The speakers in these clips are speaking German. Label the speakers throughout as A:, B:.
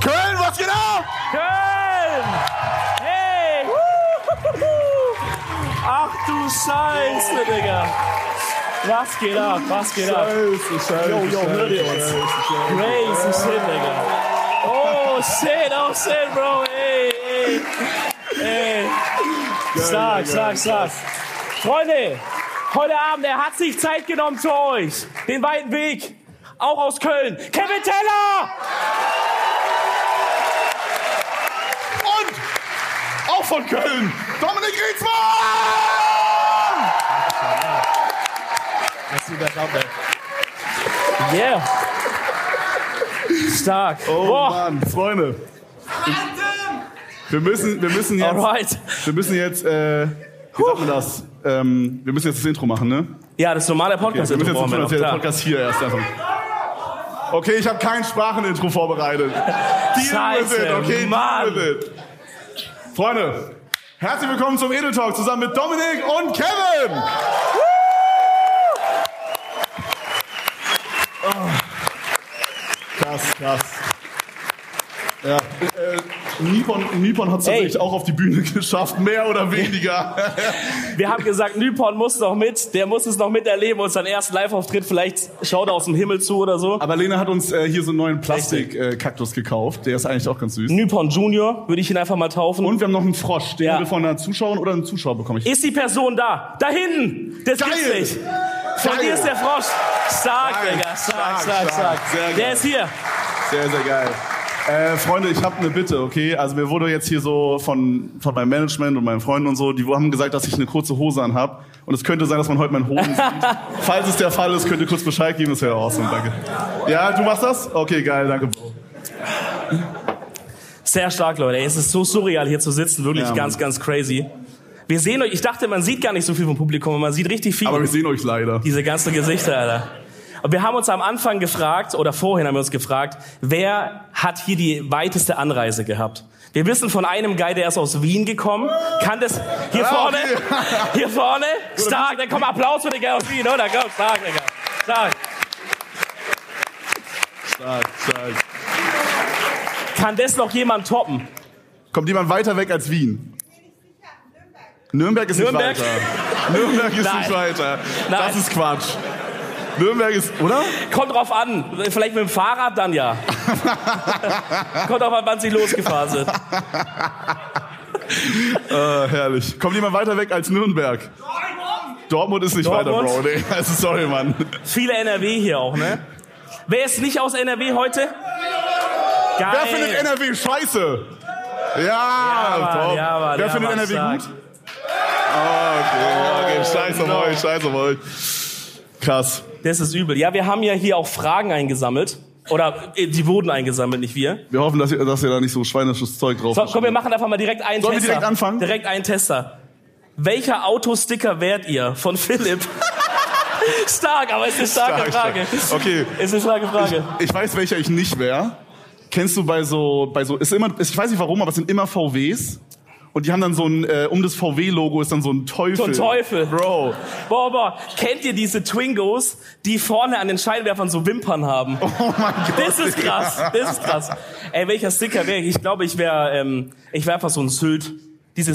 A: Köln, was geht ab?
B: Köln! Hey! Ach du Scheiße, Digga! Was geht ab? Was geht ab? Yo, yo, hört ihr jetzt? Crazy shit, Digga! Oh shit, oh shit, Bro! Ey, ey! Ey! Stark, stark, stark! Freunde, heute Abend, er hat sich Zeit genommen für euch. Den weiten Weg. Auch aus Köln. Kevin Teller!
A: Und auch von Köln, Dominik Griezmann!
B: Yeah. Stark.
C: Oh
B: Boah.
C: Mann, Freunde. Wir müssen, wir müssen jetzt,
B: Alright.
C: wir müssen jetzt, äh, wie sagt man das? Ähm, wir müssen jetzt das Intro machen, ne?
B: Ja, das normale
C: Ja,
B: Podcast
C: wir müssen jetzt
B: brauchen
C: tun,
B: wir
C: als wäre der
B: noch, klar.
C: Podcast hier erst einfach. Okay, ich habe kein Sprachenintro vorbereitet. Deal with it,
B: Scheiße,
C: okay? Deal
B: Mann.
C: with it. Freunde, herzlich willkommen zum Edel Talk zusammen mit Dominik und Kevin. Oh. Krass, krass. Ja, äh, Nippon, Nippon hat es
B: Ey.
C: tatsächlich auch auf die Bühne geschafft, mehr oder weniger.
B: Wir haben gesagt, Nypon muss noch mit, der muss es noch miterleben, unseren ersten Live-Auftritt, vielleicht schaut er aus dem Himmel zu oder so.
C: Aber Lena hat uns äh, hier so einen neuen Plastikkaktus gekauft. Der ist eigentlich auch ganz süß.
B: Nypon Junior, würde ich ihn einfach mal taufen.
C: Und wir haben noch einen Frosch. Den
B: Ja.
C: haben wir von einer Zuschauerin oder einem Zuschauer bekommen. Ich
B: ist die Person da? Da hinten! Das
C: Geil.
B: gibt's nicht. Von
C: Geil.
B: dir ist der Frosch. Stark,
C: Stark,
B: Digga. Stark,
C: stark,
B: stark, stark.
C: stark. Sehr geil.
B: Der ist hier.
C: sehr, sehr geil. Äh, Freunde, ich habe eine Bitte, okay? Also mir wurde jetzt hier so von, von meinem Management und meinen Freunden und so, die haben gesagt, dass ich eine kurze Hose anhab. Und es könnte sein, dass man heute meinen Hoden sieht. Falls es der Fall ist, könnt ihr kurz Bescheid geben. Das wäre awesome, danke. Ja, du machst das? Okay, geil, danke. Bro.
B: Sehr stark, Leute. Ey, Es ist so surreal, hier zu sitzen. Wirklich
C: Ja, Mann.
B: ganz, ganz crazy. Wir sehen euch. Ich dachte, man sieht gar nicht so viel vom Publikum, aber man sieht richtig viel.
C: Aber wir sehen euch leider.
B: Diese ganzen Gesichter, Alter. Und wir haben uns am Anfang gefragt, oder vorhin haben wir uns gefragt, wer hat hier die weiteste Anreise gehabt? Wir wissen von einem Guy, der ist aus Wien gekommen. Kann das hier
C: Ah,
B: vorne?
C: okay.
B: Hier vorne? Stark, dann komm Applaus für den Guy aus Wien, oder? Komm, stark, Digga. Stark.
C: Stark, stark.
B: Kann das noch jemand toppen?
C: Kommt jemand weiter weg als Wien? Nürnberg ist
B: Nürnberg?
C: nicht weiter. Nürnberg ist
B: Nein.
C: nicht weiter.
B: Nein.
C: Das ist Quatsch. Nürnberg ist, oder?
B: Kommt drauf an. Vielleicht mit dem Fahrrad dann ja. Kommt drauf an, wann sie losgefahren sind.
C: Äh, herrlich. Kommt jemand weiter weg als Nürnberg? Dortmund ist nicht
B: Dortmund?
C: weiter, Bro. Nee, also sorry, Mann.
B: Viele NRW hier auch, ne? Wer ist nicht aus NRW heute? Geil.
C: Wer findet NRW scheiße? Ja,
B: Mann,
C: top.
B: ja, Mann,
C: Wer
B: ja,
C: findet
B: Mann,
C: NRW
B: stark.
C: gut? Ah, okay, okay. Scheiße auf euch, scheiße auf euch. Krass.
B: Das ist übel. Ja, wir haben ja hier auch Fragen eingesammelt. Oder äh, die wurden eingesammelt, nicht wir.
C: Wir hoffen, dass ihr, dass ihr da nicht so schweinisches Zeug drauf
B: So, komm, wir machen einfach mal direkt einen
C: Sollen wir
B: Tester.
C: direkt anfangen?
B: Direkt einen Tester. Welcher Autosticker wärt ihr? Von Philipp. stark, aber es ist eine starke
C: Stark,
B: Frage.
C: stark. Okay.
B: Ist eine starke Frage.
C: Ich weiß, welcher ich nicht wäre. Kennst du bei so, bei so, ist immer, ich weiß nicht warum, aber es sind immer VWs. Und die haben dann so ein, äh, um das VW-Logo ist dann so ein Teufel.
B: So ein Teufel.
C: Bro.
B: Boah, boah. Kennt ihr diese Twingos, die vorne an den Scheinwerfern so Wimpern haben?
C: Oh mein Gott.
B: Das ist
C: Digga.
B: krass, das ist krass. Ey, welcher Sticker wäre ich? Ich glaube, ich wäre, ähm, ich wäre einfach so ein Sylt. Diese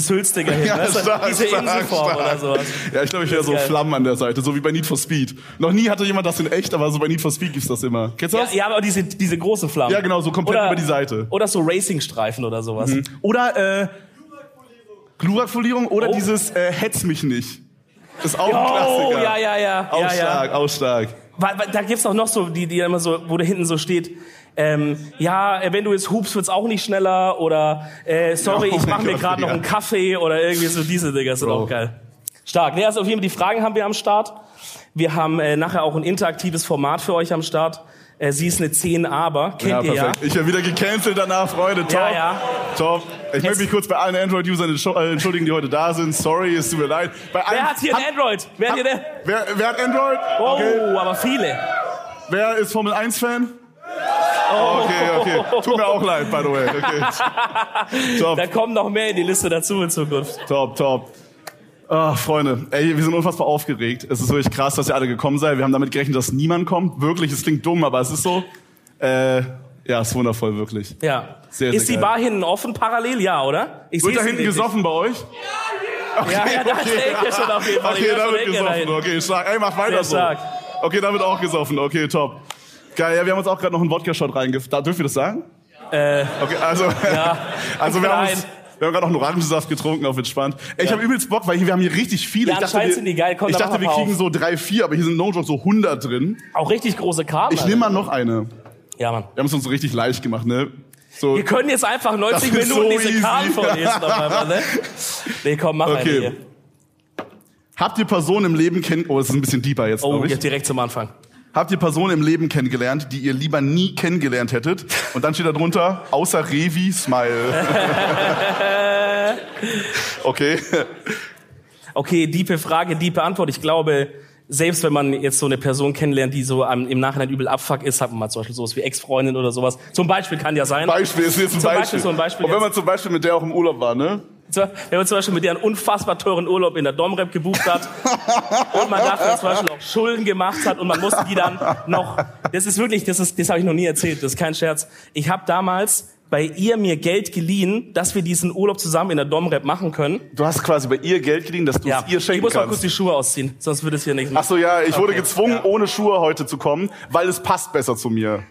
B: Sylt-Sticker hier,
C: Ja,
B: weißt du?
C: stark,
B: diese
C: stark,
B: Inselform
C: stark.
B: oder sowas.
C: Ja, ich glaube, ich wäre so
B: geil.
C: Flammen an der Seite, so wie bei Need for Speed. Noch nie hatte jemand das in echt, aber so bei Need for Speed gibt's das immer. Kennst du
B: Ja,
C: das?
B: ja, aber diese, diese großen Flammen.
C: Ja, genau, so Mhm. komplett
B: Oder-
C: über die Seite.
B: Oder so Racing-Streifen oder sowas.
C: Oder äh, Glurak-Folierung oder
B: Oh.
C: dieses äh, Hetz mich nicht. Ist auch ein
B: Oh,
C: Klassiker.
B: ja, ja, ja.
C: Auch
B: ja, ja.
C: stark, auch stark.
B: Weil, weil, da gibt's auch noch so, die, die immer so, wo da hinten so steht, ähm, ja, äh, wenn du jetzt hupst, wird's auch nicht schneller oder äh, sorry,
C: Oh
B: ich
C: mein
B: mache mir
C: Gott,
B: gerade noch
C: ja.
B: einen Kaffee oder irgendwie so diese Dinger sind
C: Bro.
B: auch geil. Stark. Ne, also auf jeden Fall die Fragen haben wir am Start. Wir haben äh, nachher auch ein interaktives Format für euch am Start. Äh, sie ist eine 10 aber, kennt ihr ja.
C: Ich werde wieder gecancelt danach, Freunde. Top.
B: Ja, ja.
C: Top. Ich
B: Jetzt-
C: möchte mich kurz bei allen Android-Usern entschu- äh, entschuldigen, die heute da sind. Sorry, es tut mir leid. Bei allen,
B: Wer hat hier ein Android? Wer hat hier denn?
C: Wer, wer hat Android?
B: Oh,
C: Okay.
B: aber viele.
C: Wer ist Formel 1-Fan? Okay, okay. Tut mir auch leid, by the way. Okay. top,
B: Da kommen noch mehr in die Liste dazu in Zukunft.
C: top, top. Ach, Freunde, ey, wir sind unfassbar aufgeregt. Es ist wirklich krass, dass ihr alle gekommen seid. Wir haben damit gerechnet, dass niemand kommt. Wirklich, es klingt dumm, aber es ist so. Äh, ja, ist wundervoll, wirklich.
B: Ja.
C: Sehr,
B: ist
C: sehr
B: die
C: geil.
B: Bar hinten offen parallel? Ja, oder? Ich
C: Wird da
B: seh's
C: hinten
B: nicht.
C: gesoffen bei euch?
B: Ja, Ah ja, da hängt ja schon auf jeden Fall. Ich
C: Okay,
B: hör
C: da
B: schon
C: wird
B: Ecke da
C: gesoffen.
B: hinten.
C: Okay, stark. Ey, mach weiter
B: Sehr
C: so.
B: stark.
C: Okay, da wird auch gesoffen. Okay, top. Geil, ja, wir haben uns auch gerade noch einen Wodka-Shot reingef... Da, dürfen wir das sagen?
B: Äh,
C: Okay, also, also wir haben
B: Nein.
C: uns... Wir haben gerade noch einen Orangensaft getrunken, auf entspannt. Ey, ich habe übelst Bock, weil hier, wir haben hier richtig viele.
B: Ja,
C: ich dachte,
B: anscheinend
C: wir,
B: sind die geil. Komm,
C: ich
B: dann
C: dachte,
B: mach
C: wir
B: mal
C: kriegen
B: auf.
C: so drei, vier, aber hier sind no joke so 100 drin.
B: auch richtig große Karten.
C: Ich
B: Alter.
C: nehme mal noch eine.
B: Ja, Mann.
C: Wir haben es uns richtig leicht gemacht, ne? So,
B: Wir können jetzt einfach 90
C: Das ist
B: Minuten
C: so
B: diese
C: easy.
B: Karten vorlesen auf einmal, ne? Nee, komm, mach eine
C: Okay.
B: hier.
C: habt ihr Personen im Leben kennt? Oh, es ist ein bisschen deeper jetzt,
B: Oh,
C: glaube ich.
B: jetzt direkt zum Anfang.
C: Habt ihr Personen im Leben kennengelernt, die ihr lieber nie kennengelernt hättet? Und dann steht da drunter, außer Revi, Smile. okay.
B: Okay, diepe Frage, diepe Antwort. Ich glaube, selbst wenn man jetzt so eine Person kennenlernt, die so am- im Nachhinein übel abfuck ist, hat man mal zum Beispiel sowas wie Ex-Freundin oder sowas. Zum Beispiel kann ja sein.
C: Beispiel ist jetzt ein
B: Zum Beispiel
C: Beispiel.
B: so ein Beispiel
C: Und wenn
B: jetzt.
C: man zum Beispiel mit der auch im Urlaub war, ne?
B: Zwar- Wenn man zum Beispiel mit der einen unfassbar teuren Urlaub in der Domrep gebucht hat und man dafür zum Beispiel auch Schulden gemacht hat und man musste die dann noch. Das ist wirklich, das ist, das habe ich noch nie erzählt, das ist kein Scherz. Ich habe damals bei ihr mir Geld geliehen, dass wir diesen Urlaub zusammen in der Domrep machen können.
C: Du hast quasi bei ihr Geld geliehen, dass du es ihr
B: ich
C: schenken
B: muss mal kurz
C: kannst.
B: die Schuhe ausziehen, sonst würde es hier nichts
C: Ach so, ja, ich wurde
B: Okay,
C: gezwungen,
B: ja.
C: ohne Schuhe heute zu kommen, weil es passt besser zu mir.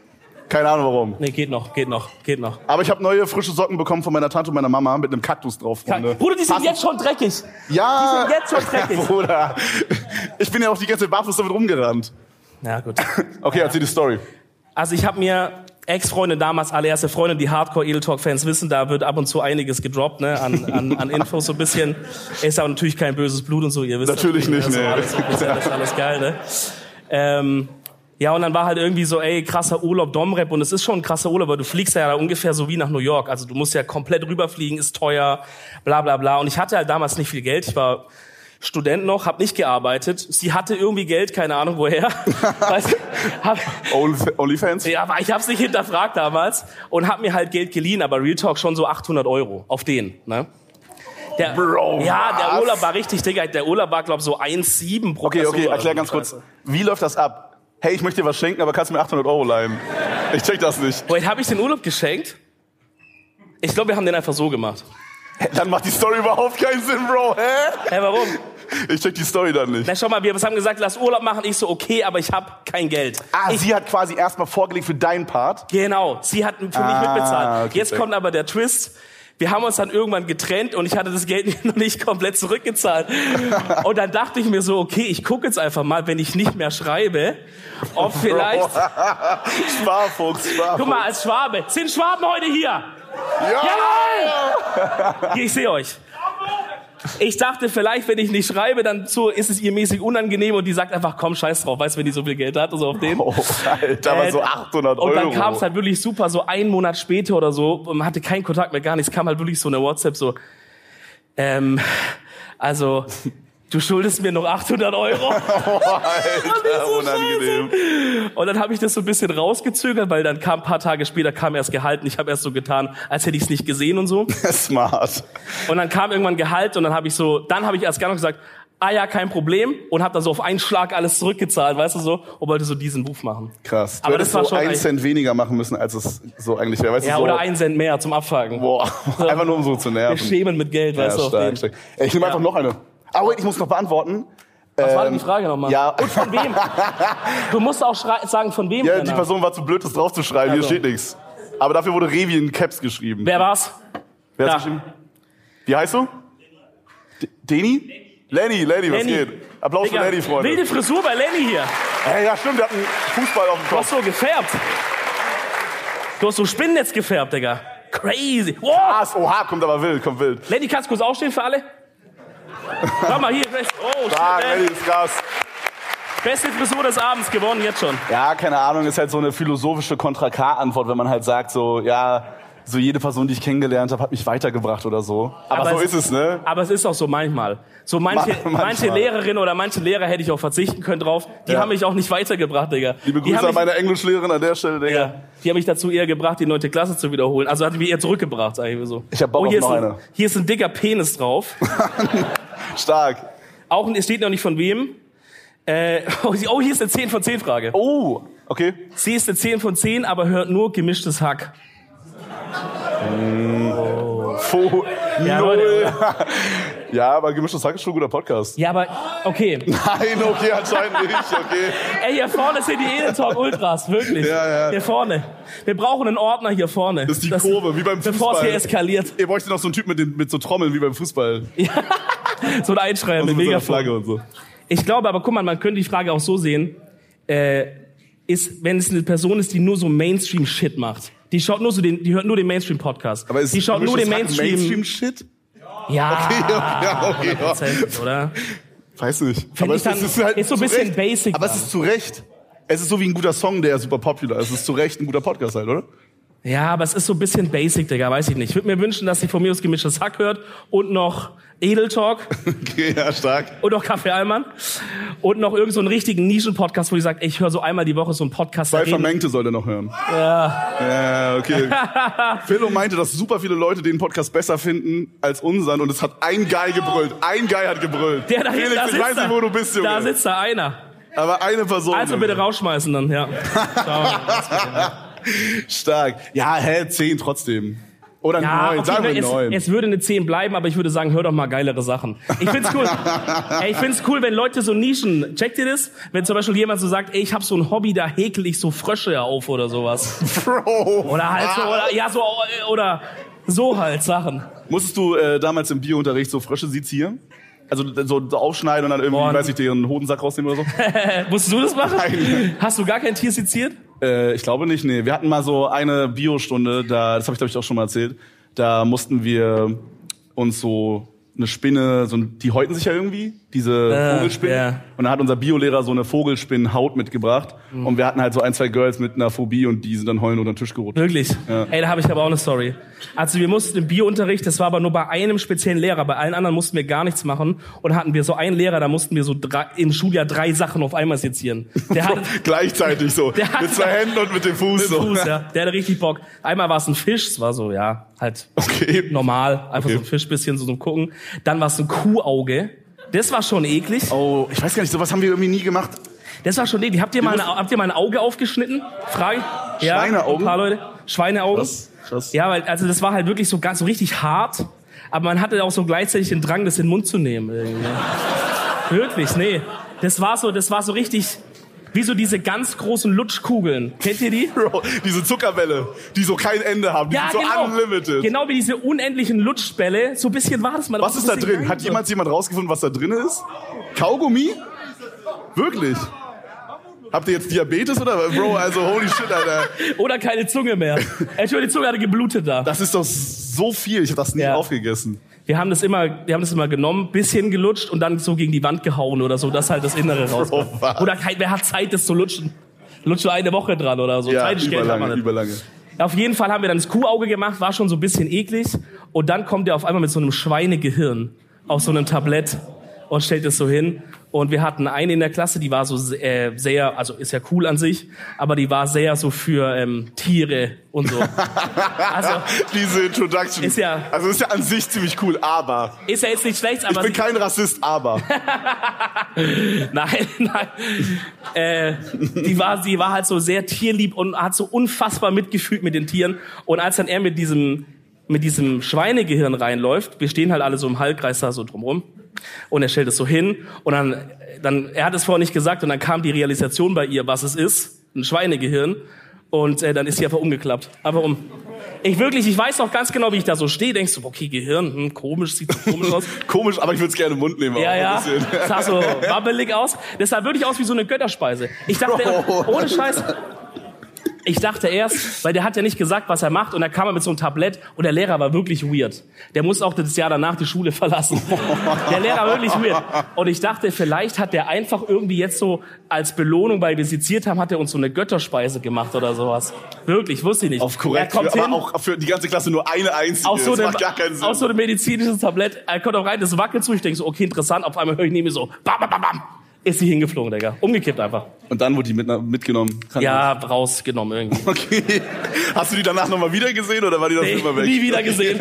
C: Keine Ahnung warum.
B: Nee, geht noch, geht noch, geht noch.
C: Aber ich habe neue frische Socken bekommen von meiner Tante und meiner Mama mit einem Kaktus drauf, Freunde.
B: Bruder, die sind
C: Passt-
B: jetzt schon dreckig.
C: ja,
B: die sind jetzt schon dreckig.
C: Bruder, ich bin ja auch die ganze Zeit barfuß damit rumgerannt.
B: Na gut.
C: Okay, erzähl die Story.
B: Also ich habe mir Ex-Freunde damals, allererste Freunde, die Hardcore-Edeltalk-Fans wissen, da wird ab und zu einiges gedroppt, ne, an, an, an Infos so ein bisschen. Ist aber natürlich kein böses Blut und so, ihr wisst.
C: Natürlich
B: das, ne,
C: nicht,
B: so
C: nee.
B: Alles, so ein bisschen, das ist alles geil, ne. Ähm, ja, und dann war halt irgendwie so, ey, krasser Urlaub, Domrep. Und es ist schon ein krasser Urlaub, weil du fliegst ja da ungefähr so wie nach New York. Also du musst ja komplett rüberfliegen, ist teuer, bla bla bla. Und ich hatte halt damals nicht viel Geld. Ich war Student noch, habe nicht gearbeitet. Sie hatte irgendwie Geld, keine Ahnung woher. Weiß- hab,
C: Only- OnlyFans?
B: ja, aber ich habe es nicht hinterfragt damals und habe mir halt Geld geliehen, aber Real Talk schon so 800 Euro auf den. Ne? Der,
C: Bro,
B: ja, der
C: was?
B: Urlaub war richtig, Digga. Der Urlaub war, glaub so 1,7 pro
C: Okay,
B: Person
C: okay, erklär
B: oder so, also,
C: ganz kurz.
B: Scheiße.
C: Wie läuft das ab? Hey, ich möchte dir was schenken, aber kannst du mir 800 Euro leihen? Ich check das nicht.
B: Wait, habe ich den Urlaub geschenkt? Ich glaube, wir haben den einfach so gemacht.
C: Hä, Dann macht die Story überhaupt keinen Sinn, Bro. Hä?
B: Hä, warum?
C: Ich check die Story dann nicht.
B: Na, schau mal, wir haben gesagt, lass Urlaub machen. Ich so, okay, aber ich habe kein Geld.
C: Ah, sie hat quasi erstmal vorgelegt für deinen Part.
B: Genau, sie hat für mich
C: Ah,
B: mitbezahlt.
C: okay,
B: Jetzt
C: check.
B: kommt aber der Twist. Wir haben uns dann irgendwann getrennt und ich hatte das Geld noch nicht komplett zurückgezahlt. Und dann dachte ich mir so, okay, ich gucke jetzt einfach mal, wenn ich nicht mehr schreibe, ob vielleicht...
C: Sparfuchs, Sparfuchs.
B: Guck mal, als Schwabe. Sind Schwaben heute hier? Jawohl! Ich sehe euch. Ich dachte vielleicht, wenn ich nicht schreibe, dann so ist es ihr mäßig unangenehm und die sagt einfach, komm, scheiß drauf, weißt du, wenn die so viel Geld hat, also auf den.
C: Oh, Alter, aber
B: Äh,
C: so 800 Euro.
B: Und dann kam es halt wirklich super, so einen Monat später oder so, und man hatte keinen Kontakt mehr, gar nichts, kam halt wirklich so eine WhatsApp so, ähm, also, du schuldest mir noch 800 Euro.
C: Oh,
B: Das ist
C: Alter,
B: so
C: unangenehm.
B: Und dann habe ich das so ein bisschen rausgezögert, weil dann kam ein paar Tage später, kam erst Gehalt und ich habe erst so getan, als hätte ich es nicht gesehen und so.
C: Smart.
B: Und dann kam irgendwann Gehalt und dann habe ich so, dann habe ich erst gar noch gesagt, ah ja, kein Problem und habe dann so auf einen Schlag alles zurückgezahlt, weißt du so, und wollte so diesen Move machen.
C: Krass. Du
B: Aber
C: hättest
B: das war
C: so
B: schon
C: einen
B: eigentlich-
C: Cent weniger machen müssen, als es so eigentlich wäre. Weißt
B: Ja,
C: du, so,
B: oder einen Cent mehr zum Abfacken.
C: Boah, einfach nur um so zu
B: Wir
C: nerven.
B: schämen mit Geld, weißt du, auf
C: stark,
B: den.
C: stark. Ey, Ich nehme einfach noch eine. Ah, wait, ich muss noch beantworten.
B: Was war denn die Frage nochmal?
C: Ähm, ja.
B: Und von wem? Du musst auch schrei- sagen, von wem.
C: Ja,
B: der
C: die
B: Name.
C: Person war zu blöd, das draufzuschreiben.
B: Genau. Also.
C: Hier steht nichts. Aber dafür wurde Revi in Caps geschrieben.
B: Wer war's?
C: Wer
B: da.
C: hat's geschrieben? Wie heißt du? D- Deni? Lenny, Lenny, was
B: Lenny.
C: geht? Applaus für
B: Digga,
C: Lenny, Freunde.
B: Wilde Frisur bei Lenny hier.
C: Hey, ja, stimmt, der hat einen Fußball auf dem
B: Du
C: Kopf.
B: hast so gefärbt. Du hast so Spinnennetz gefärbt, Digga. Crazy. Wow.
C: Was? Oha, kommt aber wild, kommt wild.
B: Lenny, kannst du kurz aufstehen für alle? Schau mal hier. Oh, shit,
C: Ah,
B: man.
C: Lenny ist krass.
B: Beste Frisur des Abends gewonnen, jetzt schon.
C: Ja, keine Ahnung, ist halt so eine philosophische Kontra K-Antwort, wenn man halt sagt, so, ja, so jede Person, die ich kennengelernt habe, hat mich weitergebracht oder so. Aber,
B: Aber
C: so ist
B: es-
C: es, ne?
B: Aber es ist auch so manchmal. So manche,
C: Man- manchmal.
B: manche Lehrerinnen oder manche Lehrer hätte ich auch verzichten können drauf. Die
C: Ja.
B: haben mich auch nicht weitergebracht, Digga.
C: Liebe
B: die haben
C: Grüße an
B: mich-
C: meine Englischlehrerin an der Stelle, Digga.
B: Ja, die haben mich dazu eher gebracht, die neunte Klasse zu wiederholen. Also hat die mich eher zurückgebracht, sag ich mal so. Oh,
C: Ich hab Bock auf
B: hier
C: noch
B: ist ein,
C: eine.
B: Hier ist ein dicker Penis drauf.
C: Stark.
B: oh, Auch, es steht noch nicht von wem. Äh, oh, hier ist eine 10 von 10 Frage.
C: Oh, Okay?
B: Sie ist eine 10 von 10, aber hört nur gemischtes Hack.
C: Fo
B: Ja,
C: Null.
B: Leute.
C: ja, aber gemischtes Hack ist schon ein guter Podcast.
B: Ja, aber okay.
C: Nein, okay, anscheinend nicht. Okay.
B: Ey, hier vorne sind die Edel Talk Ultras, wirklich.
C: Ja, ja.
B: Hier vorne. Wir brauchen einen Ordner hier vorne.
C: Das ist die Kurve, wie beim
B: Bevor es
C: Fußball.
B: hier eskaliert.
C: Ihr bräuchtet noch so einen Typ mit, den, mit so Trommeln wie beim Fußball.
B: So ein Einschreier
C: Und so mit
B: mit
C: so einer
B: Megafon.
C: Flagge und so.
B: Ich glaube aber, guck mal, man könnte die Frage auch so sehen, äh, ist, wenn es eine Person ist, die nur so Mainstream-Shit macht. Die schaut nur so den, die hört nur den Mainstream-Podcast.
C: Aber ist
B: Die schaut nur den
C: gemischtes Hack
B: Mainstream. Ah,
C: Mainstream-Shit?
B: Ja,
C: Okay, ja, okay, ja.
B: Prozent, oder?
C: Weiß nicht.
B: Find ich dann- ist so ein
C: halt zu
B: bisschen
C: Recht.
B: basic
C: Aber es
B: dann.
C: ist zu Recht. Es ist so wie ein guter Song, der super popular ist. Es ist zu Recht ein guter Podcast halt, oder?
B: Ja, aber es ist so ein bisschen basic, Digga, weiß ich nicht. Ich würde mir wünschen, dass sie von mir aus gemischtes Hack hört und noch Edel Talk
C: Okay, ja, stark.
B: und noch Kaffee Allmann und noch irgend so einen richtigen Nischen-Podcast, wo die sagt, ey, ich höre so einmal die Woche so einen Podcast. da
C: Zwei
B: reden-
C: Vermengte soll er noch hören. Ja. Ja, okay. Philo meinte, dass super viele Leute den Podcast besser finden als unseren und es hat ein Guy gebrüllt. Ein Guy hat gebrüllt.
B: Der da hinten,
C: Felix,
B: da
C: ich
B: sitzt
C: weiß
B: er.
C: nicht, wo du bist, Junge.
B: Da sitzt da einer.
C: Aber eine Person.
B: Also bitte rausschmeißen dann, ja.
C: Stark. Ja, hä, zehn trotzdem. Oder
B: Ja,
C: neun.
B: okay, ne,
C: Sagen wir
B: es,
C: neun.
B: es würde eine 10 bleiben, aber ich würde sagen, hör doch mal geilere Sachen. Ich find's cool. ey, ich find's cool, wenn Leute so Nischen, checkt ihr das? Wenn zum Beispiel jemand so sagt, ey, ich hab so ein Hobby, da häkel ich so Frösche auf oder sowas.
C: Bro.
B: Oder halt so,
C: Ah.
B: oder, ja, so, oder so halt Sachen.
C: Musstest du äh, damals im Biounterricht so Frösche sezieren? Also so aufschneiden und dann irgendwie,
B: Boah,
C: weiß ich, deren Hodensack rausnehmen oder so?
B: Äh, Musst du das machen?
C: Nein.
B: Hast du gar kein Tier seziert?
C: äh, ich glaube nicht, nee. Wir hatten mal so eine Biostunde, da, das habe ich glaube ich auch schon mal erzählt, da mussten wir uns so eine Spinne, so, ein- die häuten sich ja irgendwie, diese
B: Ah,
C: Vogelspinnen.
B: ja.
C: Und dann hat unser Biolehrer so eine Vogelspinnenhaut mitgebracht.
B: Hm.
C: Und wir hatten halt so ein, zwei Girls mit einer Phobie und die sind dann heulen unter den Tisch gerutscht.
B: Wirklich?
C: Ja.
B: Ey, da habe ich aber auch eine Story. Also wir mussten im Biounterricht, das war aber nur bei einem speziellen Lehrer, bei allen anderen mussten wir gar nichts machen und hatten wir so einen Lehrer, da mussten wir so drei, im Schuljahr drei Sachen auf einmal sezieren. Der hatte
C: Gleichzeitig so.
B: Der hat-
C: mit zwei Händen und mit dem Fuß so.
B: Fuß, ja. Der hatte richtig Bock. Einmal war es ein Fisch, es war so, ja, halt
C: Okay.
B: normal, einfach
C: Okay.
B: so ein Fischbisschen so zum Gucken. Dann war es ein Kuhauge. Das war schon eklig.
C: Oh, ich weiß gar nicht, sowas haben wir irgendwie nie gemacht.
B: Das war schon eklig. Habt ihr mal ein,
C: mussten-
B: habt ihr mal ein Auge aufgeschnitten? Frage. ich. Ja,
C: Schweineaugen?
B: Ein paar Leute. Schweineaugen.
C: Krass, krass.
B: Ja, weil also das war halt wirklich so ganz so richtig hart, aber man hatte auch so gleichzeitig den Drang, das in den Mund zu nehmen. irgendwie. wirklich, nee. Das war so, das war so richtig wie so diese ganz großen Lutschkugeln. Kennt ihr die?
C: Bro, diese Zuckerwelle, die so kein Ende haben, die sind so unlimited.
B: Genau wie diese unendlichen Lutschbälle. So ein bisschen war das mal.
C: Was
B: auch
C: ist
B: so
C: da
B: ein bisschen
C: drin?
B: geil
C: Hat
B: so.
C: jemand jemand rausgefunden, was da drin ist? Kaugummi? Wirklich? Habt ihr jetzt Diabetes oder? Bro, also holy shit, Alter.
B: Oder keine Zunge mehr. Entschuldigung, die Zunge hatte geblutet da.
C: Das ist doch so viel. Ich hab das nie
B: Ja.
C: aufgegessen.
B: Wir haben das immer, wir haben das immer genommen, bisschen gelutscht und dann so gegen die Wand gehauen oder so, dass halt das Innere rauskommt.
C: Bro, was?
B: Oder kein, wer hat Zeit, das zu lutschen? Lutsche eine Woche dran oder so.
C: Ja,
B: Zeit ist Geld, haben wir
C: überlange,
B: nicht.
C: überlange.
B: Auf jeden Fall haben wir dann das Kuhauge gemacht, war schon so ein bisschen eklig. Und dann kommt er auf einmal mit so einem Schweinegehirn auf so einem Tablett und stellt es so hin. Und wir hatten eine in der Klasse, die war so se- äh, sehr, also ist ja cool an sich, aber die war sehr so für ähm, Tiere und so. Also
C: Diese Introduction.
B: Ist ja-
C: also ist ja an sich ziemlich cool, aber.
B: ist ja jetzt nicht schlecht,
C: Ich
B: aber
C: bin
B: sie-
C: kein Rassist, aber.
B: Nein, nein. Äh, die, war, die war halt so sehr tierlieb und hat so unfassbar mitgefühlt mit den Tieren. Und als dann er mit diesem, mit diesem Schweinegehirn reinläuft, wir stehen halt alle so im Halbkreis da so drumrum. Und er stellt es so hin. Und dann, dann, er hat es vorher nicht gesagt. Und dann kam die Realisation bei ihr, was es ist. Ein Schweinegehirn. Und äh, dann ist sie einfach umgeklappt. Einfach um. Ich wirklich, ich weiß auch ganz genau, wie ich da so stehe. Denkst du, okay, Gehirn, hm, komisch, sieht so komisch aus.
C: Komisch, aber ich würde es gerne im Mund nehmen.
B: Ja,
C: auch ein
B: ja.
C: bisschen.
B: Das sah so wabbelig aus. Das sah wirklich aus wie so eine Götterspeise. Ich dachte,
C: Bro.
B: ohne Scheiß. Ich dachte erst, weil der hat ja nicht gesagt, was er macht, und dann kam er mit so einem Tablett und der Lehrer war wirklich weird. Der muss auch das Jahr danach die Schule verlassen. Der Lehrer war wirklich weird. Und ich dachte, vielleicht hat der einfach irgendwie jetzt so als Belohnung, weil wir seziert haben, hat er uns so eine Götterspeise gemacht oder sowas. Wirklich, wusste ich nicht.
C: Auf korrekt,
B: Er kommt
C: aber
B: hin,
C: auch für die ganze Klasse nur eine einzige.
B: aus so,
C: das
B: einem,
C: macht gar keinen Sinn.
B: aus so einem medizinischen Tablett. Er kommt auch rein, das wackelt so. Ich denke so, okay, interessant. Auf einmal höre ich neben mir so, bam, bam, bam, bam. Ist sie hingeflogen, Digga. Umgekippt einfach.
C: Und dann wurde die mit, mitgenommen. Kann
B: Ja, rausgenommen irgendwie.
C: Okay. Hast du die danach nochmal wieder gesehen oder war die dann für
B: Nee,
C: immer weg?
B: nie wieder gesehen.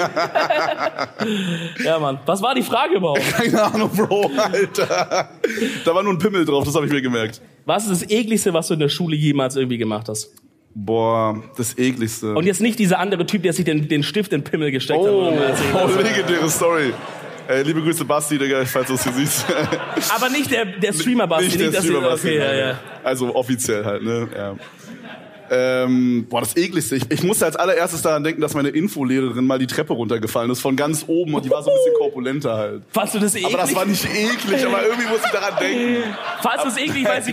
B: ja, Mann. Was war die Frage überhaupt?
C: Keine Ahnung, Bro, Alter. Da war nur ein Pimmel drauf, das habe ich mir gemerkt.
B: Was ist das ekligste, was du in der Schule jemals irgendwie gemacht hast?
C: Boah, das ekligste.
B: Und jetzt nicht dieser andere Typ, der sich den, den Stift in den Pimmel gesteckt hat.
C: oh,
B: oder was weiß ich.
C: oh, legendäre Story. Äh, liebe Grüße, Basti, Digga, falls du es hier siehst.
B: Also, Aber nicht der, der Streamer-Bass.
C: nicht der
B: dass die-
C: Streamer Basti.
B: okay, ja, ja.
C: Also offiziell halt, ne? Ja. Ähm, boah, das ekligste. Ich, ich musste als allererstes daran denken, dass meine Infolehrerin mal die Treppe runtergefallen ist, von ganz oben und die war so ein bisschen korpulenter halt.
B: Fandst du das eklig?
C: Aber das war nicht eklig, aber irgendwie musste ich daran denken.
B: Fandst du das eklig, weil sie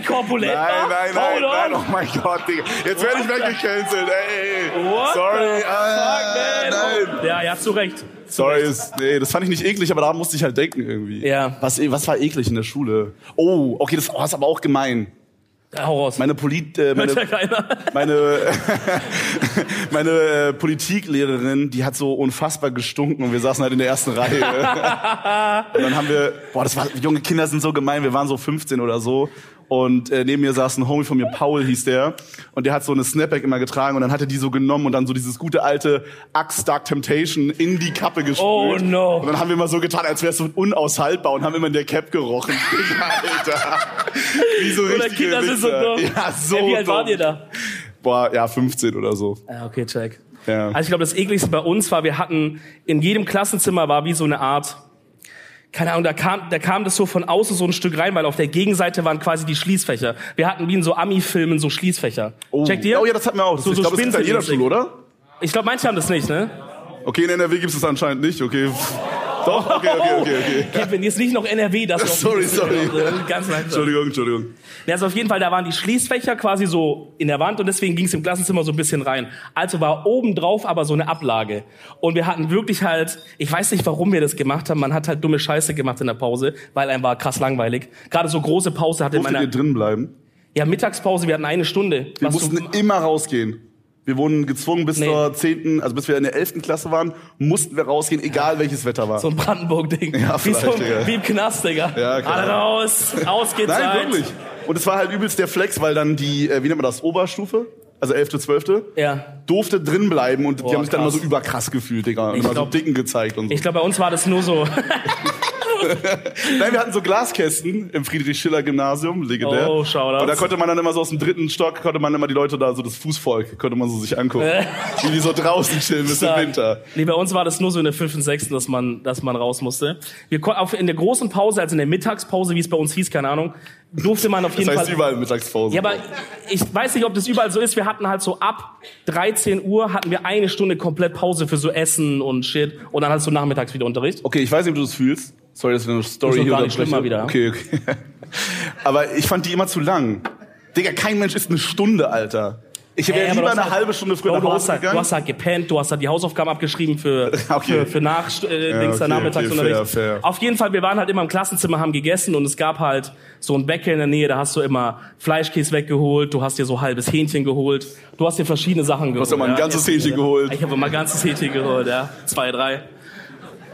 C: Nein,
B: korpulent war?
C: nein, nein,
B: Hold on.
C: nein, oh mein Gott, Digga. Jetzt werde ich
B: What the-
C: weggecancelt, ey.
B: What
C: Sorry,
B: the
C: ah,
B: fuck, man?
C: nein.
B: Ja, ja, zu Recht.
C: Sorry, ist, nee, das fand ich nicht eklig, aber daran musste ich halt denken irgendwie.
B: Ja.
C: Was, was war eklig in der Schule? Oh, okay, das war aber auch gemein.
B: Ja, hau raus.
C: Meine Polit, äh, meine,
B: Hört ja keiner.
C: meine, meine äh, Politiklehrerin, die hat so unfassbar gestunken und wir saßen halt in der ersten Reihe. und dann haben wir, boah, das war, junge Kinder sind so gemein, wir waren so 15 oder so. Und äh, neben mir saß ein Homie von mir, Paul hieß der, und der hat so eine Snapback immer getragen und dann hat er die so genommen und dann so dieses gute alte Axe Dark Temptation in die Kappe gespült.
B: Oh, no.
C: Und dann haben wir immer so getan, als wäre es so unaushaltbar und haben immer in der Cap gerochen. Digga, Alter. Wie so
B: Oder
C: richtige
B: Kinder sind so
C: Wichser.
B: dumm.
C: Ja, so
B: Ey, wie alt
C: dumm.
B: wart ihr da?
C: Boah, ja, 15 oder so.
B: Ja, Ah, okay, check.
C: Ja.
B: Also ich glaube, das ekligste bei uns war, wir hatten, in jedem Klassenzimmer war wie so eine Art, keine Ahnung, da kam, da kam das so von außen so ein Stück rein, weil auf der Gegenseite waren quasi die Schließfächer. Wir hatten wie in so Ami-Filmen so Schließfächer.
C: Oh.
B: Checkt ihr?
C: Oh ja, das hatten wir auch. Das,
B: So-
C: ich
B: so
C: glaube, das gibt's an jeder
B: spinselmäßig.
C: Schule, oder?
B: Ich glaube, manche haben das nicht, ne?
C: Okay, in NRW gibt's das anscheinend nicht. Okay. pff. Doch, okay, okay, okay, okay.
B: Kevin, jetzt nicht noch NRW, das noch-
C: Sorry, sorry.
B: Ganz langsam.
C: Entschuldigung, Entschuldigung.
B: Ja, also auf jeden Fall, da waren die Schließfächer quasi so in der Wand und deswegen ging's im Klassenzimmer so ein bisschen rein. Also war obendrauf aber so eine Ablage. Und wir hatten wirklich halt, ich weiß nicht, warum wir das gemacht haben, man hat halt dumme Scheiße gemacht in der Pause, weil einem war krass langweilig. Gerade so große Pause hatte
C: Durftet ihr
B: meine,
C: drin bleiben?
B: ja, Mittagspause, wir hatten eine Stunde.
C: Wir
B: Was
C: mussten
B: du,
C: immer rausgehen. Wir wurden gezwungen bis
B: Nee.
C: zur 10., also bis wir in der 11. Klasse waren, mussten wir rausgehen, egal welches Wetter war.
B: so ein Brandenburg-Ding.
C: Ja,
B: wie, so,
C: vielleicht, Digga.
B: wie im Knast, Digga.
C: Ja, klar.
B: Alle raus, ausgezahlt.
C: Nein, wirklich. Und es war halt übelst der Flex, weil dann die, äh, wie nennt man das, Oberstufe, also 11., 12.,
B: Ja.
C: durfte drin bleiben und die haben sich dann immer
B: krass.
C: so überkrass gefühlt, Digga. Und
B: Ich
C: immer
B: glaub-
C: so Dicken gezeigt und so.
B: Ich glaube, bei uns war das nur so.
C: Nein, wir hatten so Glaskästen im Friedrich-Schiller-Gymnasium, legendär.
B: Oh, Shoutouts.
C: Ne? Und da konnte man dann immer so aus dem dritten Stock, konnte man immer die Leute da, so das Fußvolk, konnte man so sich angucken. wie die so draußen chillen bis im
B: Äh. Stark.
C: Winter.
B: Nee, bei uns war das nur so in der 5. und 6., dass man, dass man raus musste. Wir kon- auf, in der großen Pause, also in der Mittagspause, wie es bei uns hieß, keine Ahnung, durfte man auf jeden
C: Das heißt
B: Fall.
C: überall Mittagspause.
B: Ja, aber ich weiß nicht, ob das überall so ist. Wir hatten halt so ab 13 Uhr hatten wir eine Stunde komplett Pause für so Essen und Shit. Und dann hast du nachmittags wieder Unterricht.
C: okay, ich weiß nicht, ob du das fühlst. Sorry, dass wir eine Story
B: Ist noch
C: hier
B: gar nicht
C: unterbrechen.
B: schlimmer wieder.
C: Okay, okay. aber ich fand die immer zu lang. Digga, kein Mensch ist eine Stunde, Alter. Ich
B: Ey,
C: wäre
B: aber du
C: lieber
B: hast
C: eine
B: halt-
C: halbe Stunde früher
B: Bro,
C: nach
B: du,
C: Hause
B: hast halt, du
C: gegangen.
B: hast halt gepennt, du hast halt die Hausaufgaben abgeschrieben für,
C: Okay.
B: für, für nach, äh, Dings,
C: okay,
B: Nachmittagsunterricht.
C: okay, fair, fair.
B: Auf jeden Fall, wir waren halt immer im Klassenzimmer, haben gegessen und es gab halt so ein Bäcker in der Nähe, da hast du immer Fleischkäse weggeholt, du hast dir so halbes Hähnchen geholt, du hast dir verschiedene Sachen geholt. Du
C: hast auch mal ein ganzes Hähnchen geholt.
B: Ich habe mal ein ganzes Hähnchen geholt, ja. Zwei, drei.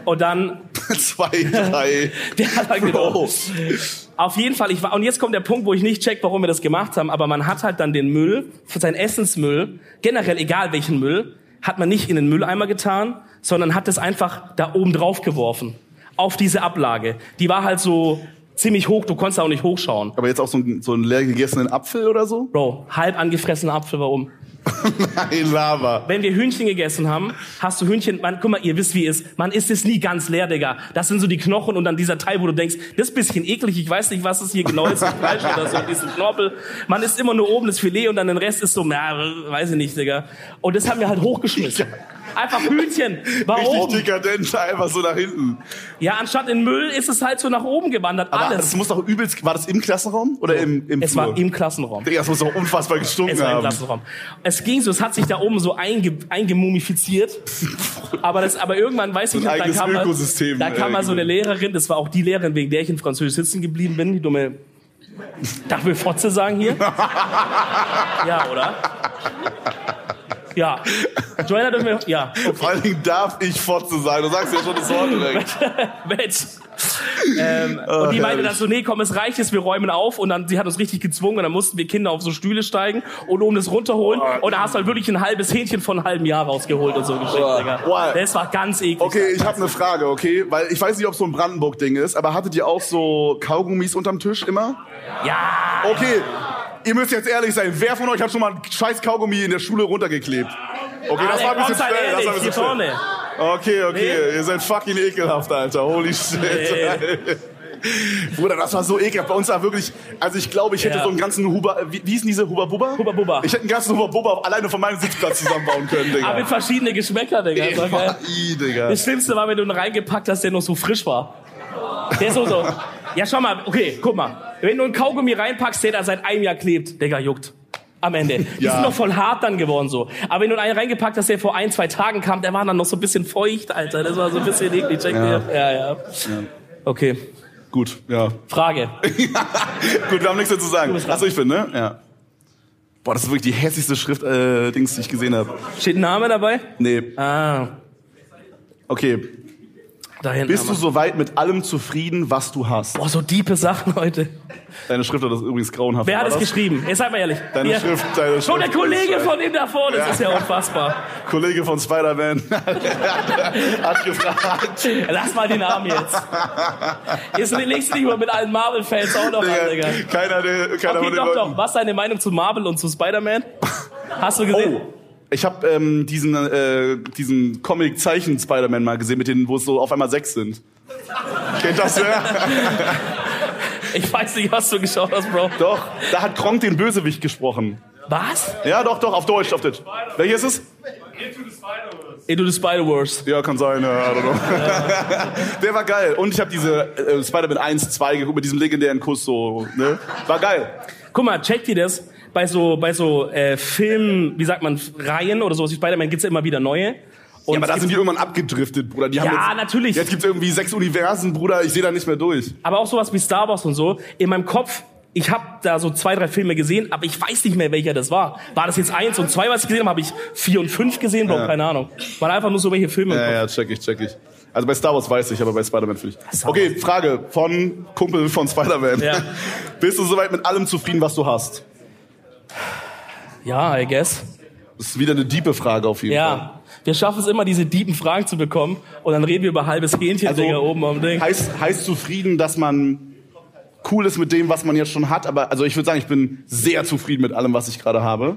B: Und dann,
C: Zwei, drei. Oh.
B: der hat halt
C: Bro.
B: genau. Auf jeden Fall, ich war, und jetzt kommt der Punkt, wo ich nicht check, warum wir das gemacht haben, aber man hat halt dann den Müll, sein Essensmüll, generell egal welchen Müll, hat man nicht in den Mülleimer getan, sondern hat es einfach da oben drauf geworfen. Auf diese Ablage. Die war halt so ziemlich hoch, du konntest auch nicht hochschauen.
C: Aber jetzt auch so ein, so ein leer gegessenen Apfel oder so?
B: Bro, halb angefressener Apfel, warum?
C: Nein, Lava.
B: Wenn wir Hühnchen gegessen haben, hast du Hühnchen, man, guck mal, ihr wisst, wie es ist. Man isst es nie ganz leer, Digga. Das sind so die Knochen und dann dieser Teil, wo du denkst, das ist ein bisschen eklig, ich weiß nicht, was es hier genau ist, das Fleisch oder so, diesen Knorpel. Man isst immer nur oben das Filet und dann den Rest ist so, na, weiß ich nicht, Digga. Und das haben wir halt hochgeschmissen. Einfach Hühnchen.
C: Richtig
B: Warum?
C: dekadent, einfach so nach hinten.
B: Ja, anstatt in Müll ist es halt so nach oben gewandert.
C: Aber
B: Alles.
C: das muss doch übelst. War das im Klassenraum oder im, im
B: Es
C: Flur?
B: war im Klassenraum.
C: Digga, das muss doch unfassbar gestunken
B: Es war im
C: haben.
B: Klassenraum. Es ging so, es hat sich da oben so einge, eingemumifiziert. Aber das, aber irgendwann weiß ich
C: ein
B: noch, da
C: eigenes
B: kam, mal,
C: Ökosystem,
B: da
C: äh,
B: kam mal so eine Lehrerin, das war auch die Lehrerin, wegen der ich in Französisch sitzen geblieben bin, die dumme, darf ich Fotze sagen hier? Ja, oder? Ja. Joanna dürfen wir, ja.
C: Vor allen Dingen darf ich Fotze sein. Du sagst ja schon das Wort direkt.
B: Mensch. Ähm, und die meinte
C: Ah, herrlich.
B: dann so, nee, komm, es reicht jetzt, wir räumen auf. Und dann, sie hat uns richtig gezwungen und dann mussten wir Kinder auf so Stühle steigen und oben das runterholen.
C: Oh,
B: Und da hast du halt wirklich ein halbes Hähnchen von einem halben Jahr rausgeholt und so Geschichten, Digga.
C: Wow.
B: Das war ganz eklig.
C: Okay, ich habe eine Frage, okay? Weil ich weiß nicht, ob so ein Brandenburg-Ding ist, aber hattet ihr auch so Kaugummis unterm Tisch immer?
B: Ja,
C: Okay, Ihr müsst jetzt ehrlich sein, wer von euch hat schon mal einen scheiß Kaugummi in der Schule runtergeklebt? Okay, das war ein bisschen
B: komm, sei
C: schnell. Das war ein
B: halt ehrlich, hier
C: bisschen schnell.
B: vorne.
C: Okay, okay, ihr seid fucking ekelhaft, Alter. Holy shit. Bruder, das war so ekelhaft. Bei uns war wirklich, also ich glaube, ich hätte
B: Ja.
C: so einen ganzen Huber, wie, wie hießen diese Huber Buba?
B: Huba Buba.
C: Ich hätte einen ganzen Huber Buba alleine von meinem Sitzplatz zusammenbauen können, Digga.
B: Aber mit verschiedenen Geschmäckern, Digga. Das war geil.
C: I, Digga.
B: Das Schlimmste war, wenn du ihn reingepackt hast, der noch so frisch war. Der so so. Ja, schau mal, okay, guck mal. Wenn du einen Kaugummi reinpackst, der da seit einem Jahr klebt, Digga, juckt. Am Ende. Die
C: Ja.
B: sind noch voll hart dann geworden so. Aber wenn du einen reingepackt hast, der vor ein, zwei Tagen kam, der war dann noch so ein bisschen feucht, Alter. Das war so ein bisschen eklig. Check dir. Ja, ja. Okay.
D: Gut, ja.
B: Frage.
C: Gut, wir haben nichts mehr zu sagen.
B: bist dran.
C: Achso, ich bin, ne? Ja. Boah, das ist wirklich die hässlichste Schrift, äh, Dings, die ich gesehen habe.
B: Steht ein Name dabei?
C: Nee.
B: Ah,
C: Okay.
B: da hinten.
C: Bist
B: haben
C: du
B: wir-
C: soweit mit allem zufrieden, was du hast?
B: Boah, so diepe Sachen heute.
C: Deine Schrift hat das übrigens grauenhaft.
B: Wer hat
C: War
B: es
C: das?
B: geschrieben? Jetzt seid mal ehrlich.
C: Deine
B: Hier.
C: Schrift, deine Schrift.
B: Schon der Kollege von ihm da vorne, das ist ja unfassbar.
C: Kollege von Spider-Man hat gefragt.
B: Lass mal den Namen jetzt. Jetzt legst du dich mal mit allen Marvel-Fans auch noch an, Digga.
C: Digga, keiner der, keiner
B: Okay,
C: von den
B: doch,
C: Leuten.
B: doch. Was ist deine Meinung zu Marvel und zu Spider-Man? Hast du gesehen?
C: Oh, ich habe ähm, diesen, äh, diesen Comic-Zeichen Spider-Man mal gesehen, mit denen, wo es so auf einmal sechs sind. Kennt das wer?
B: Ich weiß nicht, was du geschaut hast, Bro.
C: doch, da hat Kronk den Bösewicht gesprochen.
B: Was?
C: Ja, doch, doch, auf Deutsch, auf Deutsch. Welcher ist es?
B: Into the Spider-Verse.
C: Ja, kann sein, ja, I don't know. Der war geil. Und ich habe diese äh, Spider-Man 1, 2 geguckt mit diesem legendären Kuss so, ne? War geil.
B: Guck mal, checkt ihr das? Bei so, bei so äh, Filmen, wie sagt man, Reihen oder sowas wie Spider-Man gibt's ja immer wieder neue. Und
C: Ja, aber da
B: es
C: sind
B: gibt-
C: die irgendwann abgedriftet, Bruder. Die haben
B: Ja,
C: jetzt,
B: natürlich.
C: Jetzt gibt's irgendwie sechs Universen, Bruder. Ich sehe da nicht mehr durch.
B: aber auch sowas wie Star Wars und so. In meinem Kopf, ich habe da so zwei, drei Filme gesehen, aber ich weiß nicht mehr, welcher das war. War das jetzt eins und zwei, was ich gesehen habe? Habe ich vier und fünf gesehen? Bro,
C: Ja.
B: keine Ahnung. Waren einfach nur so welche Filme. im
C: Ja,
B: Kopf.
C: ja, check ich, check ich. Also bei Star Wars weiß ich, aber bei Spider-Man fühle ich. Okay, Frage von Kumpel von Spider-Man.
B: Ja.
C: Bist du soweit mit allem zufrieden, was du hast?
B: Ja, I guess.
C: Das ist wieder eine diepe Frage auf jeden Fall.
B: Ja. Wir schaffen es immer, diese tiefen Fragen zu bekommen und dann reden wir über halbes Hähnchen,
C: Also,
B: Digga, oben am Ding.
C: Heißt, heißt zufrieden, dass man cool ist mit dem, was man jetzt schon hat, aber also ich würde sagen, ich bin sehr zufrieden mit allem, was ich gerade habe.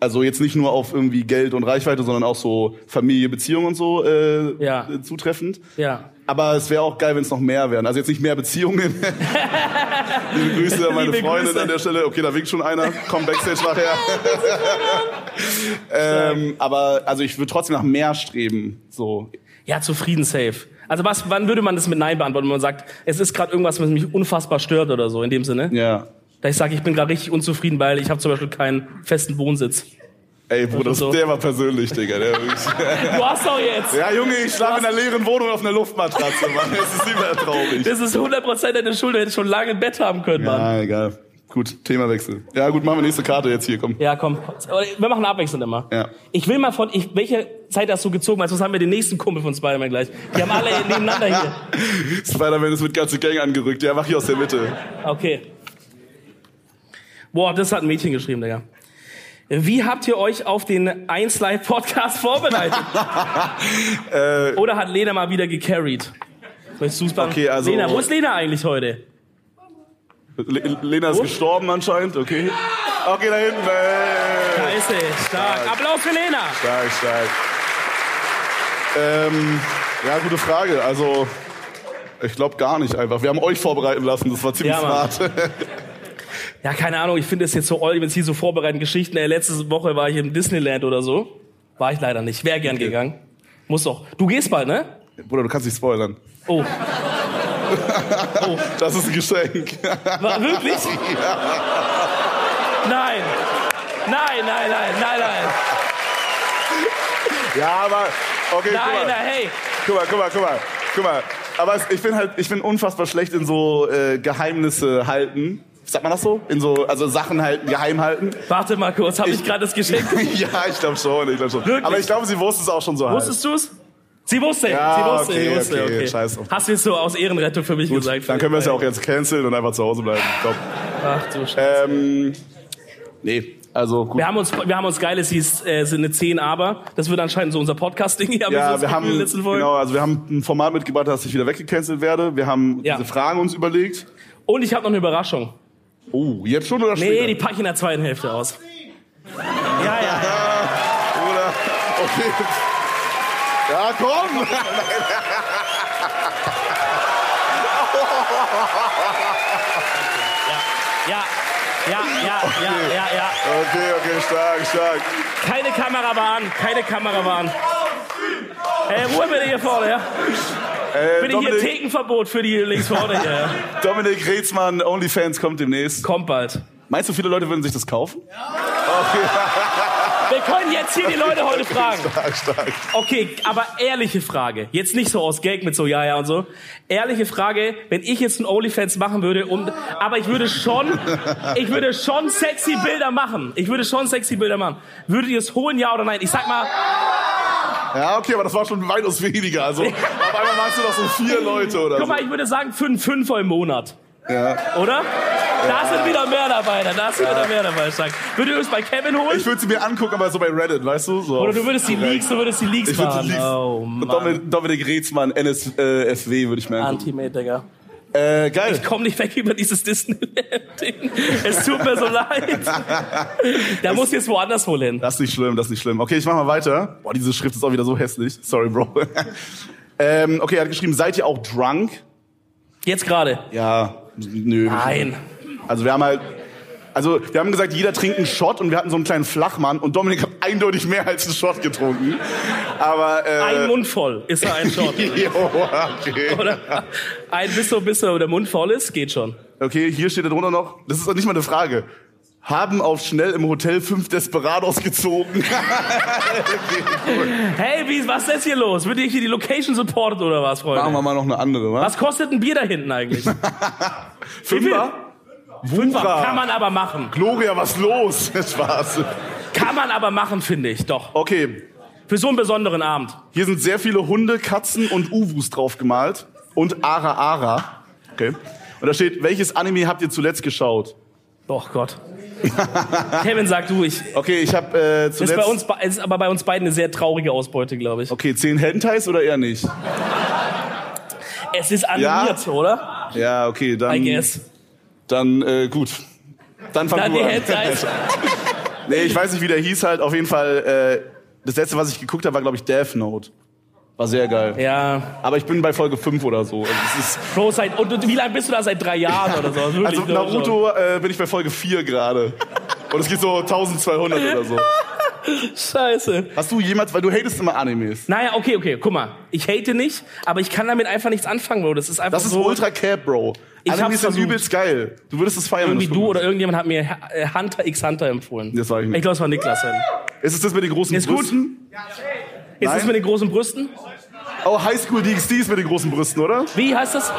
C: Also jetzt nicht nur auf irgendwie Geld und Reichweite, sondern auch so Familie, Beziehung und so äh,
B: Ja.
C: äh, zutreffend.
B: Ja.
C: Aber es wäre auch geil, wenn es noch mehr wären. Also jetzt nicht mehr Beziehungen. Liebe Grüße an meine
B: Liebe
C: Freundin
B: Grüße.
C: an der Stelle. Okay, da winkt schon einer. Komm Backstage nachher. ähm, aber also ich würde trotzdem nach mehr streben. So.
B: Ja, zufrieden safe. Also was, wann würde man das mit Nein beantworten, wenn man sagt, es ist gerade irgendwas, was mich unfassbar stört oder so, in dem Sinne?
C: Ja.
B: Da ich sage, ich bin gerade richtig unzufrieden, weil ich habe zum Beispiel keinen festen Wohnsitz.
C: Ey, Bruder, das-
B: so.
C: der war persönlich, Digga. Der wirklich-
B: Du hast doch jetzt!
C: ja, Junge, ich schlafe in einer leeren Wohnung auf einer Luftmatratze, Mann. Es ist immer traurig.
B: Das ist 100% deine Schuld, du hättest schon lange ein Bett haben können, Mann.
C: Ja, egal. Gut, Themawechsel. Ja, gut, machen wir nächste Karte jetzt hier, komm.
B: Ja, komm. Wir machen abwechselnd immer.
C: Ja.
B: Ich will mal von, ich, welche Zeit hast du gezogen? Weil sonst haben wir den nächsten Kumpel von Spider-Man gleich. Die haben alle nebeneinander hier.
C: Spider-Man ist mit ganze Gang angerückt. Ja, mach hier aus der Mitte.
B: Okay. Boah, das hat ein Mädchen geschrieben, Digga. Wie habt ihr euch auf den 1 Live Podcast vorbereitet?
C: Äh,
B: Oder hat Lena mal wieder gecarried? Sollst du's machen?
C: Okay, also-
B: Lena, wo ist Lena eigentlich heute?
C: Le Lena ist
B: Und?
C: gestorben anscheinend, okay. Okay, da hinten. Ey.
B: Da ist sie. Stark. Applaus für Lena.
C: Stark, stark. Ähm, ja, gute Frage. Also, ich glaube gar nicht einfach. Wir haben euch vorbereiten lassen, das war ziemlich
B: Ja, Mann.
C: smart.
B: Ja, keine Ahnung, ich finde es jetzt so all, wenn es hier so vorbereiten Geschichten. Ey, letzte Woche war ich im Disneyland oder so. War ich leider nicht. Wäre gern gegangen. Muss doch. Du gehst bald, ne?
C: Bruder, du kannst nicht spoilern.
B: Oh.
C: Das ist ein Geschenk.
B: War, wirklich? Nein. Nein, nein, nein, nein, nein.
C: Ja, aber, okay,
B: Nein,
C: guck, mal.
B: nein, hey.
C: guck mal, guck mal, guck mal, guck mal. Aber es, ich bin halt, ich bin unfassbar schlecht in so äh, Geheimnisse halten. Sagt man das so? In so, also Sachen halten, geheim halten.
B: Warte mal kurz, habe ich,
C: Ich-
B: gerade das Geschenk?
C: ja, ich glaube schon, ich glaube schon.
B: Wirklich?
C: Aber ich glaube, sie wusste es auch schon so halb.
B: Wusstest du's? Sie wusste,
C: Ja,
B: sie wusste,
C: okay,
B: sie wusste,
C: okay,
B: okay.
C: scheiß auf-
B: Hast du jetzt so aus Ehrenrettung für mich gesagt?
C: Dann können wir es ja auch jetzt canceln und einfach zu Hause bleiben. Top.
B: Ach du Scheiße.
C: Ähm, nee, also gut.
B: Wir haben uns, wir haben uns geiles, hieß, äh, sind eine 10 aber. Das wird anscheinend so unser Podcast-Ding hier. so
C: ja,
B: das
C: wir
B: Gefühl in
C: haben,
B: den letzten Folgen.
C: genau, also wir haben ein Format mitgebracht, dass ich wieder weggecancelt werde. Wir haben
B: Ja.
C: diese Fragen uns überlegt.
B: Und ich habe noch eine Überraschung.
C: Oh, jetzt schon oder später?
B: Nee, die packe ich in der zweiten Hälfte aus. Ja, ja, ja.
C: Oder, okay. Ja, komm!
B: Ja, ja, ja, ja, ja, ja.
C: Okay, okay, stark, stark.
B: Keine Kamera war an, keine Kamera war an. Ey, Ruhe bitte hier vorne, ja.
C: Äh,
B: Bitte hier
C: Dominik,
B: Thekenverbot für die links vorne hier. ja.
C: Dominik Reetzmann, OnlyFans kommt demnächst.
B: Kommt bald.
C: Meinst du, viele Leute würden sich das kaufen?
B: Wir können jetzt hier die Leute heute fragen.
C: Stark, stark.
B: Okay, aber ehrliche Frage. Jetzt nicht so aus Gag mit so ja, ja und so. Ehrliche Frage, wenn ich jetzt ein Onlyfans machen würde und, aber ich würde schon, ich würde schon sexy Bilder machen. Ich würde schon sexy Bilder machen. Würdet ihr es holen, ja oder nein? Ich sag mal,
C: Ja, okay, aber das war schon weitaus weniger. Also, auf einmal machst du doch so vier Leute oder
B: guck
C: so.
B: mal, ich würde sagen, für einen Fünfer im Monat.
C: Ja.
B: Oder? Da sind wieder mehr dabei, da sind wieder mehr dabei, stark. Würdet ihr es bei Kevin holen?
C: Ich würde sie mir angucken, aber so bei Reddit, weißt du? So
B: Oder
C: auf-
B: du würdest die Leaks, du würdest die Leaks
C: Ich würde
B: machen.
C: sie lieben.
B: Oh Mann.
C: Dominik, Dominik Reetzmann, NSFW würde ich mir angucken.
B: Antimate, Digga.
C: Äh, geil.
B: Ich komm nicht weg über dieses Disneyland-Ding. Es tut mir so leid. Da muss jetzt woanders wohl hin.
C: Das ist nicht schlimm, das ist nicht schlimm. Okay, ich mach mal weiter. Boah, diese Schrift ist auch wieder so hässlich. Sorry, Bro. ähm, okay, er hat geschrieben, seid ihr auch drunk?
B: Jetzt gerade.
C: Ja, nö.
B: Nein.
C: Also wir haben halt, also wir haben gesagt, jeder trinkt einen Shot und wir hatten so einen kleinen Flachmann und Dominik hat eindeutig mehr als einen Shot getrunken. Aber äh,
B: Ein Mund voll ist da ein Shot.
C: jo, okay.
B: Oder? Ein bis so, bis so der Mund voll ist, geht schon.
C: okay, hier steht da drunter noch, das ist doch nicht mal eine Frage. Haben auf schnell im Hotel fünf Desperados gezogen.
B: Hey, wie, was ist jetzt hier los? Wird ihr hier die Location supportet oder was,
C: Machen
B: Freunde?
C: wir mal noch eine andere, wa?
B: Was kostet ein Bier da hinten eigentlich?
C: Fünfer?
B: Fünfer. Kann
C: Wura.
B: man aber machen.
C: Gloria, was los? Spaß.
B: Kann man aber machen, finde ich, doch.
C: Okay,
B: Für so einen besonderen Abend.
C: Hier sind sehr viele Hunde, Katzen und Uwus draufgemalt. Und Ara Ara. Okay. Und da steht, welches Anime habt ihr zuletzt geschaut?
B: Oh Gott. Kevin, sag du, ich,
C: Okay, ich habe äh,
B: Das ist,
C: zuletzt...
B: bei uns, be- ist aber bei uns beiden eine sehr traurige Ausbeute, glaube ich.
C: okay, zehn Hentais oder eher nicht?
B: Es ist animiert, oder?
C: Ja, okay,
B: I
C: dann...
B: guess.
C: Dann, äh, gut. Dann fang
B: Dann
C: du
B: die
C: an.
B: Headsets.
C: Nee, ich weiß nicht, wie der hieß halt. Auf jeden Fall, äh, das letzte, was ich geguckt habe, war, glaube ich, Death Note. War sehr geil.
B: Ja,
C: Aber ich bin bei Folge 5 oder so. Also, es ist,
B: Bro, seit, und, und wie lange bist du da? Seit drei Jahren oder so? Wirklich,
C: also
B: so-
C: Naruto äh, bin ich bei Folge 4 gerade. Und es geht so 1200 oder so.
B: so. Scheiße.
C: Hast du jemals, weil du hatest immer Animes.
B: Naja, okay, okay, guck mal. Ich hate nicht, aber ich kann damit einfach nichts anfangen, Bro. Das ist einfach
C: Das ist
B: so.
C: ultra cap, Bro.
B: Ich
C: Animes sind
B: hab's versucht.
C: übelst geil. Du würdest es feiern. wenn
B: Irgendwie
C: das
B: du
C: stimmt.
B: oder irgendjemand hat mir Ha- äh, Hunter x Hunter empfohlen.
C: Das war ich nicht.
B: Ich glaube, es war Niklas. Hen.
C: Ist es das mit den großen
B: Ist gut.
C: Brüsten?
B: Ist das
C: Nein.
B: mit den großen Brüsten?
C: Oh, Highschool DxD ist mit den großen Brüsten, oder?
B: Wie heißt das?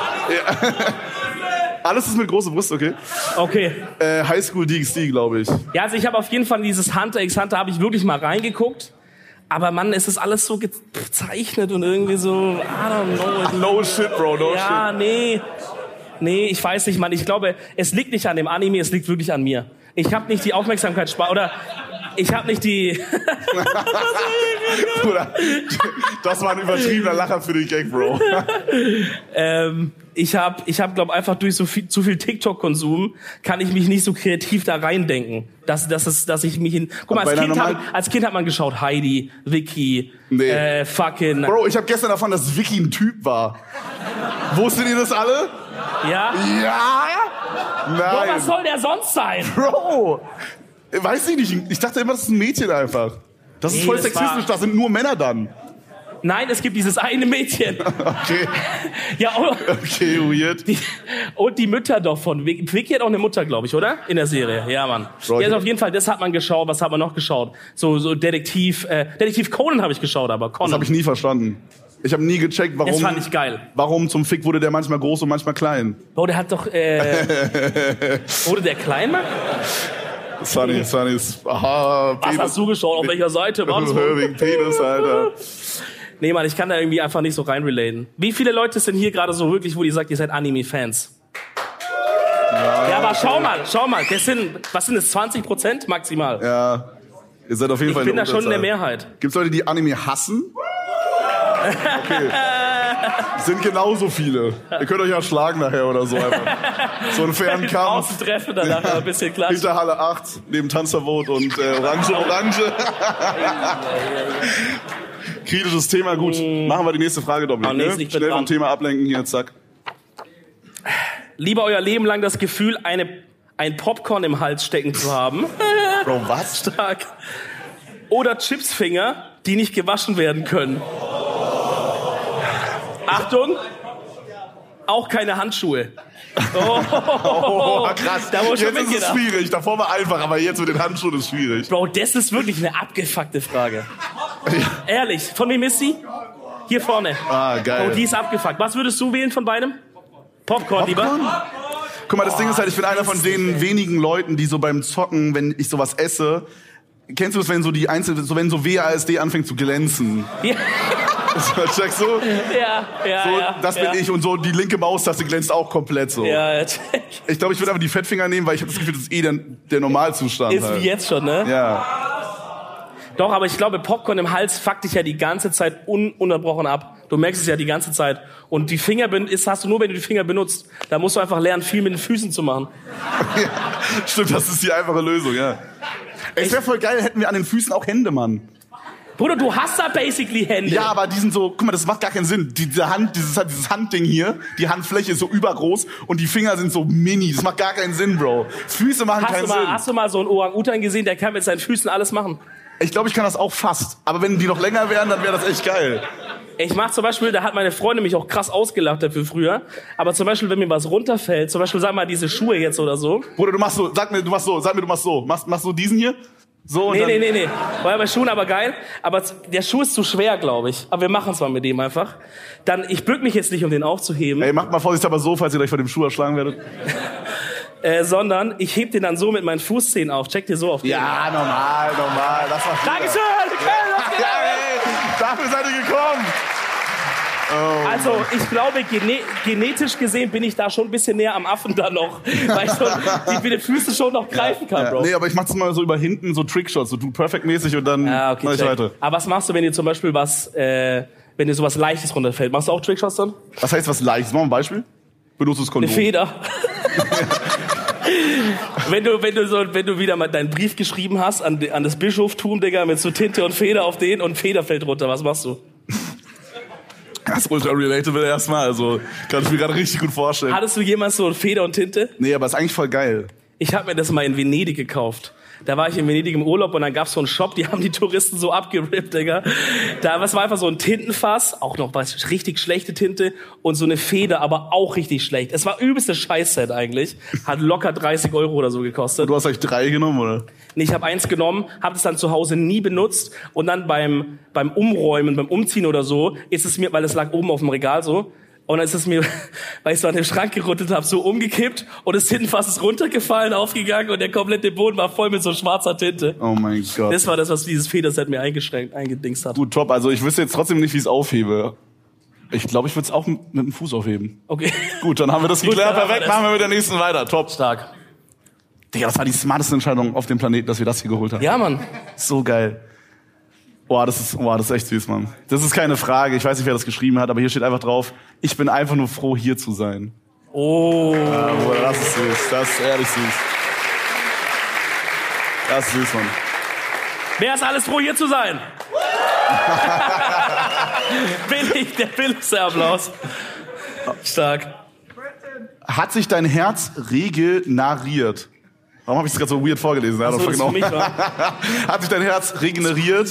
C: Alles ist mit großen Brüsten, okay.
B: Okay.
C: Äh, Highschool DxD, glaube ich.
B: Ja, also ich habe auf jeden Fall dieses Hunter x Hunter habe ich wirklich mal reingeguckt. Aber Mann, es ist alles so gezeichnet und irgendwie so, I don't know.
C: No shit, Bro, no
B: Ja, nee. Nee, ich weiß nicht, Mann. Ich glaube, es liegt nicht an dem Anime, es liegt wirklich an mir. Ich habe nicht die Aufmerksamkeit oder ich habe nicht die
C: shit. Bruder, das war ein übertriebener Lacher für den Gag, Bro.
B: ähm, ich habe ich habe glaube einfach durch so viel, zu viel TikTok Konsum kann ich mich nicht so kreativ da reindenken. Dass dass es, dass ich mich in Guck mal,
C: Aber
B: als
C: bei
B: Kind,
C: einer
B: hab,
C: normalen-
B: als Kind hat man geschaut Heidi, Vicky,
C: Nee.
B: äh, fucking
C: Bro, ich habe gestern erfahren, dass Vicky ein Typ war. Wusstet ihr das alle?
B: ja.
C: Ja?
B: Aber was
C: Nein.
B: soll der sonst sein?
C: Bro! Weiß ich nicht. Ich dachte immer, das ist ein Mädchen einfach. Das ist
B: Nee,
C: voll
B: das
C: sexistisch,
B: war-
C: das sind nur Männer dann.
B: Nein, es gibt dieses eine Mädchen.
C: Okay,
B: Ja, oh,
C: okay, weird.
B: die, und die Mütter doch von Vic- Vicky hat auch eine Mutter, glaube ich, oder? In der Serie. Ja, Mann.
C: Bro,
B: Ja,
C: ich-
B: also auf jeden Fall, das hat man geschaut. Was hat man noch geschaut? So, so Detektiv, äh, Detektiv Conan habe ich geschaut, aber
C: Das
B: Conan.
C: habe ich nie verstanden. Ich habe nie gecheckt, warum.
B: das fand ich geil.
C: Warum zum Fick wurde der manchmal groß und manchmal klein?
B: Bro, der hat doch, äh, wurde der klein, Mann?
C: Sunny, Sunny ist. Aha,
B: Was hast du geschaut? Auf welcher Seite? Warst du?
C: Wegen Penis, Alter.
B: Nee, Mann, ich kann da irgendwie einfach nicht so reinrelaten. Wie viele Leute sind hier gerade so wirklich, wo ihr sagt, ihr seid Anime-Fans? Ja, aber schau mal, schau mal. Das sind, was sind das, 20 Prozent maximal?
C: Ja. Ihr seid auf jeden
B: Ich
C: Fall
B: bin da schon in der
C: Unterzahl.
B: Mehrheit.
C: Gibt's Leute, die Anime hassen? Okay. Sind genauso viele. Ihr könnt euch ja schlagen nachher oder so. Einfach. So einen fairen Kampf.
B: Außen treffen, danach aber ein bisschen klatschen.
C: Hinter Halle 8, neben Tanzverbot und äh, Orange, Orange. Kritisches Thema, gut. Machen wir die nächste Frage, Dominik.
B: Mm. Ah, nee,
C: ne?
B: ist nicht
C: Schnell vom
B: dran.
C: Thema ablenken hier, zack.
B: Lieber euer Leben lang das Gefühl, eine, ein Popcorn im Hals stecken zu haben.
C: Bro, was?
B: Tag. Oder Chipsfinger, die nicht gewaschen werden können. Achtung! Auch keine Handschuhe.
C: Oh, krass.
B: da wurde schon
C: jetzt ist es
B: mitgedacht.
C: schwierig. Davor war einfach, aber jetzt mit den Handschuhen ist schwierig.
B: Bro, das ist wirklich eine abgefuckte Frage. Ehrlich, von wem ist sie? Hier vorne.
C: Ah, geil.
B: Oh, die ist abgefuckt. Was würdest du wählen von beidem? Popcorn, lieber.
C: Guck mal, das Ding ist halt, ich bin einer von
B: Scheiße,
C: den
B: ey.
C: wenigen Leuten, die so beim Zocken, wenn ich sowas esse, kennst du das, wenn so die einzelnen, so wenn so WASD anfängt zu glänzen?
B: Ja,
C: Checkst du?
B: ja, ja.
C: So,
B: ja
C: das bin
B: ja.
C: ich und so die linke Maustaste glänzt auch komplett so.
B: Ja, ja, check.
C: Ich glaube, ich würde einfach die Fettfinger nehmen, weil ich habe das Gefühl, das ist eh der, der Normalzustand.
B: Ist
C: halt.
B: wie jetzt schon, ne?
C: Ja.
B: Doch, aber ich glaube, Popcorn im Hals fuckt dich ja die ganze Zeit ununterbrochen ab. Du merkst es ja die ganze Zeit. Und die Finger ben- ist, hast du nur, wenn du die Finger benutzt. Da musst du einfach lernen, viel mit den Füßen zu machen.
C: Stimmt, das ist die einfache Lösung, ja. Ey, Es wäre voll geil, hätten wir an den Füßen auch Hände, Mann.
B: Bruder, du hast da basically Hände.
C: Ja, aber die sind so, guck mal, das macht gar keinen Sinn. Die, diese Hand, dieses, dieses Handding hier, die Handfläche ist so übergroß und die Finger sind so mini. Das macht gar keinen Sinn, Bro. Füße machen
B: hast, du
C: keinen
B: mal,
C: Sinn.
B: hast du mal so einen Orang-Utan gesehen, der kann mit seinen Füßen alles machen?
C: Ich glaube, ich kann das auch fast. Aber wenn die noch länger wären, dann wäre das echt geil.
B: Ich mach zum Beispiel, da hat meine Freundin mich auch krass ausgelacht dafür früher. Aber zum Beispiel, wenn mir was runterfällt, zum Beispiel, sag mal, diese Schuhe jetzt oder so.
C: Bruder, du machst so, sag mir, du machst so, sag mir, du machst so. Machst, machst so diesen hier? So und
B: Nee,
C: dann,
B: nee, nee, nee. War bei Schuhen aber geil. Aber z- der Schuh ist zu schwer, glaube ich. Aber wir machen es mal mit dem einfach. Dann, ich bück mich jetzt nicht, um den aufzuheben.
C: Ey, macht mal Vorsicht aber so, falls ihr gleich von dem Schuh erschlagen werdet.
B: äh, sondern ich heb den dann so mit meinen Fußzähnen auf. Check dir so auf. den.
C: Ja, normal, normal. Das war
B: Dankeschön! Köln, das
C: Ja,
B: geht.
C: ey, dafür seid ihr gekommen.
B: Also ich glaube, gene genetisch gesehen bin ich da schon ein bisschen näher am Affen da noch, weil ich so die mit den Füßen schon noch greifen kann, Bro.
C: Nee, aber ich mach's mal so über hinten, so Trickshots, so du perfect-mäßig und dann
B: Ah, okay,
C: mach ich
B: check.
C: weiter.
B: Aber was machst du, wenn dir zum Beispiel was, äh, wenn dir sowas Leichtes runterfällt? Machst du auch Trickshots dann?
C: Was heißt was leicht? Machen wir ein Beispiel. Benutzt das Kondom.
B: Eine Feder. wenn du, wenn du so, wenn du wieder mal deinen Brief geschrieben hast an, die- an das Bischoftum, Digga, mit so Tinte und Feder auf den und Feder fällt runter, was machst du?
C: Das ist ultra relatable erstmal, also kann ich mir gerade richtig gut vorstellen.
B: Hattest du jemals so Feder und Tinte?
C: nee, aber ist eigentlich voll geil.
B: Ich habe mir das mal in Venedig gekauft. Da war ich in Venedig im Urlaub und dann gab's so einen Shop, die haben die Touristen so abgerippt, Digga. Da was war einfach so ein Tintenfass, auch noch was richtig schlechte Tinte und so eine Feder, aber auch richtig schlecht. Es war übelste Scheißset eigentlich. Hat locker 30 Euro oder so gekostet.
C: Du hast euch drei genommen, oder?
B: Nee, ich habe eins genommen, habe es dann zu Hause nie benutzt und dann beim beim Umräumen, beim Umziehen oder so, ist es mir, weil es lag oben auf dem Regal so, und dann ist es mir, weil ich so an den Schrank gerüttelt habe, so umgekippt und das Tintenfass ist runtergefallen, aufgegangen und der komplette Boden war voll mit so schwarzer Tinte.
C: Oh mein Gott.
B: Das war das, was dieses Federset mir eingeschränkt, eingedingst hat.
C: gut, top. Also ich wüsste jetzt trotzdem nicht, wie ich es aufhebe. Ich glaube, ich würde es auch mit mit dem Fuß aufheben.
B: Okay.
C: Gut, dann haben wir das
B: Gut,
C: geklärt.
B: dann haben wir
C: Perfekt,
B: das.
C: machen wir mit der nächsten weiter. Top.
B: Stark.
C: Digga, das war die smarteste Entscheidung auf dem Planeten, dass wir das hier geholt haben.
B: Ja, Mann.
C: So geil. Boah, das ist, boah, das ist echt süß, Mann. Das ist keine Frage. Ich weiß nicht, wer das geschrieben hat, aber hier steht einfach drauf, ich bin einfach nur froh, hier zu sein.
B: Oh.
C: Ja, Bruder, das ist süß. Das ist ehrlich süß. Das ist süß, Mann.
B: Wer ist alles froh, hier zu sein? Billig, der billigste Applaus. Stark.
C: Hat sich dein Herz regeneriert? Warum habe ich das gerade so weird vorgelesen? Ja,
B: so,
C: doch,
B: das ist für mich,
C: Hat sich dein Herz regeneriert?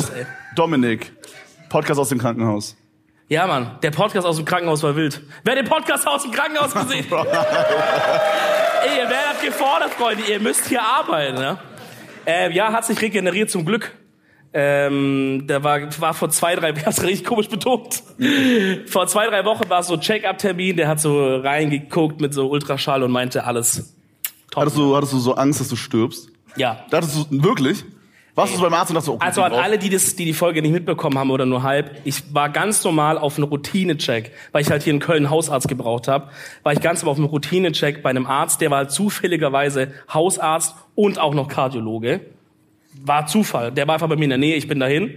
C: Dominik, Podcast aus dem Krankenhaus.
B: Ja, Mann, der Podcast aus dem Krankenhaus war wild. Wer den Podcast aus dem Krankenhaus gesehen hat? Ey, ihr werdet gefordert, Freunde. Ihr müsst hier arbeiten, ne? Ähm, ja, hat sich regeneriert, zum Glück. Ähm, der war, war vor zwei, drei, ich hab's richtig komisch betont. Vor zwei, drei Wochen war so Check-up-Termin, der hat so reingeguckt mit so Ultraschall und meinte alles.
C: Hattest du, hattest du so Angst, dass du stirbst?
B: Ja.
C: Dachtest du, wirklich? Warst du so beim Arzt und dachtest so, okay,
B: Also an
C: drauf.
B: alle, die, das, die die Folge nicht mitbekommen haben oder nur halb, ich war ganz normal auf einen Routinecheck, weil ich halt hier in Köln einen Hausarzt gebraucht habe, war ich ganz normal auf einem Routinecheck bei einem Arzt, der war halt zufälligerweise Hausarzt und auch noch Kardiologe. war Zufall. Der war einfach bei mir in der Nähe, ich bin dahin.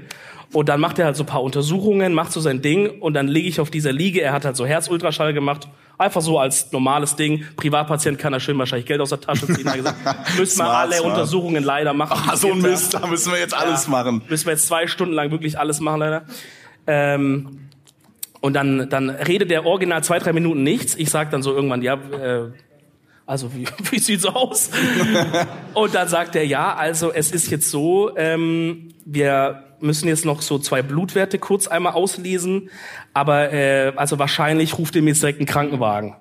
B: Und dann macht er halt so ein paar Untersuchungen, macht so sein Ding und dann liege ich auf dieser Liege. Er hat halt so Herzultraschall gemacht. Einfach so als normales Ding. Privatpatient kann da schön wahrscheinlich Geld aus der Tasche ziehen. Hat gesagt, müssen wir
C: Smart,
B: alle
C: smart.
B: Untersuchungen leider machen.
C: Ah, so ein Mist, da müssen wir jetzt alles
B: Ja.
C: machen.
B: Müssen wir jetzt zwei Stunden lang wirklich alles machen, leider. Ähm, und dann, dann redet der Original zwei, drei Minuten nichts. Ich sag dann so irgendwann, ja, äh, also wie, wie sieht's aus? und dann sagt er, ja, also es ist jetzt so, ähm, wir müssen jetzt noch so zwei Blutwerte kurz einmal auslesen, aber äh, also wahrscheinlich ruft ihr mir jetzt direkt einen Krankenwagen.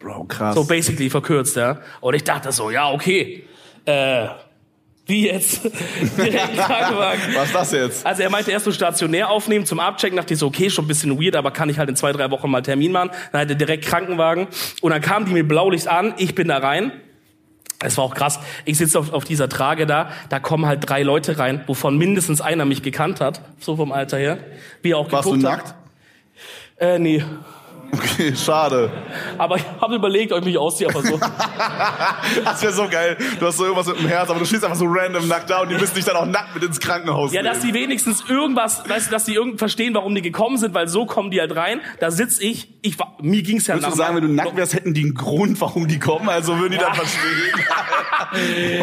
C: Bro, krass.
B: So basically verkürzt, ja. Und ich dachte so, ja, okay. Äh, wie jetzt? Direkt einen Krankenwagen.
C: Was ist das jetzt?
B: Also er meinte erst so stationär aufnehmen zum Abchecken, dachte ich so, okay, schon ein bisschen weird, aber kann ich halt in zwei, drei Wochen mal Termin machen. Dann hatte direkt Krankenwagen und dann kamen die mit Blaulicht an, ich bin da rein. Es war auch krass. Ich sitze auf, auf dieser Trage da, da kommen halt drei Leute rein, wovon mindestens einer mich gekannt hat, so vom Alter her. Wie er auch
C: Warst du
B: geguckt
C: nackt?
B: Hat. Äh, nee.
C: Okay, schade.
B: Aber ich habe überlegt, ob ich mich ausziehe, aber so.
C: Das wäre so geil. Du hast so irgendwas mit dem Herz, aber du stehst einfach so random nackt da und die müssen dich dann auch nackt mit ins Krankenhaus
B: Ja,
C: nehmen.
B: dass die wenigstens irgendwas, weißt du, dass die irgend verstehen, warum die gekommen sind, weil so kommen die halt rein. Da sitz ich, ich war, mir ging's ja
C: Würdest
B: nach-
C: du sagen, wenn du nackt wärst, hätten die einen Grund, warum die kommen? Also würden die dann verstehen.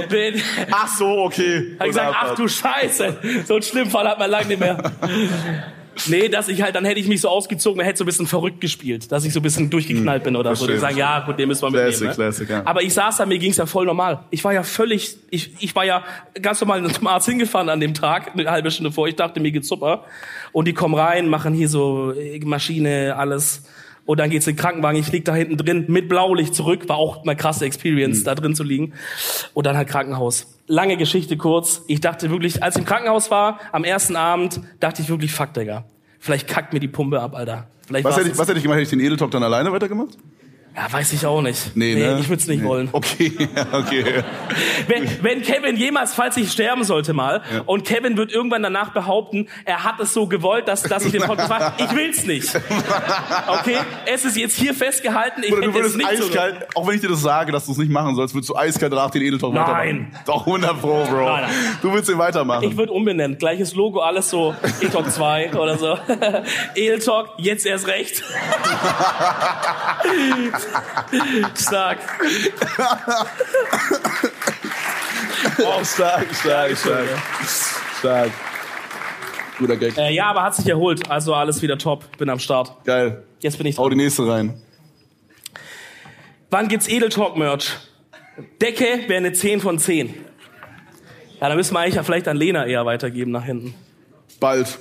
B: Bin-
C: Ach so, okay.
B: Hab ich gesagt, ach du Scheiße, so einen schlimmen Fall hat man lange nicht mehr. Nee, dass ich halt, dann hätte ich mich so ausgezogen, dann hätte ich so ein bisschen verrückt gespielt, dass ich so ein bisschen durchgeknallt bin oder so. Die
C: verstehe.
B: sagen, ja, gut, den müssen wir mitnehmen.
C: Classic,
B: ne?
C: classic, ja.
B: Aber ich saß da, mir ging's ja voll normal. Ich war ja völlig, ich, ich war ja ganz normal zum Arzt hingefahren an dem Tag, eine halbe Stunde vor. Ich dachte, mir geht's super. Und die kommen rein, machen hier so äh, Maschine, alles. Und dann geht's in den Krankenwagen. Ich lieg da hinten drin mit Blaulicht zurück. War auch eine krasse
C: Mhm.
B: Experience, da drin zu liegen. Und dann halt Krankenhaus. Lange Geschichte kurz. Ich dachte wirklich, als ich im Krankenhaus war, am ersten Abend, dachte ich wirklich, fuck, Digga. Vielleicht kackt mir die Pumpe ab, Alter. Vielleicht
C: was
B: war's
C: hätte, ich, was hätte ich gemacht? Hätte ich den Edeltop dann alleine weitergemacht?
B: Ja, weiß ich auch nicht.
C: Nee, ne?
B: Ich würde es nicht
C: Nee.
B: wollen.
C: Okay, ja, okay.
B: Wenn, wenn Kevin jemals, falls ich sterben sollte mal, und Kevin wird irgendwann danach behaupten, er hat es so gewollt, dass, dass ich den Podcast mache, ich will's nicht. Okay? Es ist jetzt hier festgehalten, ich
C: Oder du
B: hätte es
C: würdest
B: nicht so gewollt.
C: eiskalt, auch wenn ich dir das sage, dass du es nicht machen sollst, würdest du eiskalt danach den Edeltop
B: Nein.
C: weitermachen. Doch, 100 Pro, Bro.
B: Nein, nein.
C: Du willst ihn weitermachen.
B: Ich würde umbenennen. Gleiches Logo, alles so. E-Talk 2 oder so. E-Talk, jetzt erst recht. Stark.
C: Oh, stark, stark, stark. Stark. Guter Gag.
B: Äh, ja, aber hat sich erholt. Also alles wieder top. Bin am Start.
C: Geil.
B: Jetzt bin ich
C: Hau
B: dran.
C: die nächste rein.
B: Wann gibt's Edeltalk-Merch? Decke wäre eine 10 von 10. Ja, da müssen wir eigentlich ja vielleicht an Lena eher weitergeben nach hinten.
C: Bald.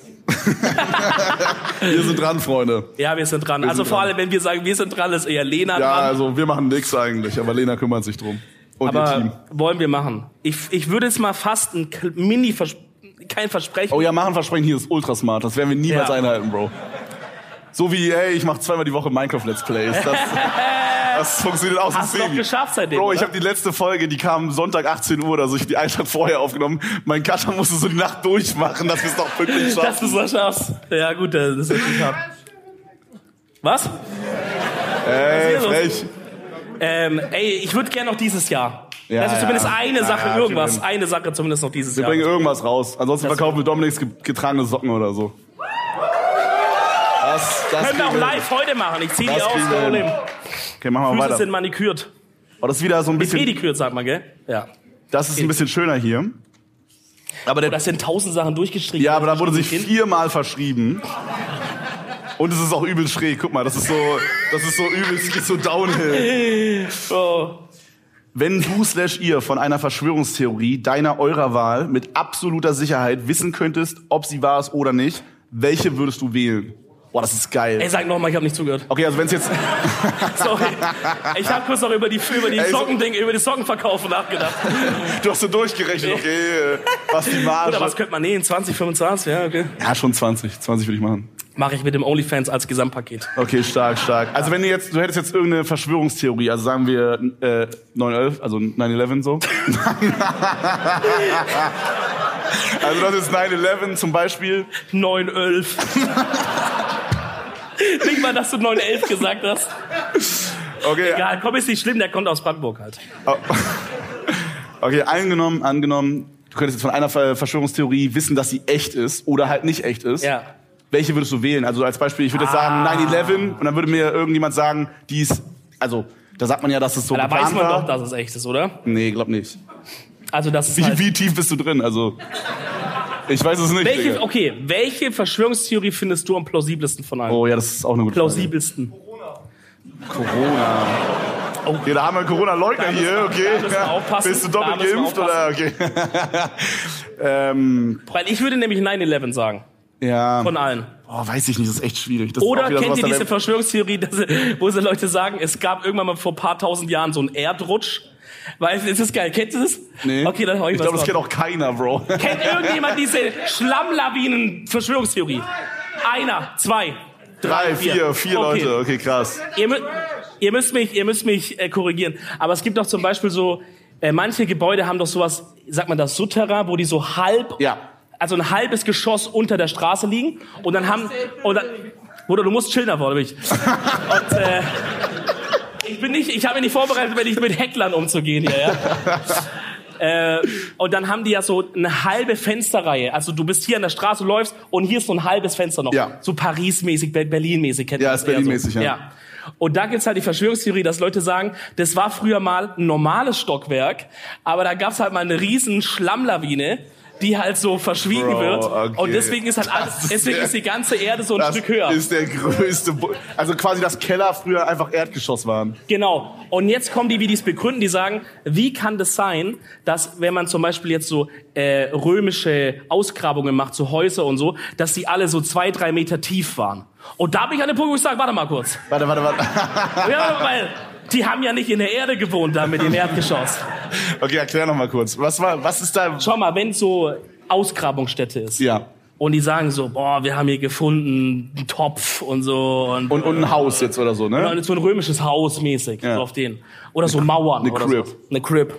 C: wir sind dran, Freunde.
B: Ja, wir sind dran. also
C: sind
B: vor
C: dran.
B: allem, wenn wir sagen, wir sind dran, ist eher Lena
C: Ja,
B: dran.
C: also wir machen nichts eigentlich, aber Lena kümmert sich drum. Und ihr Team.
B: Aber wollen wir machen. Ich, ich würde jetzt mal fast ein K- Mini, -Vers kein Versprechen.
C: Oh ja, machen Versprechen hier ist ultra smart. Das werden wir niemals
B: Ja.
C: einhalten, Bro. So wie, hey, ich mache zweimal die Woche Minecraft Let's Plays. Das, das funktioniert aus
B: Hast du
C: dem
B: doch
C: Segen.
B: geschafft seitdem.
C: Bro, ich
B: oder?
C: habe die letzte Folge, die kam Sonntag 18 Uhr, also ich hab die einen Tag vorher aufgenommen. Mein Cutter musste so die Nacht durchmachen, dass wir es doch wirklich
B: Dass
C: schaffen.
B: du es noch schaffst. Ja, gut, das ist wirklich hart. Was?
C: Ey,
B: ist hier los?
C: frech.
B: Ähm, ey, ich würde gerne noch dieses Jahr.
C: Ja,
B: also zumindest
C: ja.
B: eine
C: Ja,
B: Sache,
C: ja,
B: irgendwas,
C: wir-
B: eine Sache zumindest noch dieses
C: Bring
B: Jahr.
C: irgendwas raus. Ansonsten
B: Das-
C: verkaufen wir Dominik's ge- getragene Socken oder so. Das, das
B: Können wir auch
C: kriegen wir hin.
B: live heute machen. Ich zieh die
C: Das
B: aus,
C: kriegen wir
B: kein
C: hin.
B: Problem.
C: Okay, machen wir
B: Füße sind
C: weiter.
B: manikürt. eh
C: Oh, das ist wieder so ein bisschen,
B: Pedikürt, sagt man, gell? Ja.
C: das ist ein bisschen schöner hier. Aber der
B: Das sind tausend Sachen durchgestrichen.
C: Ja, aber da wurde sich
B: Kind.
C: viermal verschrieben. Und es ist auch übel schräg. Guck mal, das ist so, das ist so übel, es geht so downhill.
B: Oh.
C: Wenn du slash ihr von einer Verschwörungstheorie deiner eurer Wahl mit absoluter Sicherheit wissen könntest, ob sie wahr ist oder nicht, welche würdest du wählen? Boah, das ist
B: Ey,
C: geil.
B: sag nochmal, ich habe nicht zugehört.
C: Okay, also wenn's jetzt,
B: Sorry. Ich habe kurz noch über die über die
C: Ey, so-
B: Sockending, über die Sockenverkaufe nachgedacht.
C: du hast so durchgerechnet, okay, äh, was die
B: Oder was
C: Marge.
B: könnte man nähen? 20, 25, ja, okay.
C: Ja, schon 20. 20 würde ich machen.
B: Mache ich mit dem OnlyFans als Gesamtpaket.
C: Okay, stark, stark. Also wenn du jetzt, du hättest jetzt irgendeine Verschwörungstheorie, also sagen wir äh, 9-11, also 9-11 so. also das ist 9-11 zum Beispiel.
B: 9, 11. Nicht mal, dass du 9, 11 gesagt hast.
C: Okay,
B: Ja, komm, ist nicht schlimm, der kommt aus Brandenburg halt.
C: okay angenommen, angenommen, du du könntest jetzt von einer Ver- Verschwörungstheorie wissen, dass sie echt ist oder halt nicht echt ist.
B: Ja. Ah.
C: Welche würdest du wählen? Also als Beispiel, ich würde jetzt sagen 9-11 und dann würde mir irgendjemand sagen, die ist, also da sagt man ja, dass es so
B: Da weiß man
C: war.
B: doch, dass es echt ist, oder?
C: Nee, glaub nicht.
B: Also das ist
C: Wie,
B: halt
C: wie tief bist du drin? Also ich weiß es nicht.
B: welche,
C: Digga.
B: okay, welche Verschwörungstheorie findest du am plausibelsten von allen?
C: Oh ja, das ist auch eine gute
B: Plausibelsten.
C: Frage. Corona. Ja, da haben wir einen Corona-Leugner hier, okay.
B: da müssen wir aufpassen.
C: Bist du
B: Da
C: doppelt
B: müssen wir
C: geimpft oder okay? ähm,
B: Weil ich würde nämlich 9-11 sagen.
C: ja.
B: Von allen.
C: Oh, weiß ich nicht, das ist echt schwierig. Das ist
B: Oder
C: auch wieder
B: kennt
C: sowas,
B: ihr
C: da
B: diese
C: wär-
B: Verschwörungstheorie, dass, wo so Leute sagen, es gab irgendwann mal vor ein paar tausend Jahren so einen Erdrutsch? Weil es ist geil. Kennt ihr das?
C: Nee.
B: Okay, dann hau ich,
C: Ich
B: was
C: glaube, das
B: raus.
C: kennt auch keiner, Bro.
B: Kennt irgendjemand diese Schlammlawinen-Verschwörungstheorie? Einer, zwei,
C: Drei, vier, vier
B: Okay.
C: Leute. Okay, krass.
B: ihr, mü ihr müsst mich, ihr müsst mich äh, korrigieren. Aber es gibt doch zum Beispiel so, äh, manche Gebäude haben doch sowas, sagt man das, Souterrain, wo die so halb,
C: Ja.
B: also ein halbes Geschoss unter der Straße liegen und dann haben, oder, Bruder, du musst chillen davor, ich. Und, äh, ich bin nicht, ich habe mich nicht vorbereitet, wenn ich mit Hecklern umzugehen hier, ja. Äh, und dann haben die ja so eine halbe Fensterreihe. Also du bist hier an der Straße, läufst und hier ist so ein halbes Fenster noch.
C: Ja.
B: So Paris-mäßig, Ber- Berlin-mäßig kennt
C: Ja,
B: man
C: ist
B: das eher so.
C: Berlin-mäßig, ja.
B: ja. Und da gibt's halt die Verschwörungstheorie, dass Leute sagen, das war früher mal ein normales Stockwerk, aber da gab's halt mal eine riesen Schlammlawine, die halt so verschwiegen
C: Bro,
B: wird.
C: okay.
B: Und deswegen ist halt alles,
C: Das ist
B: deswegen
C: sehr-
B: ist die ganze Erde so ein
C: Das
B: Stück höher.
C: ist der größte. Bu also quasi, dass Keller früher einfach Erdgeschoss waren.
B: Genau. Und jetzt kommen die, wie die es begründen, die sagen, wie kann das sein, dass wenn man zum Beispiel jetzt so äh, römische Ausgrabungen macht, so Häuser und so, dass die alle so zwei, drei Meter tief waren. Und da bin ich an dem Punkt, wo ich sage, warte mal kurz.
C: Warte, warte, warte.
B: Ja, weil die haben ja nicht in der Erde gewohnt da mit dem Erdgeschoss.
C: Okay, erklär noch mal kurz. Was war, was ist da?
B: Schau mal, wenn so Ausgrabungsstätte ist
C: Ja.
B: und die sagen so, boah, wir haben hier gefunden einen Topf und so und,
C: Und, und ein Haus jetzt oder so, ne?
B: Oder so ein römisches Haus mäßig,
C: Ja.
B: so auf den. Oder so Mauern.
C: eine
B: oder
C: Crib.
B: So. Eine Crib.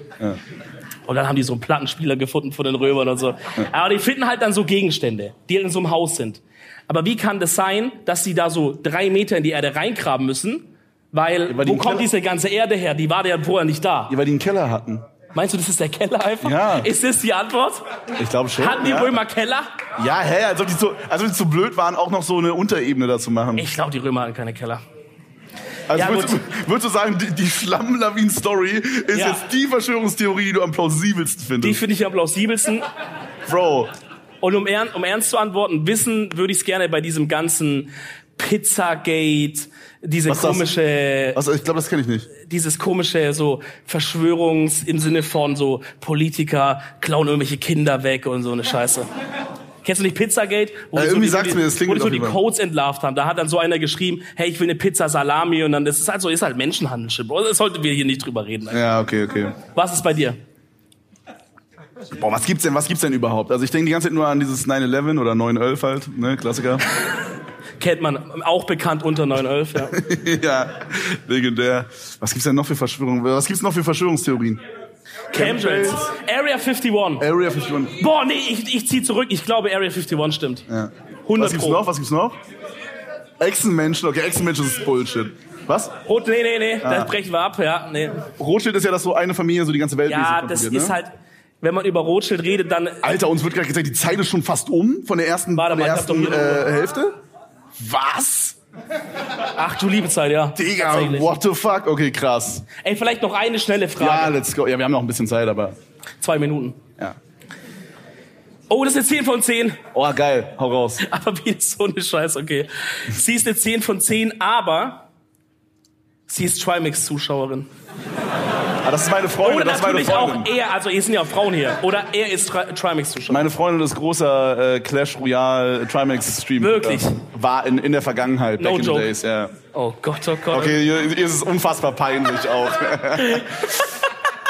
B: Und dann haben die so einen Plattenspieler gefunden von den Römern und so. Aber die finden halt dann so Gegenstände, die in so einem Haus sind. Aber wie kann das sein, dass sie da so drei Meter in die Erde reingraben müssen? Weil,
C: weil die
B: wo
C: im
B: kommt
C: Keller-
B: diese ganze Erde her? Die war ja vorher nicht da.
C: Ja, weil die einen Keller hatten.
B: Meinst du, das ist der Keller einfach?
C: Ja.
B: Ist das die Antwort?
C: Ich glaube schon.
B: Hatten die
C: ja.
B: Römer Keller?
C: Ja, hä, als ob die zu, als ob die zu blöd waren, auch noch so eine Unterebene dazu machen.
B: Ich glaube, die Römer hatten keine Keller.
C: Also
B: Ja,
C: würdest, du,
B: gut.
C: würdest du sagen, die, die Schlammlawinen-Story ist
B: Ja.
C: jetzt die Verschwörungstheorie, die du am plausibelsten
B: Die
C: findest?
B: finde ich am plausibelsten.
C: Bro,
B: Und um, ern, um ernst zu antworten, wissen würde ich es gerne bei diesem ganzen Pizzagate, diese
C: Was ist das?
B: komische,
C: also ich glaube, das kenne ich nicht.
B: dieses komische so Verschwörungs im Sinne von so Politiker klauen irgendwelche Kinder weg und so eine Scheiße. Kennst du nicht Pizzagate? Wo
C: Äh,
B: die
C: irgendwie
B: die-
C: sagt's
B: die-
C: mir, das klingt
B: Wo die so
C: auf
B: die
C: jeden Fall.
B: Codes entlarvt haben. Da hat dann so einer geschrieben, hey, ich will eine Pizza Salami und dann, das ist halt so, ist halt Menschenhandel. Shit, Bro. Das sollten wir hier nicht drüber reden.
C: Ja, okay, okay.
B: Was ist bei dir?
C: Boah, was gibt's denn, was gibt's denn überhaupt? Also ich denke die ganze Zeit nur an dieses 9-11 oder 9-11 halt, ne, Klassiker.
B: Kennt man, auch bekannt unter 911, ja.
C: ja, legendär. Was gibt's denn noch für Verschwörungen? Was gibt's noch für Verschwörungstheorien?
B: Chemtrails. Area 51.
C: Area 51.
B: Boah, nee, ich, ich zieh zurück. Ich glaube, Area 51 stimmt.
C: Ja.
B: 100
C: Was gibt's
B: Pro.
C: noch? Was gibt's noch? Echsenmenschen, okay, Echsenmenschen ist Bullshit. Was?
B: Rot, Oh, nee, nee, nee, das brechen wir ab, ja. Nee.
C: Rothschild ist Ah. ja, dass so eine Familie so die ganze Welt
B: Ja, das
C: kontrolliert,
B: ist
C: ne?
B: halt, wenn man über Rothschild redet, dann.
C: Alter, uns wird gerade gesagt, die Zeit ist schon fast um von der ersten,
B: Warte
C: von der
B: mal, ich hab
C: ersten
B: doch
C: äh,
B: hier noch-
C: Hälfte. Was?
B: Ach du liebe Zeit, ja.
C: Digga,
B: Tatsächlich.
C: what the fuck? Okay, krass.
B: Ey, vielleicht noch eine schnelle
C: Ja,
B: Frage.
C: let's go. Ja, wir haben noch ein bisschen Zeit, aber
B: Zwei Minuten.
C: ja.
B: Oh, das ist eine 10 von 10.
C: Oh, geil. Hau raus.
B: Aber wie ist so eine Scheiße, okay. Sie ist eine 10 von 10, aber sie ist Trimix-Zuschauerin.
C: Ah, das ist meine Freundin,
B: Oder
C: das ist meine
B: Oh, natürlich auch
C: Freundin.
B: er, also hier sind ja auch Frauen hier. Oder er ist Tri- Trimix-Zuschauer.
C: Meine Freundin ist großer äh, Clash Royale Trimax Stream.
B: Wirklich?
C: War in, in der Vergangenheit,
B: No
C: back in
B: joke.
C: the days, ja.
B: Oh Gott, oh Gott.
C: Okay, ihr, ihr ist es unfassbar peinlich auch.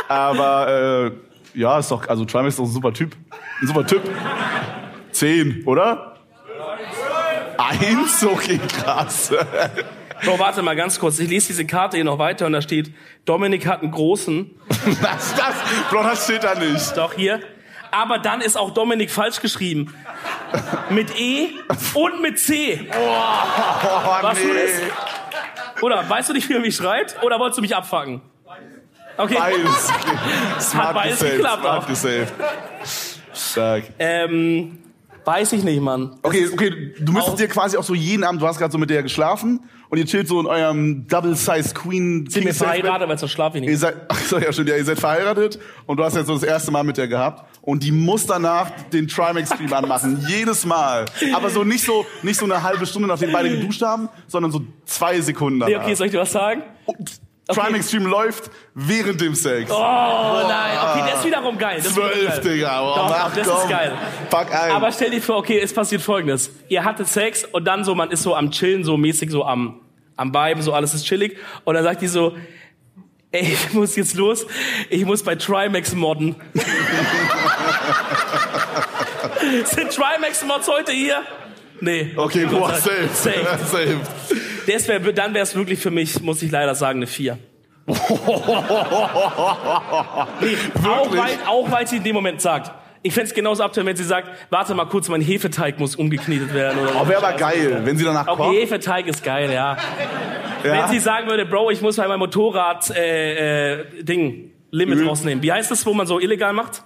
C: Aber äh, ja, ist doch, also Trimax ist doch ein super Typ. Ein super Typ. Zehn, oder? Eins? Okay, krass.
B: Bro, warte mal ganz kurz. Ich lese diese Karte hier noch weiter und da steht, Dominik hat einen großen.
C: Das, das, Bro, das steht da nicht.
B: Doch, hier. Aber dann ist auch Dominik falsch geschrieben. Mit E und mit C.
C: Oh,
B: Was du
C: nee.
B: das? Oder weißt du nicht, wie er mich schreibt? Oder wolltest du mich abfangen? Okay.
C: Beides. Smart
B: beides
C: gesaved,
B: geklappt auch.
C: smart gesaved. Stark.
B: Ähm, weiß ich nicht, Mann.
C: Okay, okay, du müsstest
B: Auch-
C: dir quasi auch so jeden Abend, du hast gerade so mit der geschlafen und ihr chillt so in eurem Double-Size Queen.
B: Ich bin
C: King-Size-Bett.
B: verheiratet, weil sonst schlafe ich
C: Ihr
B: nicht.
C: seid, ach so, ja, stimmt, ja, ihr seid verheiratet und du hast jetzt so das erste Mal mit der gehabt und die muss danach den Trimax-Stream anmachen. Jedes Mal. Aber so nicht so, nicht so eine halbe Stunde, nachdem beide geduscht haben, sondern so zwei Sekunden
B: Nee,
C: danach.
B: okay, soll ich dir was sagen?
C: Und Trimax-Stream läuft während dem Sex.
B: Oh, nein. Okay, das ist wiederum geil. Das ist wiederum
C: Zwölf,
B: geil.
C: Digga. Oh,
B: Doch,
C: mach,
B: doch, das ist
C: komm.
B: geil.
C: Pack ein.
B: Aber stell dir vor, okay, es passiert folgendes. Ihr hattet Sex und dann so, man ist so am Chillen, so mäßig so am, am Vibe, so alles ist chillig. Und dann sagt die so, ey, ich muss jetzt los, ich muss bei Trimax modden. Sind Trimax-Mods heute hier? Nee.
C: okay, boah,
B: Gott sei
C: safe.
B: Dank. Safe.
C: safe.
B: Das wär, dann wäre es wirklich für mich, muss ich leider sagen, eine 4. Auch
C: Wirklich?
B: weil, auch weil sie in dem Moment sagt, ich fänd's genauso abtören, wenn sie sagt, warte mal kurz, mein Hefeteig muss umgeknetet werden. Oder so.
C: Oh, wäre aber geil, wenn sie danach
B: Okay,
C: kommt.
B: Hefeteig ist geil, ja. Wenn
C: Ja?
B: sie sagen würde, Bro, ich muss bei meinem Motorrad äh, äh, Ding Limit
C: Mhm.
B: rausnehmen. Wie heißt das, wo man so illegal macht?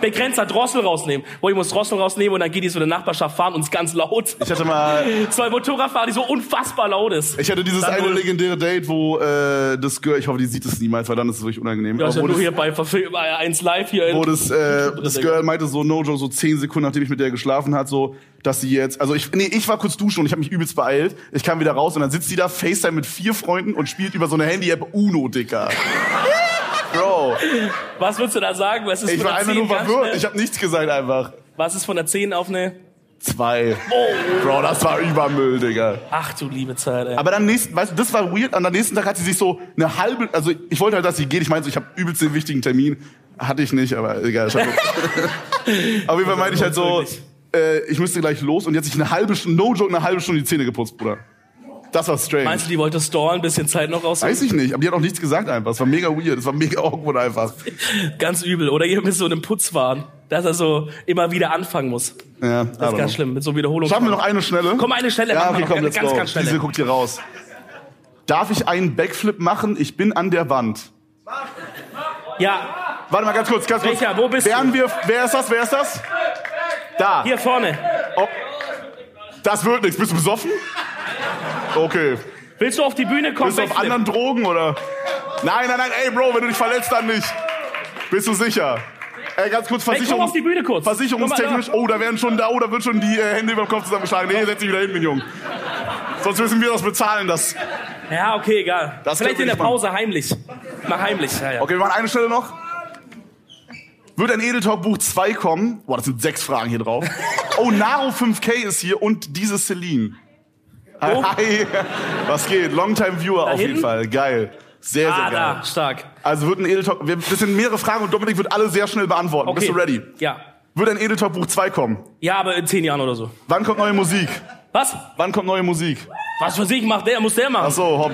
B: Begrenzer Drossel rausnehmen. Wo ich muss Drossel rausnehmen und dann geht die so in der Nachbarschaft fahren und ist ganz laut.
C: Ich hatte mal,
B: Zwei Motorradfahrer, die so unfassbar laut ist.
C: ich hatte dieses
B: Dann
C: eine
B: nur-
C: legendäre Date, wo äh, das Girl, ich hoffe, die sieht es niemals, weil dann ist es wirklich unangenehm.
B: Du
C: Aber
B: hast ja
C: wo
B: nur
C: das-
B: hier bei Verfil- bei 1 Live hier.
C: wo
B: in-
C: das, äh, das
B: Digga.
C: Girl meinte so, Nojo, so zehn Sekunden, nachdem ich mit der geschlafen hat, so, dass sie jetzt, also ich, nee, ich war kurz duschen und ich habe mich übelst beeilt. Ich kam wieder raus und dann sitzt sie da, FaceTime mit vier Freunden und spielt über so eine Handy-App Uno, Dicker. Bro,
B: Was würdest du da sagen? Was ist
C: ich
B: von
C: war
B: der
C: einfach
B: 10
C: nur
B: ganz
C: verwirrt.
B: schnell-
C: Ich habe nichts gesagt einfach.
B: Was ist von der 10 auf eine?
C: Zwei.
B: Oh.
C: Bro, das war Übermüll, Digga.
B: Ach du liebe Zeit, ey.
C: Aber dann nächsten, weißt du, das war weird. Und am nächsten Tag hat sie sich so eine halbe, also ich wollte halt, dass sie geht. Ich meinte so, ich habe übelst den wichtigen Termin. Hatte ich nicht, aber egal. Ist halt okay. Auf jeden Fall meinte ich halt so, äh, ich müsste gleich los. Und jetzt sich eine halbe Stunde, no joke, eine halbe Stunde die Zähne geputzt, Bruder. Das war strange.
B: Meinst du, die wollte stallen, bisschen Zeit noch raus?
C: Weiß ich nicht, aber die hat auch nichts gesagt einfach. Es war mega weird, es war mega awkward einfach.
B: Ganz übel. Oder ihr müsst so einem Putz fahren, dass er so immer wieder anfangen muss.
C: Ja,
B: Das ist ganz schlimm, mit so Wiederholung.
C: Schaffen wir noch eine schnelle?
B: Komm, eine schnelle,
C: Ja,
B: machen wir
C: okay,
B: noch.
C: komm,
B: Ganz,
C: let's
B: ganz,
C: go.
B: ganz schnelle.
C: Diese guckt hier raus. Darf ich einen Backflip machen? Ich bin an der Wand.
B: Ja,
C: Warte mal ganz kurz, ganz kurz.
B: Welcher? Wo bist du?
C: Wären wir, wer ist das? Wer ist das? Da.
B: hier vorne.
C: Das wird nichts. Bist du besoffen? Okay.
B: Willst du auf die Bühne kommen?
C: Bist du auf
B: Backflip?
C: anderen Drogen oder? Nein, nein, nein, ey Bro, wenn du dich verletzt, dann nicht. Bist du sicher? Ey, ganz kurz,
B: Ey, komm
C: Versicherung.
B: auf die Bühne kurz.
C: Versicherungstechnisch,
B: Guck
C: oh, da werden schon, da, oh, da wird schon die äh, Hände über dem Kopf zusammengeschlagen. Nee, setz dich wieder hin, mein Junge. Sonst müssen wir das bezahlen, das.
B: mal nach. Ja, okay, egal.
C: Das
B: Vielleicht in
C: können wir
B: der
C: nicht machen.
B: Pause heimlich. Mal heimlich, ja, ja.
C: Okay, wir machen eine Stelle noch. Wird ein Edeltalk Buch 2 kommen? Boah, das sind sechs Fragen hier drauf. Oh, Naro 5K ist hier und diese Celine. Hi,
B: Oh.
C: hi. Was geht? Longtime Viewer auf jeden
B: hinten?
C: Fall. Geil. Sehr, sehr
B: Ah,
C: geil.
B: da, stark.
C: Also wird ein Edeltalk. wir- Das sind mehrere Fragen und Dominik wird alle sehr schnell beantworten.
B: Okay.
C: Bist du ready?
B: Ja.
C: Wird ein Edeltalk Buch 2 kommen?
B: Ja, aber in zehn Jahren oder so.
C: Wann kommt neue Musik?
B: Was?
C: Wann kommt neue Musik?
B: Was für sich macht der, muss der machen.
C: Achso, hopp.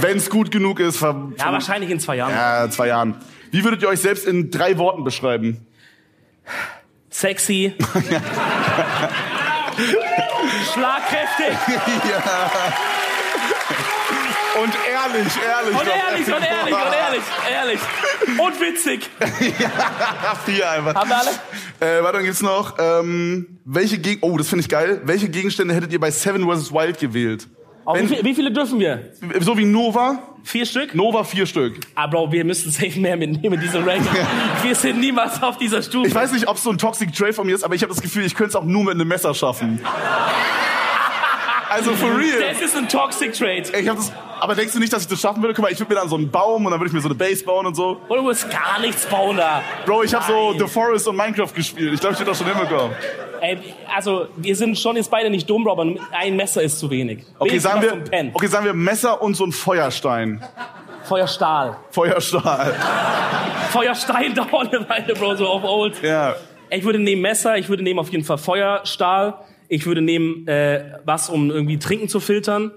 C: Wenn's gut genug ist, ver
B: Ja, wahrscheinlich in zwei Jahren.
C: ja, zwei Jahren. Wie würdet ihr euch selbst in drei Worten beschreiben?
B: Sexy. Schlagkräftig.
C: Und ehrlich, ehrlich.
B: Und ehrlich, und ehrlich, und ehrlich, ehrlich. Und witzig.
C: Vier einfach.
B: Haben wir alle?
C: Äh, warte, dann gibt's noch. Ähm, welche Geg oh, das finde ich geil. Welche Gegenstände hättet ihr bei Seven vs. Wild gewählt?
B: Auf
C: Wenn-
B: wie, viel, wie viele dürfen wir?
C: So wie Nova?
B: Vier Stück?
C: Nova vier Stück.
B: Ah, Bro, wir müssen safe mehr mitnehmen, diese Ranking. Wir sind niemals auf dieser Stufe.
C: Ich weiß nicht, ob so ein Toxic Trade von mir ist, aber ich habe das Gefühl, ich könnte es auch nur mit einem Messer schaffen. Also for real.
B: das ist ein Toxic Trade.
C: Ich hab das, aber denkst du nicht, dass ich das schaffen würde? Guck mal, ich würde mir dann so einen Baum und dann würde ich mir so eine Base bauen und so.
B: Und du musst gar nichts bauen da.
C: Bro, ich habe so
B: Nein.
C: The Forest und Minecraft gespielt. Ich glaube, ich hätte das schon hinbekommen.
B: Ey, also, wir sind schon jetzt beide nicht dumm, Bro, aber ein Messer ist zu wenig.
C: Okay,
B: Wenigstens
C: sagen
B: noch so ein
C: wir,
B: Pen.
C: okay, sagen wir Messer und so ein Feuerstein.
B: Feuerstahl.
C: Feuerstahl.
B: Feuerstein dauert eine Weile, Bro, so auf Old.
C: Ja.
B: Ich würde nehmen Messer, ich würde nehmen auf jeden Fall Feuerstahl, ich würde nehmen äh, was, um irgendwie Trinken zu filtern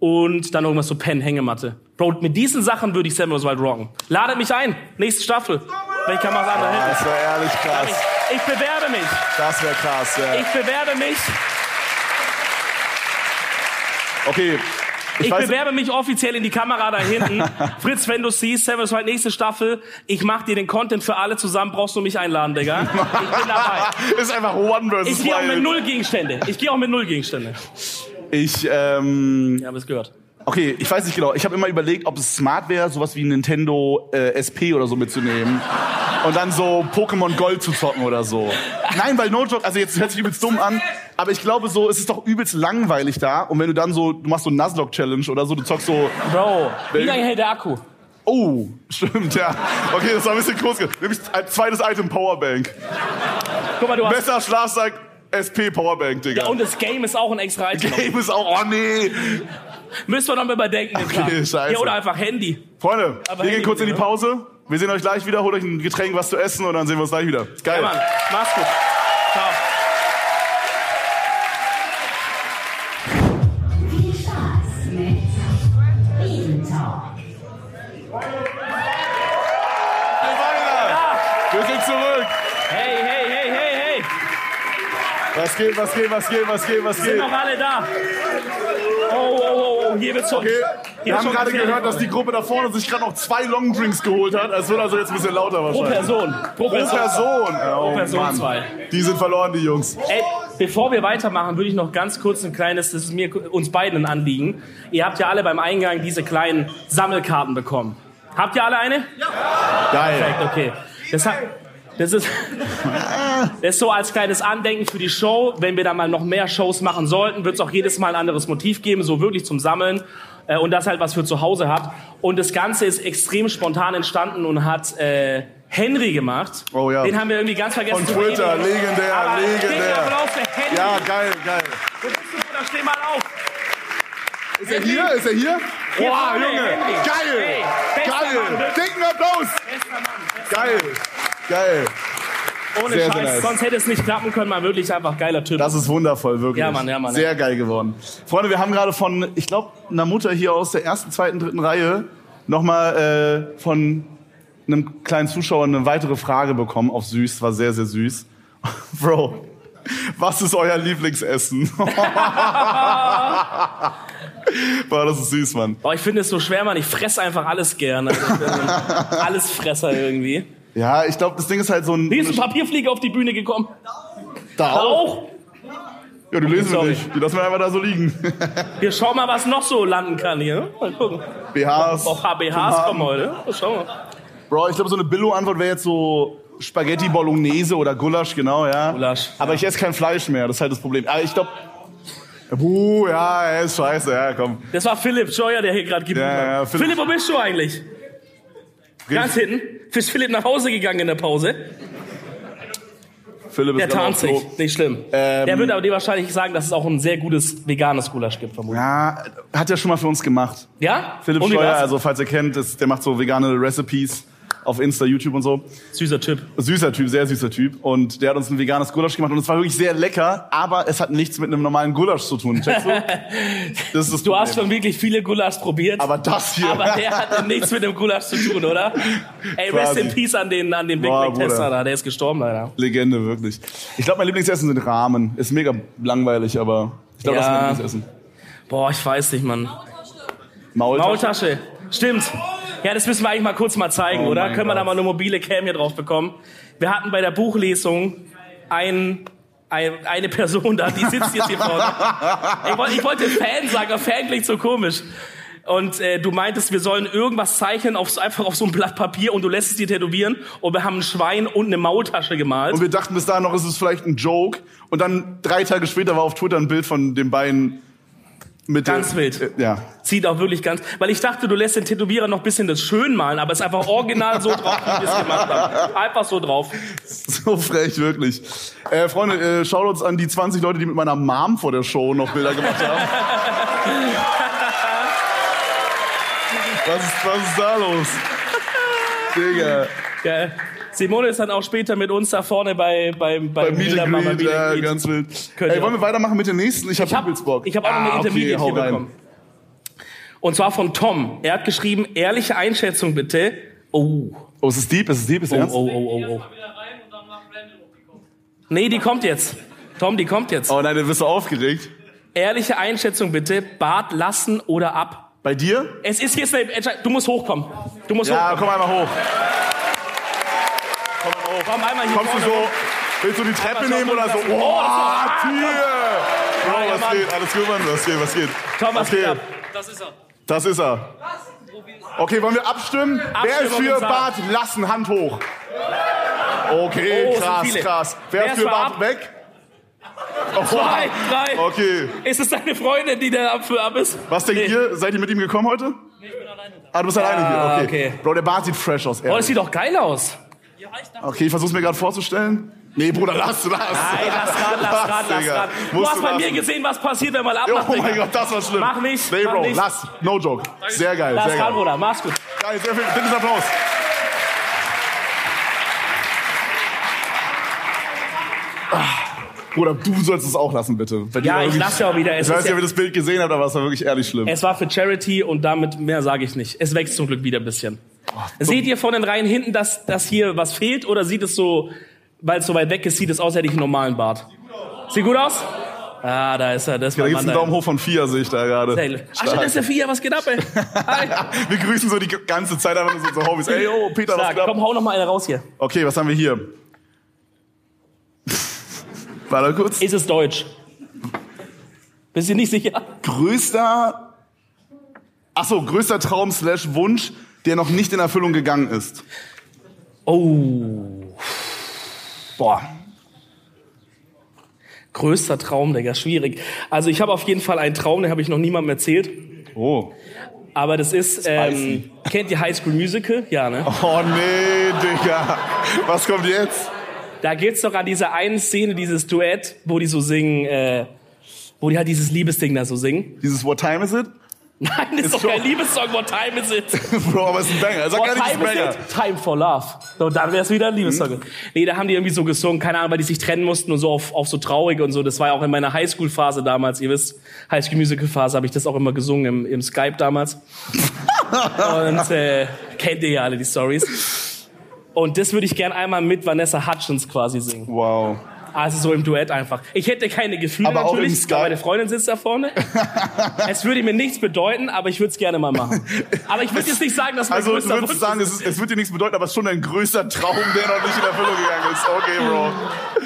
B: und dann irgendwas so Pen, Hängematte. Bro, mit diesen Sachen würde ich Sam Oswald rocken. Ladet mich ein, nächste Staffel. Wenn ich kann mal sagen, da
C: Das wäre ehrlich
B: ich,
C: krass.
B: ich bewerbe mich,
C: Das wäre krass, ja.
B: ich bewerbe mich.
C: Okay,
B: Ich,
C: weiß-
B: bewerbe mich offiziell in die Kamera da hinten. Fritz, wenn du siehst, Seven ist nächste Staffel. Ich mach dir den Content für alle zusammen. Brauchst du mich einladen, Digga? Ich bin dabei.
C: Ist einfach One versus
B: Ich gehe auch mit
C: Wild.
B: null Gegenstände. Ich gehe auch mit null Gegenstände.
C: Ich, ähm,
B: Ja, hab es gehört.
C: okay, ich weiß nicht genau. Ich habe immer überlegt, ob es smart wäre, sowas wie ein Nintendo äh, SP oder so mitzunehmen. Und dann so Pokémon Gold zu zocken oder so. Nein, weil no joke, also jetzt hört sich übelst dumm an, aber ich glaube so, es ist doch übelst langweilig da. Und wenn du dann so, du machst so Nuzlocke Challenge oder so, du zockst so,
B: Bro, wie
C: Wel-
B: lange hält der Akku?
C: oh, stimmt, ja. Okay, das war ein bisschen kurz. ge- Nämlich als zweites Item Powerbank.
B: Guck mal, du hast.
C: Besser Schlafsack, SP Powerbank, Digga.
B: Ja, und das Game ist auch ein extra Item.
C: Game ist auch, oh nee.
B: Müssen wir nochmal überdenken. den
C: Okay,
B: Plan.
C: scheiße.
B: Ja, oder einfach Handy.
C: Freunde,
B: Aber
C: wir gehen
B: Handy ne?
C: kurz in die
B: wieder,
C: Pause. Wir sehen euch gleich wieder. Holt euch ein Getränk, was zu essen und dann sehen wir uns gleich wieder. Geil.
B: Ja, Mann, mach's gut. Ciao.
E: Viel Spaß mit Bean Talk.
C: Hey, Wagner, Wir sind zurück.
B: Hey, hey, hey, hey, hey.
C: Was geht, was geht, was geht, was geht, was
B: Sind
C: geht.
B: noch alle da? Oh, oh, oh, oh. hier wird's schon.
C: Okay.
B: Hier
C: Wir
B: wird's
C: haben
B: schon
C: gerade
B: gefährlich.
C: gehört, dass die Gruppe da vorne sich gerade noch zwei Longdrinks geholt hat. Es wird also jetzt ein bisschen lauter
B: Pro
C: wahrscheinlich.
B: Person. Pro Person.
C: Person. Oh,
B: Person
C: Mann.
B: zwei.
C: Die sind verloren, die Jungs.
B: Ey, bevor wir weitermachen, würde ich noch ganz kurz ein kleines, das ist mir uns beiden ein Anliegen. Ihr habt ja alle beim Eingang diese kleinen Sammelkarten bekommen. Habt ihr alle eine?
C: Geil.
B: Perfekt, okay. Das, hat, das, ist, das ist so als kleines Andenken für die Show. Wenn wir da mal noch mehr Shows machen sollten, wird es auch jedes Mal ein anderes Motiv geben, so wirklich zum Sammeln. Äh, und das halt, was für zu Hause habt. Und das Ganze ist extrem spontan entstanden und hat äh, Henry gemacht.
C: Oh ja.
B: Den haben wir irgendwie ganz vergessen.
C: Von
B: zu
C: Twitter,
B: verewigen.
C: legendär,
B: Aber dicken
C: legendär.
B: Applaus für Henry.
C: Ja, geil, geil.
B: Wo bist du, Bruder? Steh mal auf.
C: Ist er hier? Ist er hier?
B: Hier
C: Boah,
B: vorne,
C: Junge.
B: Henry.
C: Geil.
B: Hey, bester Mann,
C: Geil.
B: wirklich
C: Dicken Applaus.
B: bester Mann.
C: Geil. Geil.
B: Ohne
C: Sehr, sehr
B: Scheiß.
C: nice.
B: Sonst hätte es nicht klappen können. Mal wirklich einfach geiler Typ.
C: Das ist wundervoll, wirklich.
B: Ja, Mann, ja, Mann, ja.
C: Sehr geil geworden. Freunde, wir haben gerade von, ich glaube, einer Mutter hier aus der ersten, zweiten, dritten Reihe nochmal äh, von einem kleinen Zuschauer eine weitere Frage bekommen auf süß. War sehr, sehr süß. Bro, was ist euer Lieblingsessen? Boah, das ist süß, Mann.
B: Boah, ich finde es so schwer, Mann. Ich fresse einfach alles gern. Also ich bin so ein Allesfresser irgendwie.
C: Ja, ich glaube, das Ding ist halt so ein...
B: Hier ist ein Papierflieger auf die Bühne gekommen.
C: Da
B: Auch.
C: Ja, die lesen wir
B: sorry.
C: nicht. Die lassen wir einfach da so liegen.
B: Wir schauen mal, was noch so landen kann hier. Mal gucken.
C: BHs.
B: Auch
C: Genau.
B: HBHs kommen heute. Schauen wir.
C: Bro, ich glaube, so eine Billo-Antwort wäre jetzt so Spaghetti Bolognese oder Gulasch, genau, ja.
B: Gulasch,
C: Aber ich esse kein Fleisch mehr, das ist halt das Problem. Aber ich glaube. Buh, ja, er ist scheiße, ja, komm.
B: Das war Philipp Scheuer, der hier gerade geblieben
C: Ja, ja,
B: hat.
C: Philipp.
B: Philipp. wo bist du eigentlich? Ganz hinten. Ist Philipp nach Hause gegangen in der Pause?
C: Philipp ist
B: Der
C: gerade
B: tarnt
C: auf
B: sich.
C: Klo.
B: Nicht schlimm.
C: Ähm.
B: der wird aber dir wahrscheinlich sagen, dass es auch ein sehr gutes veganes Gulasch gibt, vermutlich.
C: Ja, hat er schon mal für uns gemacht.
B: Ja?
C: Philipp
B: Und wie
C: Scheuer,
B: war's?
C: also falls ihr kennt, ist, der macht so vegane Recipes auf Insta, YouTube und so.
B: Süßer Typ.
C: Süßer Typ, sehr süßer Typ. Und der hat uns ein veganes Gulasch gemacht und es war wirklich sehr lecker, aber es hat nichts mit einem normalen Gulasch zu tun. Checkst du? Das ist das
B: Du hast
C: Problem.
B: schon wirklich viele Gulaschs probiert.
C: aber das hier.
B: Aber der hatte nichts mit dem Gulasch zu tun, oder? Ey, rest
C: Quasi.
B: in peace an den, an den Big
C: Boah,
B: Mac Tester
C: Bruder.
B: da. Der ist gestorben leider.
C: Legende, wirklich. Ich glaube, mein Lieblingsessen sind Ramen. Ist mega langweilig, aber ich glaube, das ist mein
B: Ja.
C: Lieblingsessen.
B: Boah, ich weiß nicht, Mann.
C: Maultasche.
B: Maultasche. Stimmt. Ja, das müssen wir eigentlich mal kurz mal zeigen,
C: Oh
B: oder?
C: mein
B: Können wir da
C: Gott.
B: mal eine mobile Cam hier drauf bekommen? Wir hatten bei der Buchlesung ein, ein, eine Person da, die sitzt jetzt hier vorne. Ich, wollte- ich wollte Fan sagen, aber Fan klingt so komisch. Und äh, du meintest, wir sollen irgendwas zeichnen, aufs, einfach auf so ein Blatt Papier und du lässt es dir tätowieren und wir haben ein Schwein und eine Maultasche gemalt.
C: Und wir dachten bis dahin noch, ist es vielleicht ein Joke. Und dann drei Tage später war auf Twitter ein Bild von den beiden mit der-
B: Ganz wild.
C: Äh, Ja.
B: Zieht auch wirklich ganz, weil ich dachte, du lässt den Tätowierer noch ein bisschen das schön malen, aber es ist einfach original so drauf, wie wir es gemacht haben. Einfach so drauf.
C: So frech, wirklich. Äh, Freunde, äh, schaut uns an die 20 Leute, die mit meiner Mom vor der Show noch Bilder gemacht haben. was, ist, was ist da los? Digga.
B: Geil. Simone ist dann auch später mit uns da vorne bei, bei,
C: Bei
B: bei,
C: Meet and
B: Mama,
C: Greet,
B: Meet
C: ja,
B: and Greet.
C: ganz wild.
B: Könnt
C: Ey,
B: ihr
C: wollen wir weitermachen mit dem nächsten? Ich habe
B: Ich hab-
C: übelst Bock.
B: ich hab auch noch eine Intermediate
C: Ah, hau
B: hier
C: rein.
B: bekommen. Und zwar von Tom. Er hat geschrieben, ehrliche Einschätzung bitte. Oh,
C: Oh, es ist deep, es ist deep, es ist
B: oh,
C: ernst.
B: oh, oh, oh, oh. Nee, die kommt jetzt. Tom, die kommt jetzt.
C: Oh nein, du bist so aufgeregt.
B: Ehrliche Einschätzung bitte. Bart lassen oder ab?
C: Bei dir?
B: Es ist jetzt eine Entscheidung. Du musst hochkommen. Du musst
C: Ja,
B: hochkommen.
C: komm oh, einmal hoch.
B: Komm einmal hier
C: Kommst du
B: vorne
C: so,
B: hoch.
C: willst du die Treppe nehmen oder so?
B: Komm,
C: Oh,
B: das war-
C: Tier!
B: Ah, ja,
C: Bro, was
B: Mann.
C: geht? Alles gut, Mann? Was geht, was geht?
B: Komm, was geht
C: Okay,
B: ab?
F: Das ist er.
C: Das ist er. Okay, wollen wir abstimmen? Wer ist
B: Abstimmung
C: für
B: ist ab.
C: Bart lassen? Hand hoch. Okay,
B: Oh, sind
C: krass,
B: viele.
C: krass.
B: Wer
C: Wer ist
B: ist
C: für
B: für
C: Bart
B: ab?
C: weg?
B: Drei,
C: Oh,
B: drei.
C: okay.
B: Ist es deine Freundin, die da ab für ab ist?
C: Was denkt
B: Nee.
C: ihr? Seid ihr mit ihm gekommen heute?
F: Nee, ich bin alleine da.
C: Ah, du bist alleine
B: Ah,
C: hier. Okay.
B: okay.
C: Bro, der Bart sieht fresh aus.
B: Oh, das
C: Ehrlich.
B: sieht doch geil aus.
F: Ja, ich dachte,
C: Okay, ich versuch's mir gerade vorzustellen. Nee, Bruder, lass, lass.
B: Ey, lass ran, lass ran, lass
C: Digga.
B: ran. Du
C: Musst
B: hast bei
C: lassen.
B: mir gesehen, was passiert, wenn man abmacht.
C: Oh mein
B: Digga.
C: Gott, das war schlimm.
B: Mach nicht,
C: Nee,
B: mach
C: Bro,
B: nicht.
C: lass. No joke. Sehr geil,
B: Lass
C: sehr
B: ran,
C: geil.
B: Bruder. Mach's gut.
C: Geil, sehr viel. Bittes Applaus. Ah, Bruder, du sollst es auch lassen, bitte. Wenn
B: Ja,
C: ihr
B: ich
C: wirklich-
B: lass ja auch wieder. Es,
C: Ich weiß
B: ist
C: nicht, ob ihr
B: ja,
C: das Bild gesehen habt, aber es war wirklich ehrlich schlimm.
B: es war für Charity und damit mehr sage ich nicht. Es wächst zum Glück wieder ein bisschen. Seht ihr von den Reihen hinten, dass, dass hier was fehlt oder sieht es so, weil es so weit weg ist, sieht es aus, hätte ich einen normalen Bart? Sieht gut aus? Ah, da ist er. Das ist
C: da
B: mein
C: Genau, gibt's
B: Mann.
C: einen Daumen hoch von vier, sehe ich da gerade.
B: ey. Ach, shit, das ist der Vier, was geht ab, ey? Hi.
C: Wir grüßen so die ganze Zeit einfach nur so unsere Homies. Ey, yo, Peter, was
B: Sag,
C: geht ab?
B: komm, hau noch mal eine raus hier.
C: Okay, was haben wir hier? Warte kurz.
B: Ist es deutsch? Bist du nicht sicher?
C: Größter, ach so, größter Traum slash Wunsch, der noch nicht in Erfüllung gegangen ist.
B: Oh. Boah. Größter Traum, Digga, schwierig. Also ich habe auf jeden Fall einen Traum, den habe ich noch niemandem erzählt.
C: Oh.
B: Aber das ist, ähm, kennt ihr High School Musical? Ja, ne?
C: Oh nee, Digga. Was kommt jetzt?
B: Da geht's doch an dieser einen Szene, dieses Duett, wo die so singen, äh, wo die halt dieses Liebesding da so singen.
C: Dieses What time is it?
B: Nein, das ist, doch
C: schon-
B: kein Liebessong, what time is it?
C: Bro, aber es ist ein Banger. Sag
B: What
C: gar nicht, es ist ein
B: time is
C: Banger.
B: it? Time for Love. So, dann wär's
C: Hm?
B: wieder ein Liebessong. Nee, da haben die irgendwie so gesungen, keine Ahnung, weil die sich trennen mussten und so auf, auf so traurig und so. Das war ja auch in meiner Highschool-Phase damals. Ihr wisst, Highschool-Musical-Phase habe ich das auch immer gesungen im, im Skype damals. und äh, kennt ihr ja alle die Stories. Und das würde ich gern einmal mit Vanessa Hutchins quasi singen.
C: Wow.
B: Also so im Duett einfach. Ich hätte keine Gefühle
C: Aber auch
B: natürlich,
C: im Skype.
B: weil meine Freundin sitzt da vorne. es würde mir nichts bedeuten, aber ich würde es gerne mal machen. Aber ich würde jetzt nicht sagen, dass mein
C: Also du
B: größter
C: würdest
B: Wunsch
C: sagen, es, ist, es wird dir nichts bedeuten, aber es ist schon ein größer Traum, der noch nicht in Erfüllung gegangen ist. Okay,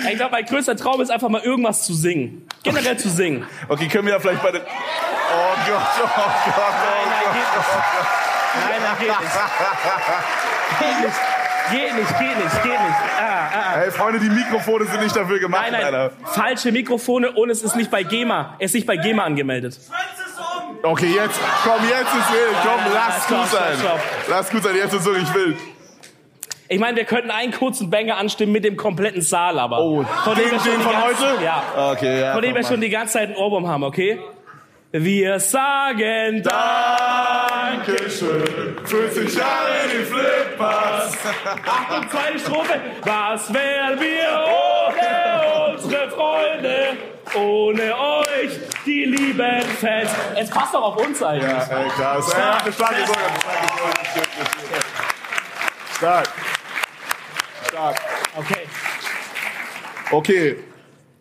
C: Bro.
B: Ich glaube, mein größter Traum ist einfach mal irgendwas zu singen. Generell zu singen.
C: Okay, können wir da vielleicht bei den... Oh Gott, oh Gott, oh Gott.
B: Nein, nein, geht nicht. Geht nicht, geht nicht, geht nicht. Geht nicht. Ah, ah.
C: Hey, Freunde, die Mikrofone sind nicht dafür gemacht,
B: Nein, nein,
C: Alter.
B: falsche Mikrofone und es ist nicht bei GEMA. Es ist nicht bei GEMA angemeldet.
C: Okay, jetzt, komm, jetzt ist wild. Komm,
B: nein,
C: lass
B: nein,
C: gut
B: stopp,
C: sein.
B: stopp,
C: Lass gut sein, jetzt ist wirklich wild.
B: Ich meine, wir könnten einen kurzen Banger anstimmen mit dem kompletten Saal, aber.
C: Oh, den,
B: wir schon
C: den
B: die
C: von
B: ganze-
C: heute?
B: Ja.
C: Okay, ja.
B: Von dem wir schon die ganze Zeit einen Ohrwurm haben, okay? Wir sagen
C: Dankeschön. 40 Jahre die Flippas.
B: Achtung, zweite Strophe. Was wären wir ohne unsere Freunde? Ohne euch, die lieben Fans. Es passt doch auf uns eigentlich.
C: Ja, ey, krass. Ey, eine starke Sorge. eine starke Sorge. Shit, shit, shit. Stark. Stark.
B: Okay.
C: Okay.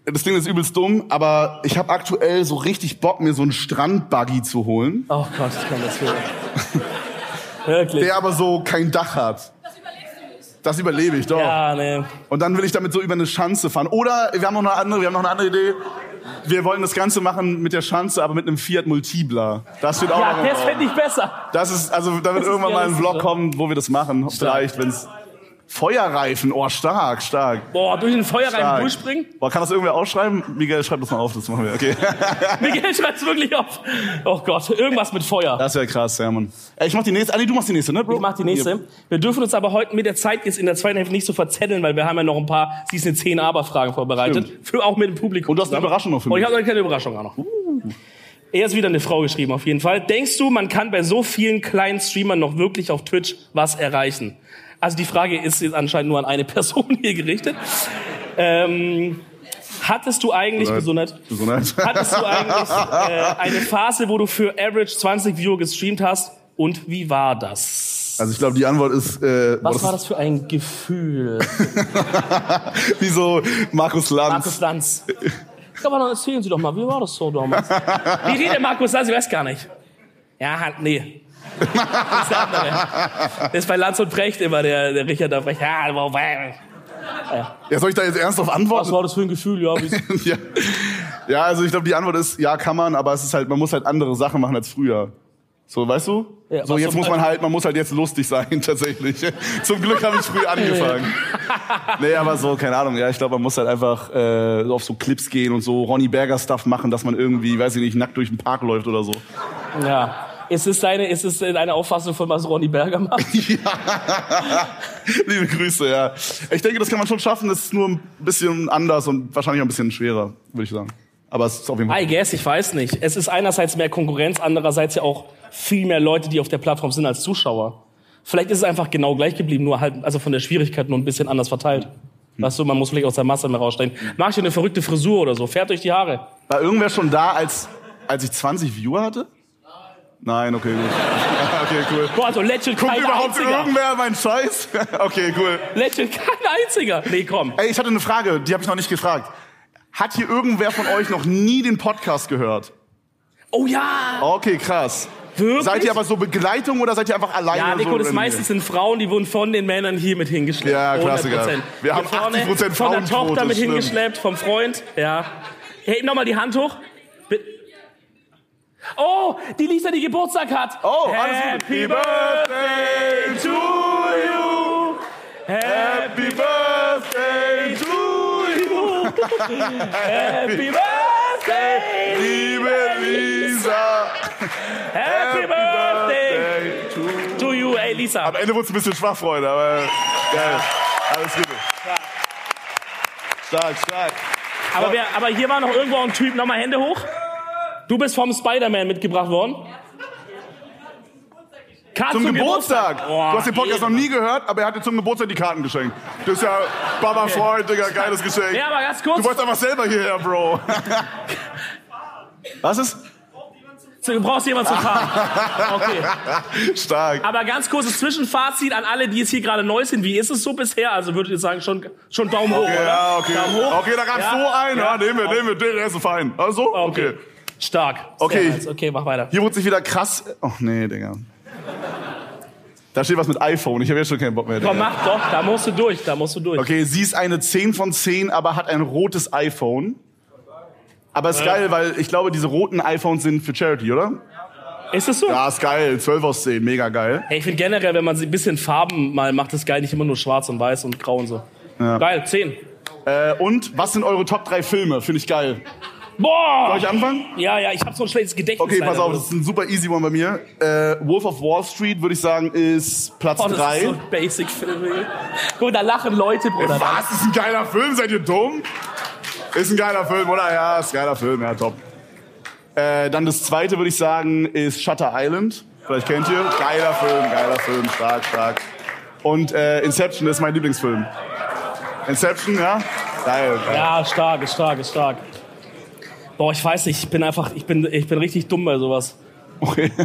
C: Das Ding ist übelst dumm, aber ich habe aktuell so richtig Bock, mir so einen Strandbuggy zu holen,
B: Oh Gott, ich kann das hören. Wirklich.
C: der aber so kein Dach hat. Das überlebe ich doch.
B: Ja, ne.
C: Und dann will ich damit so über eine Schanze fahren. Oder wir haben noch eine andere, wir haben noch eine andere Idee. Wir wollen das Ganze machen mit der Schanze, aber mit einem Fiat Multipla. Das steht auch noch
B: Ja,
C: im
B: das
C: Raum.
B: finde ich besser.
C: Das ist, also da wird
B: ist
C: irgendwann mal ein
B: realistischer.
C: Vlog kommen, wo wir das machen. Vielleicht, wenn's Feuerreifen, oh stark, stark.
B: Boah, durch den Feuerreifen
C: stark.
B: durchspringen?
C: Boah, kann das irgendwer ausschreiben? Miguel, schreib das mal auf, das machen wir, okay.
B: Miguel schreibt's wirklich auf. Oh Gott, irgendwas mit Feuer.
C: Das wäre krass, ja, Mann. Ey, ich mach die nächste, Ali, du machst die nächste, ne, Bro?
B: Ich mach die nächste. Wir dürfen uns aber heute mit der Zeit jetzt in der zweiten Hälfte nicht so verzetteln, weil wir haben ja noch ein paar, sie ist eine 10 aber Fragen vorbereitet. Für, auch mit dem Publikum.
C: Und du hast eine
B: zusammen.
C: Überraschung noch für
B: Und ich
C: mich. Uh.
B: habe noch eine kleine Überraschung auch noch. Er ist wieder eine Frau geschrieben, auf jeden Fall. Denkst du, man kann bei so vielen kleinen Streamern noch wirklich auf Twitch was erreichen? Also die Frage ist jetzt anscheinend nur an eine Person hier gerichtet. Ähm, hattest du eigentlich Gesundheit?
C: Gesundheit.
B: Hattest du eigentlich äh, eine Phase, wo du für Average 20 Viewer gestreamt hast? Und wie war das?
C: Also ich glaube, die Antwort ist, äh, boah,
B: Was war das für ein Gefühl,
C: Wie so Markus Lanz.
B: Markus Lanz? Aber dann erzählen Sie doch mal, wie war das so damals? Wie redet Markus Lanz? Ich weiß gar nicht. Ja, halt, nee. Das ist, der andere. das ist bei Lanz und Precht immer der, der Richard da Precht. Ja, aber-
C: Ja, soll ich da jetzt ernst drauf antworten?
B: was war das für ein Gefühl? Ja, wie,
C: ja. ja, also ich glaube, die Antwort ist, ja, kann man, aber es ist halt, man muss halt andere Sachen machen als früher. So, weißt du?
B: Ja,
C: so,
B: was
C: jetzt
B: zum-
C: muss man halt, man muss halt jetzt lustig sein, tatsächlich. Zum Glück habe ich früh angefangen. nee, aber so, keine Ahnung, ja, ich glaube, man muss halt einfach äh, auf so Clips gehen und so Ronny Berger-Stuff machen, dass man irgendwie, weiß ich nicht, nackt durch den Park läuft oder so.
B: ja. Ist es deine, ist es deine Auffassung von was Ronny Berger macht?
C: ja. Liebe Grüße, ja. Ich denke, das kann man schon schaffen, das ist nur ein bisschen anders und wahrscheinlich auch ein bisschen schwerer, würde ich sagen. Aber es ist auf jeden Fall.
B: I guess, ich weiß nicht. Es ist einerseits mehr Konkurrenz, andererseits ja auch viel mehr Leute, die auf der Plattform sind als Zuschauer. Vielleicht ist es einfach genau gleich geblieben, nur halt, also von der Schwierigkeit nur ein bisschen anders
C: Hm.
B: verteilt. Weißt du, man muss vielleicht aus der Masse mehr raussteigen. Macht ihr eine verrückte Frisur oder so? Fährt euch die Haare.
C: War irgendwer schon da, als, als ich 20 Viewer hatte? Nein, okay, gut. Okay, cool.
B: Boah, also lächelt
C: Guckt
B: kein
C: überhaupt
B: einziger.
C: irgendwer meinen Scheiß? Okay, cool.
B: Lächelt kein einziger. Nee, komm.
C: Ey, ich hatte eine Frage, die habe ich noch nicht gefragt. Hat hier irgendwer von euch noch nie den Podcast gehört?
B: Oh ja!
C: Okay, krass.
B: Wirklich?
C: Seid ihr aber so Begleitung oder seid ihr einfach alleine?
B: ja, Nico,
C: so
B: das
C: drin?
B: meistens sind Frauen, die wurden von den Männern hier mit hingeschleppt.
C: Ja, Klassiker.
B: 100%.
C: Wir haben
B: Hier vorne
C: 80%
B: Von der
C: Frauenquote,
B: Tochter mit
C: schlimm.
B: hingeschleppt, vom Freund, ja. Hebt nochmal die Hand hoch. Bitte. Oh, die Lisa, die Geburtstag hat.
C: Oh, alles gut.
B: Happy Birthday to you. Happy
C: Birthday to you,
B: Happy Birthday.
C: liebe Lisa.
B: Happy Birthday
C: to you.
B: to you. Ey, Lisa.
C: Am Ende wurde es ein bisschen schwach, Freunde, aber geil. Alles Gute. Stark, stark.
B: Aber, wer, aber hier war noch irgendwo ein Typ. Nochmal Hände hoch. Du bist vom Spider-Man mitgebracht worden. Karten
C: Zum Geburtstag.
B: Boah,
C: du hast den Podcast
B: eben.
C: noch nie gehört, aber er hat dir zum Geburtstag die Karten geschenkt. Das ist ja Baba Freund, Digga, geiles Geschenk.
B: Ja, aber ganz
C: Du wolltest
B: kurz.
C: einfach selber hierher, Bro. Was ist?
B: Du brauchst jemanden zum Fahren. Okay.
C: Stark.
B: Aber ganz kurzes Zwischenfazit an alle, die jetzt hier gerade neu sind. Wie ist es so bisher? Also würdet ihr sagen, schon, schon Daumen hoch, oder?
C: Ja, okay.
B: Daumen hoch.
C: Okay, da gab's
B: Ja.
C: so einen. Ja,
B: Ja.
C: nehmen wir, nehmen wir, der ist fein. Also?
B: Okay.
C: Okay.
B: Stark. Sehr
C: Okay.
B: nice. Okay, mach weiter.
C: Hier wurde sich wieder krass. Oh, nee, Digga. Da steht was mit iPhone. Ich habe jetzt schon keinen Bock mehr. Digga.
B: Komm, mach doch. Da musst du durch. Da musst du durch.
C: Okay, sie ist eine 10 von 10, aber hat ein rotes iPhone. Aber ist geil, weil ich glaube, diese roten iPhones sind für Charity, oder?
B: Ist es so?
C: Ja, ist geil. 12 aus 10, mega geil.
B: Hey, ich finde generell, wenn man sie ein bisschen Farben mal macht, ist geil. Nicht immer nur schwarz und weiß und grau und so. Geil. Zehn.
C: Äh, und was sind eure Top 3 Filme? Finde ich geil.
B: Boah!
C: Soll ich anfangen?
B: Ja, ja, ich habe so ein schlechtes Gedächtnis.
C: Okay, pass
B: leider.
C: auf, das ist ein super easy one bei mir. Äh, Wolf of Wall Street, würde ich sagen, ist Platz
B: Oh, das
C: 3.
B: ist so ein Basic-Film. Guck, da lachen Leute, Bruder.
C: Was? Ist ein geiler Film? Seid ihr dumm? Ist ein geiler Film, oder? Ja, ist ein geiler Film, ja, top. Äh, dann das zweite würde ich sagen, ist Shutter Island. Vielleicht kennt ihr. Geiler Film, geiler Film, stark, stark. Und äh, Inception ist mein Lieblingsfilm. Inception, ja? Geil. geil.
B: Ja, stark, ist stark, ist stark. Boah, ich weiß nicht, ich bin einfach, ich bin, ich bin richtig dumm bei sowas.
C: Okay.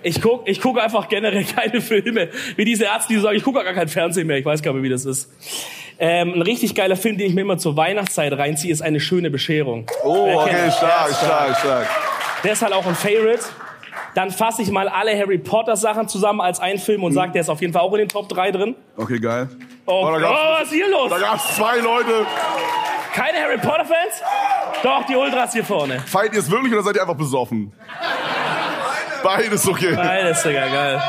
B: Ich guck, ich guck einfach generell keine Filme. Wie diese Ärzte, die sagen, ich gucke gar kein Fernsehen mehr, ich weiß gar nicht, wie das ist. Ähm, ein richtig geiler Film, den ich mir immer zur Weihnachtszeit reinziehe, ist eine schöne Bescherung.
C: Oh,
B: Wer
C: okay,
B: kennt's?
C: stark,
B: Ja,
C: stark, stark.
B: Der ist halt auch ein Favorite. Dann fasse ich mal alle Harry Potter Sachen zusammen als einen Film und sage, der ist auf jeden Fall auch in den Top 3 drin.
C: Okay, geil.
B: Oh,
C: Mhm. Oh, da
B: Gott,
C: gab's-
B: was ist hier los?
C: Da gab's zwei Leute.
B: Keine Harry Potter Fans? Doch, die Ultras hier vorne.
C: Feiert ihr es wirklich oder seid ihr einfach besoffen? Beides okay.
B: Beides, Digga, geil.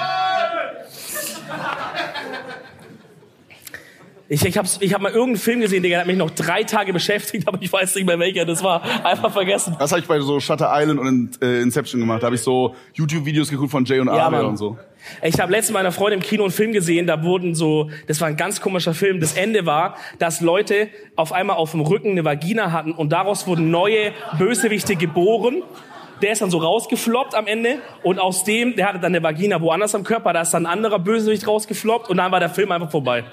B: Ich, ich, hab's, ich hab mal irgendeinen Film gesehen, Digga, der hat mich noch drei Tage beschäftigt, aber ich weiß nicht mehr welcher das war. Einfach vergessen.
C: Das habe ich bei so Shutter Island und äh, Inception gemacht. Da habe ich so YouTube-Videos geguckt von Jay und
B: Ja,
C: Arne
B: Mann.
C: und so.
B: Ich habe letztens mit meiner Freundin im Kino einen Film gesehen, da wurden so, das war ein ganz komischer Film, das Ende war, dass Leute auf einmal auf dem Rücken eine Vagina hatten und daraus wurden neue Bösewichte geboren. Der ist dann so rausgefloppt am Ende und aus dem, der hatte dann eine Vagina woanders am Körper, da ist dann ein anderer Bösewicht rausgefloppt und dann war der Film einfach vorbei.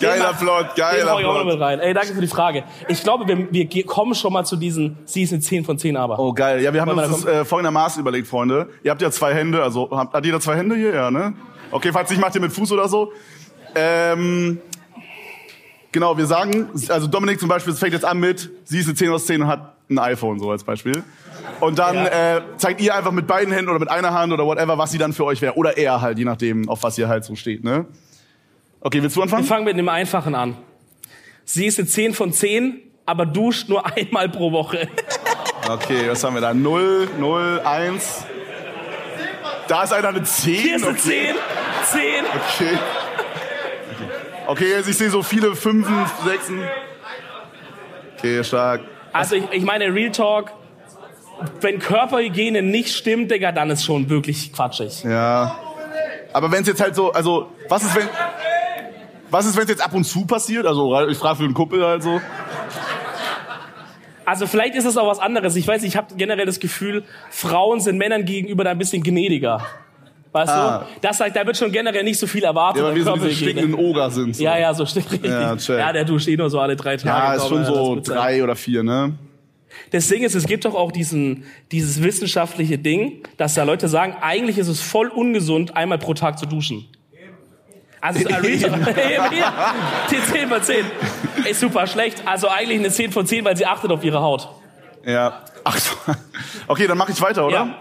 C: Geiler Plot,
B: Den
C: geiler
B: hau ich auch noch
C: Plot.
B: mit rein. Ey, danke für die Frage. Ich glaube, wir, wir ge- kommen schon mal zu diesen, sie ist eine 10 von 10, aber.
C: Oh, geil. Ja, wir haben
B: Wollen wir
C: uns das
B: da
C: äh, folgendermaßen überlegt, Freunde. Ihr habt ja zwei Hände, also habt, hat jeder zwei Hände hier? Ja, ne? Okay, falls nicht, macht ihr mit Fuß oder so. Ähm, Genau, wir sagen, also Dominik zum Beispiel, es fängt jetzt an mit, sie ist eine 10 aus 10 und hat ein iPhone, so als Beispiel. Und dann äh, zeigt ihr einfach mit beiden Händen oder mit einer Hand oder whatever, was sie dann für euch wäre. Oder er halt, je nachdem, auf was ihr halt so steht, ne? Okay, willst du anfangen?
B: Wir fangen mit dem Einfachen an. Sie ist eine 10 von 10, aber duscht nur einmal pro Woche.
C: Okay, was haben wir da? 0, 0, 1. Da ist einer eine 10.
B: Hier ist eine 10, 10.
C: Okay. Okay, also ich sehe so viele Fünfen, Sechsen. Okay, stark.
B: Also ich, ich meine, Real Talk, wenn Körperhygiene nicht stimmt, Digga, dann ist schon wirklich quatschig.
C: Ja. Aber wenn es jetzt halt so, also was ist wenn, was ist wenn es jetzt ab und zu passiert? Also ich frage für den Kumpel halt so.
B: Also vielleicht ist es auch was anderes. Ich weiß, nicht, ich habe generell das Gefühl, Frauen sind Männern gegenüber da ein bisschen gnädiger. Weißt
C: Ah.
B: du? Das sagt, da wird schon generell nicht so viel erwartet.
C: Ja, weil
B: an
C: wir so diese
B: Körperhygiene.
C: stinkenden Oger sind. So.
B: ja, ja, so stimmt richtig.
C: Ja,
B: Ja,
C: check.
B: der duscht eh nur so alle drei Tage.
C: Ja, ist
B: glaube
C: schon
B: ich, das
C: so
B: wird sein.
C: drei oder vier, ne?
B: Das Ding ist, es gibt doch auch diesen, dieses wissenschaftliche Ding, dass da Leute sagen, eigentlich ist es voll ungesund, einmal pro Tag zu duschen. Also, es ist Eben, ja. die 10 von 10. Ist super schlecht. Also eigentlich eine 10 von 10, weil sie achtet auf ihre Haut.
C: Ja. Ach so. Okay, dann mache ich weiter, oder?
B: Ja.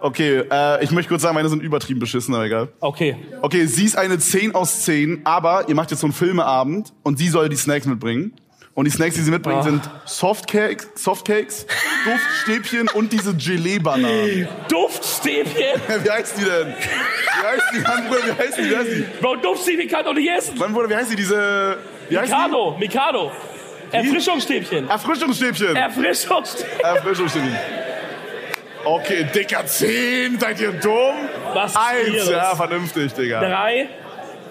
C: Okay, äh, ich möchte kurz sagen, meine sind übertrieben beschissen, aber egal.
B: Okay.
C: Okay, sie ist eine 10 aus 10, aber ihr macht jetzt so einen Filmeabend und sie soll die Snacks mitbringen. Und die Snacks, die sie mitbringt,
B: Ah.
C: sind Softcakes, Softcakes, Duftstäbchen und diese Gelee-Bananen.
B: Duftstäbchen!
C: Wie heißt die denn? Wie heißt die? Mann, Bruder, wie heißt die? Wie heißt die?
B: Bro, Duftstäbchen kann doch nicht essen!
C: Mann, Bruder, wie heißt die? Diese. Wie heißt die?
B: Mikado, Mikado.
C: Ah.
B: Erfrischungsstäbchen.
C: Erfrischungsstäbchen.
B: Erfrischungsstäbchen.
C: Erfrischungsstäbchen. Okay, dicker 10, seid ihr dumm?
B: Was hier
C: Eins,
B: los?
C: ja, vernünftig, Digga.
B: Drei,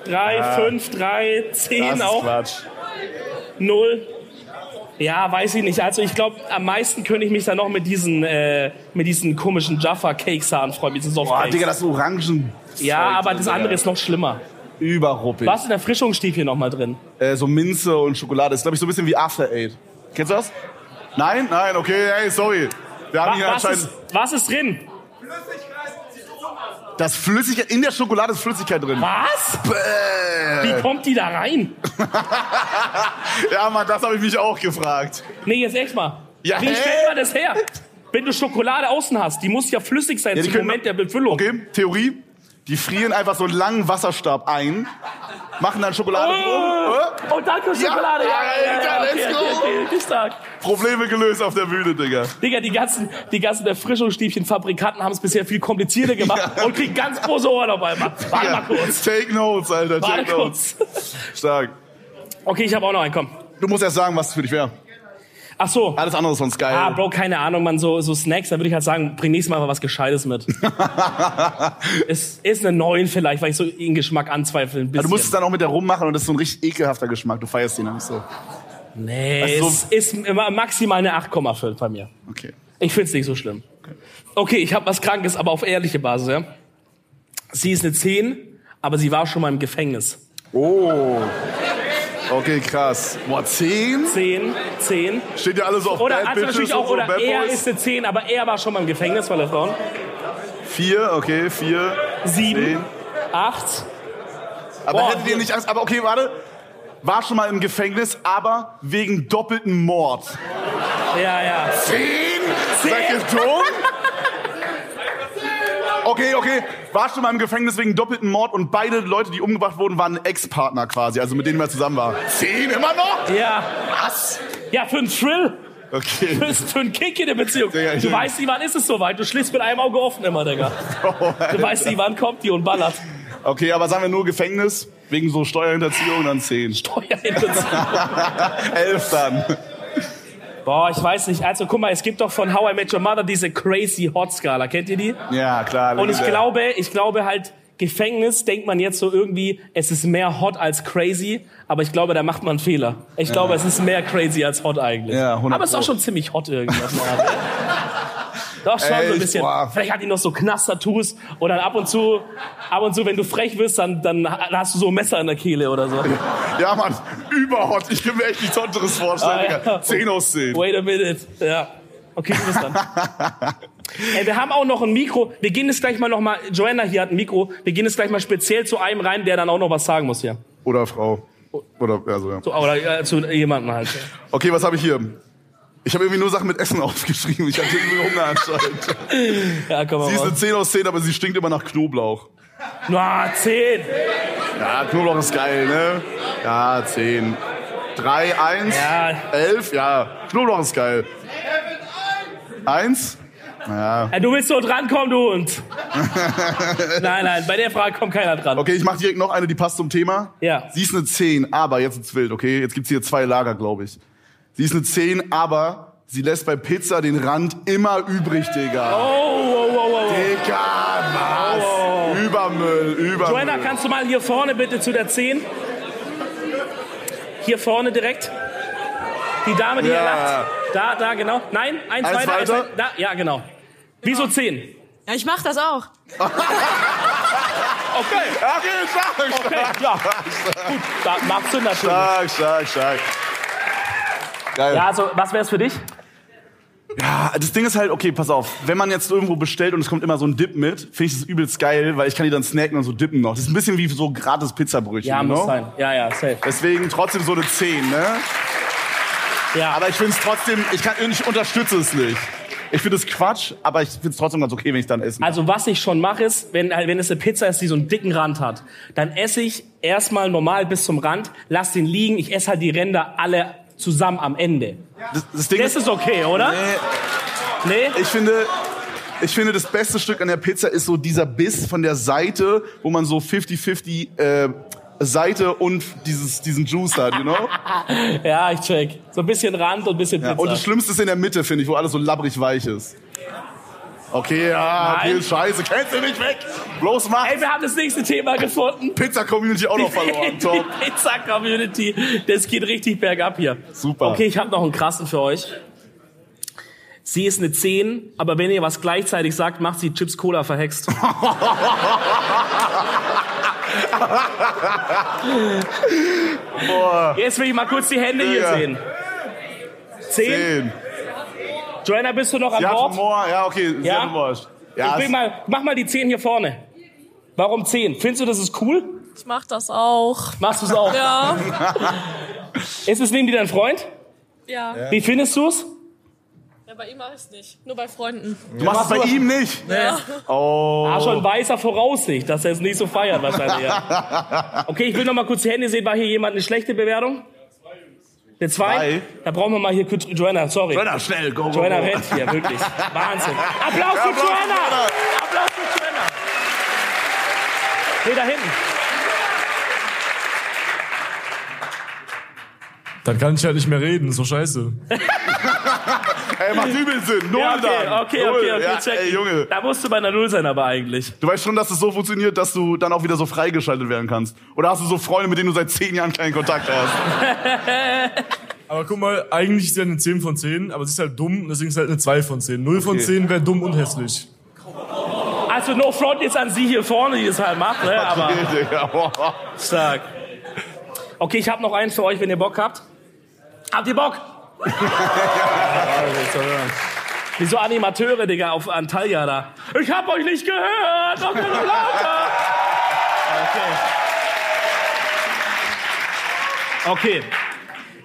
B: drei, fünf, drei,
C: Ah. Das
B: zehn
C: ist
B: auch.
C: Quatsch.
B: Null. Ja, weiß ich nicht. Also ich glaube, am meisten könnte ich mich dann noch mit diesen, äh, mit diesen komischen Jaffa-Cakes anfreuen, mit diesen
C: Boah, Digga,
B: Softcakes.
C: das Orangen.
B: ja, aber das andere ist noch schlimmer.
C: Überruppig.
B: Was in der Frischungsstiefel noch mal drin?
C: äh, so Minze und Schokolade. Ist, glaube ich, so ein bisschen wie After Eight. Kennst du das? Nein? Nein, okay, hey, sorry. Wir haben
B: Wa
C: hier
B: was,
C: anscheinend
B: ist, was ist drin?
C: das Flüssigkeit, in der Schokolade ist Flüssigkeit drin.
B: Was?
C: Bäh.
B: Wie kommt die da rein?
C: ja, Mann, das habe ich mich auch gefragt.
B: Nee, jetzt echt mal.
C: Ja,
B: Wie
C: hä?
B: stellt man das her? Wenn du Schokolade außen hast, die muss ja flüssig sein
C: Ja, die
B: zum
C: können-
B: Moment der Befüllung.
C: Okay, Theorie. Die frieren einfach so einen langen Wasserstab ein, machen dann Schokolade drum. äh,
B: Oh, danke Schokolade.
C: Alter, let's
B: okay,
C: go.
B: okay, okay, okay, stark.
C: Äh, Probleme gelöst auf der Bühne, Digga.
B: Digga, die ganzen, die ganzen Erfrischungsstiefchen-Fabrikanten haben es bisher viel komplizierter gemacht und kriegen ganz große Ohren auf einmal. Warte
C: Ja,
B: mal kurz.
C: Take notes, Alter,
B: Warte
C: take notes.
B: kurz.
C: Stark.
B: Okay, ich habe auch noch einen, komm.
C: Du musst erst sagen, was es für dich wäre.
B: Ach so.
C: Alles andere ist sonst geil. Also,
B: Ah, Bro, keine Ahnung, man, so, so Snacks, da würde ich halt sagen, bring nächstes Mal mal was Gescheites mit. es ist eine Neun vielleicht, weil ich so ihren Geschmack anzweifle ein bisschen.
C: du musst es dann auch mit der rummachen und das ist so ein richtig ekelhafter Geschmack. Du feierst ihn dann nicht so.
B: nee,
C: Ach so.
B: es ist ma- maximal eine 8,5 bei mir.
C: Okay.
B: Ich find's nicht so schlimm. Okay, ich habe was Krankes, aber auf ehrliche Basis, ja. Sie ist eine 10, aber sie war schon mal im Gefängnis.
C: Oh. Okay, krass. Boah, 10?
B: 10, 10.
C: Steht ja alle so auf
B: Oder
C: Bad
B: also natürlich
C: Bitches
B: auch,
C: und so,
B: oder
C: Bad
B: er
C: Boys.
B: ist eine 10, aber er war schon mal im Gefängnis, weil er Frauen.
C: 4, okay, 4.
B: 7,
C: Zehn.
B: 8.
C: Aber
B: Boah.
C: hättet ihr nicht Angst? Aber okay, warte. War schon mal im Gefängnis, aber wegen doppelten Mord.
B: Ja, ja.
C: 10? Seid ihr dumm? Okay, okay. War schon mal im Gefängnis wegen doppelten Mord und beide Leute, die umgebracht wurden, waren Ex-Partner quasi, also mit denen er zusammen war. 10 immer noch?
B: Ja,
C: Was?
B: ja für einen Thrill,
C: Okay.
B: für, für einen Kick in der Beziehung.
C: Digga, ich-
B: Du weißt nicht, wann ist es soweit. Du schläfst mit einem Auge offen immer, Digga. Du weißt nicht, wann kommt die und ballert.
C: Okay, aber sagen wir nur Gefängnis, wegen so Steuerhinterziehung, dann 10.
B: Teuer in Beziehung.
C: 11 dann.
B: Boah, ich weiß nicht. Also guck mal, es gibt doch von How I Met Your Mother diese Crazy Hot Skala. Kennt ihr die?
C: Ja, klar.
B: Und ich
C: legendär.
B: glaube, ich glaube halt, Gefängnis denkt man jetzt so irgendwie, es ist mehr hot als crazy, aber ich glaube, da macht man einen Fehler. Ich glaube, es ist mehr crazy als hot eigentlich.
C: Ja, 100
B: aber es ist auch
C: Pro.
B: schon ziemlich hot irgendwie. auf eine Art. Doch schon so
C: Echt?
B: ein bisschen.
C: Boah.
B: Vielleicht hat die noch so Knast-Tattoos und dann ab und zu, ab und zu, wenn du frech wirst, dann, dann hast du so ein Messer in der Kehle oder so.
C: Ja, Mann, überhot. Ich kann mir echt nichts anderes vorstellen.
B: Ah, ja.
C: Digga. 10 aus 10.
B: Wait a minute. Ja. Okay, du bist dran. Ey, wir haben auch noch ein Mikro. Wir gehen jetzt gleich mal noch mal. Joanna hier hat ein Mikro. Wir gehen jetzt gleich mal speziell zu einem rein, der dann auch noch was sagen muss hier.
C: Oder Frau. Oder, also, ja.
B: So, oder äh, zu jemandem halt.
C: Okay, was habe ich hier? Ich habe irgendwie nur Sachen mit Essen aufgeschrieben. Ich hatte irgendwie Hunger anscheinend.
B: Ja, komm mal
C: Sie ist eine
B: raus.
C: 10 aus 10, aber sie stinkt immer nach Knoblauch.
B: Na, 10.
C: Ja, Knoblauch ist geil, ne? Ja, 10. 3, 1,
B: Ja.
C: 11, ja. Knoblauch ist geil. 1?
B: Ja, du willst nur drankommen, du Hund. nein, nein, bei der Frage kommt keiner dran.
C: Okay, ich mache direkt noch eine, die passt zum Thema.
B: Ja.
C: Sie ist eine 10, aber, jetzt wird's wild, okay? Jetzt gibt's hier zwei Lager, glaube ich. Sie ist eine 10, aber sie lässt bei Pizza den Rand immer übrig, Digga.
B: Oh, wow, wow, wow,
C: Digga,
B: wow.
C: was? Übermüll, Übermüll.
B: Joanna, kannst du mal hier vorne bitte zu der 10? Hier vorne direkt. Die Dame, die
C: Ja.
B: hier lacht. Da, da, genau. Nein, eins,
C: Eins
B: weiter, eins
C: weiter?
B: weiter. Da, ja, genau. Wieso 10?
G: Ja, ich mach das auch.
B: Okay,
C: Ach, jetzt sag ich.
B: okay, ja. Gut, da macht Sinn natürlich.
C: Stark, stark, stark. Geil.
B: Ja,
C: Ja.
B: also, was wär's für dich?
C: das Ding ist halt, okay, pass auf, wenn man jetzt irgendwo bestellt und es kommt immer so ein Dip mit, finde ich das übelst geil, weil ich kann die dann snacken und so dippen noch. Das ist ein bisschen wie so gratis Pizzabrötchen,
B: Ja, muss
C: genau?
B: sein. Ja, ja, safe.
C: Deswegen trotzdem so eine 10, ne?
B: Ja.
C: Aber ich finde es trotzdem, ich, kann, ich unterstütze es nicht. Ich finde es Quatsch, aber ich finde es trotzdem ganz okay, wenn ich dann esse.
B: Also was ich schon mache ist, wenn, wenn es eine Pizza ist, die so einen dicken Rand hat, dann esse ich erstmal normal bis zum Rand, lass den liegen, ich esse halt die Ränder alle zusammen am Ende.
C: Das, das Ding
B: Das ist okay, oder? Nee?
C: Ich finde, ich finde, das beste Stück an der Pizza ist so dieser Biss von der Seite, wo man so 50-50 äh, Seite und dieses, diesen Juice hat, you know?
B: Ja, ich check. So ein bisschen Rand und ein bisschen
C: Ja,
B: Pizza.
C: und das Schlimmste ist in der Mitte, finde ich, wo alles so labbrig weich ist. Okay, ja,
B: Nein.
C: viel Scheiße, kennst du nicht weg? Bloß mach
B: Ey, wir haben das nächste Thema gefunden.
C: Pizza-Community auch noch verloren. Top.
B: Die Pizza-Community, das geht richtig bergab hier.
C: Super.
B: Okay, ich habe noch einen krassen für euch. Sie ist eine 10, aber wenn ihr was gleichzeitig sagt, macht sie Chips Cola verhext. Jetzt will ich mal kurz die Hände hier
C: Ja.
B: sehen. 10?
C: Zehn.
B: Joanna, bist du noch an
C: Ja,
B: Bord?
C: Humor, ja, okay, sehr
B: Ja?
C: humorisch. Ja,
B: Ich will
C: es-
B: mal, mach mal die 10 hier vorne. Warum 10? Findest du, das ist cool?
G: Ich mach das auch.
B: Machst du es auch?
G: Ja.
B: Ist es neben dir dein Freund?
G: Ja. ja.
B: Wie findest du es?
G: bei ihm mach ich's nicht. Nur bei Freunden.
C: du machst es bei ihm nicht.
G: Ja.
C: Oh.
B: Ah, schon weißer Voraussicht, dass er es nicht so feiert wahrscheinlich. Ja. Okay, ich will noch mal kurz die Hände sehen. War hier jemand eine schlechte Bewertung? Eine zwei?
C: Zwei.
B: Da brauchen wir mal hier kurz- Joanna, sorry.
C: Joanna, schnell, go, go, go.
B: Joanna rennt hier, wirklich. Wahnsinn. Applaus für
C: Applaus für
B: Joanna!
C: Joanna.
B: Applaus für Joanna! Nee, da hinten.
H: Dann kann ich halt nicht mehr reden, so scheiße.
C: Ey, macht übel Sinn. Null
B: Ja,
C: dann.
B: okay, okay,
C: Null.
B: okay, okay,
C: ja,
B: check.
C: Ey, Junge.
B: Da musst du bei einer Null sein aber eigentlich.
C: Du weißt schon, dass es so funktioniert, dass du dann auch wieder so freigeschaltet werden kannst. Oder hast du so Freunde, mit denen du seit zehn Jahren keinen Kontakt hast?
H: Aber guck mal, eigentlich ist sie halt eine 10 von 10, aber sie ist halt dumm, deswegen ist sie halt eine 2 von 10. 0 von 10 wäre dumm und hässlich.
B: Also no front jetzt an sie hier vorne, die das halt macht, ne? aber
C: Nee, Digga. boah.
B: stark. Okay, ich habe noch eins für euch, wenn ihr Bock habt. Habt ihr Bock? Wie so Animateure, Digga, auf Antalya da. Ich hab euch nicht gehört! Doch nur lauter! Okay. Okay.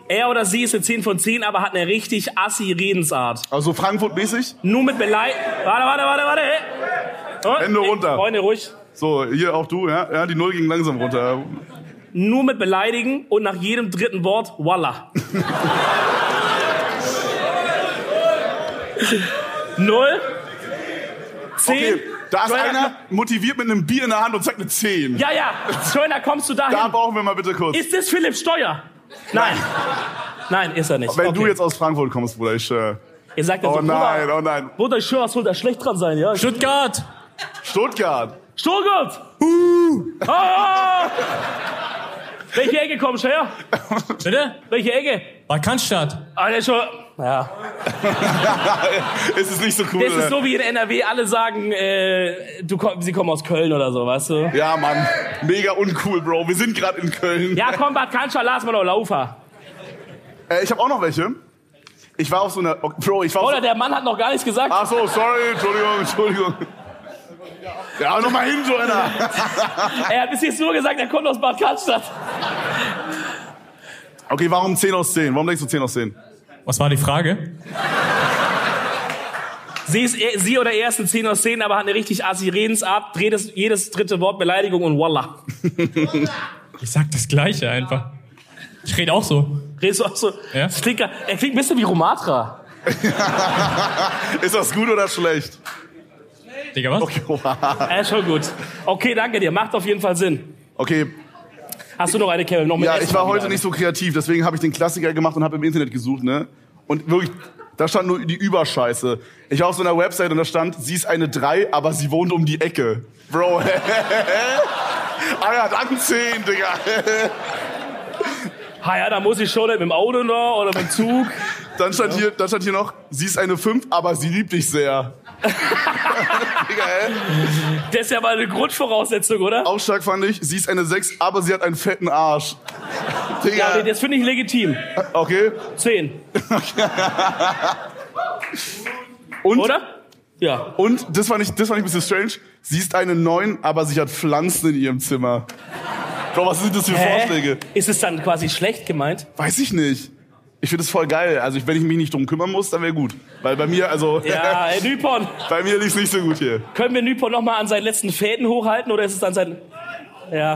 B: Er oder sie ist eine 10 von 10, aber hat eine richtig assi Redensart.
C: Also Frankfurt-mäßig?
B: Nur mit Belei... Warte, warte, warte, warte! Oh,
C: Hände
B: ey,
C: runter.
B: Freunde, ruhig.
C: So, hier auch du, ja? Ja, die Null ging langsam runter.
B: Nur mit Beleidigen und nach jedem dritten Wort Walla. Null. Zehn.
C: Okay, da ist
B: Joanna,
C: einer motiviert mit einem Bier in der Hand und zeigt eine Zehn.
B: Ja, ja, Schöner, kommst du
C: Da
B: dahin?
C: brauchen wir mal bitte kurz.
B: Ist das Philipp Steuer? Nein. Nein, ist er nicht.
C: Wenn
B: okay.
C: du jetzt aus Frankfurt kommst, Bruder, ich schwör.
B: Ihr sagt dann
C: Oh
B: so,
C: nein,
B: Bruder,
C: oh nein.
B: Bruder, ich schwör, was soll da schlecht dran sein, ja?
H: Stuttgart!
C: Stuttgart.
B: Sturgut! Ah! Welche Ecke kommst du her?
H: Bitte?
B: Welche Ecke?
H: Bad Cannstatt.
B: Ah, der ist schon... Ja.
C: ist es nicht so cool,
B: Das ist
C: oder?
B: so wie in NRW, alle sagen, äh, du komm, sie kommen aus Köln oder so, weißt du?
C: Ja, Mann. Mega uncool, Bro. Wir sind gerade in Köln.
B: Ja, komm, Bad Cannstatt, lass mal noch laufen.
C: Äh, ich habe auch noch welche. Ich war auf so einer... oh, Bro, ich war auf so
B: Oder der Mann hat noch gar nichts gesagt.
C: Ach so, sorry, Entschuldigung, Entschuldigung. Ja, nochmal hin, Joanna.
B: Er hat bis jetzt nur gesagt, er kommt aus Bad Cannstatt.
C: Okay, warum 10 aus 10? Warum denkst du 10 aus 10?
H: Was war die Frage?
B: Sie, ist, er- sie oder er ist ein 10 aus 10, aber hat eine richtig assi Redensart, dreht es, jedes dritte Wort Beleidigung und voila.
H: Ich sag das Gleiche einfach. Ich rede auch so.
B: Redest du auch so,
H: Ja?
B: das klingt, gar- er klingt ein bisschen wie Romatra.
C: Ist das gut oder schlecht?
H: Digga, was?
B: Äh, schon gut. Okay, danke dir, macht auf jeden Fall Sinn.
C: Okay,
B: Hast du noch eine, Kevin? Noch mit
C: ja,
B: Essen
C: ich war
B: wieder
C: heute
B: eine.
C: nicht so kreativ, deswegen habe ich den Klassiker gemacht und habe im Internet gesucht, ne? Und wirklich, da stand nur die Überscheiße. Ich war auf so einer Website und da stand, sie ist eine 3, aber sie wohnt um die Ecke. Bro, hä? Ah ja, dann 10, Digga.
B: Ha, ja, da muss ich schon mit dem Auto noch oder mit dem Zug.
C: Dann stand, hier, dann stand hier noch, sie ist eine 5, aber sie liebt dich sehr. Digga, hä?
B: Das ist ja mal eine Grundvoraussetzung, oder?
C: Aufschlag fand ich, sie ist eine 6, aber sie hat einen fetten Arsch.
B: Ja, nee,
C: Digga,
B: das finde ich legitim.
C: okay.
B: 10,
C: Und,
B: oder? Ja.
C: und das, fand ich, das fand ich ein bisschen strange, sie ist eine 9, aber sie hat Pflanzen in ihrem Zimmer. Bro, was sind das für Vorschläge?
B: Ist es dann quasi schlecht gemeint?
C: Weiß ich nicht. Ich finde das voll geil. Also ich- wenn ich mich nicht drum kümmern muss, dann wäre gut. Weil bei mir, also
B: Ja, ey, Nypon.
C: bei mir lief's nicht so gut hier.
B: Können wir Nypon noch mal an seinen letzten Fäden hochhalten oder ist es an seinen... Ja,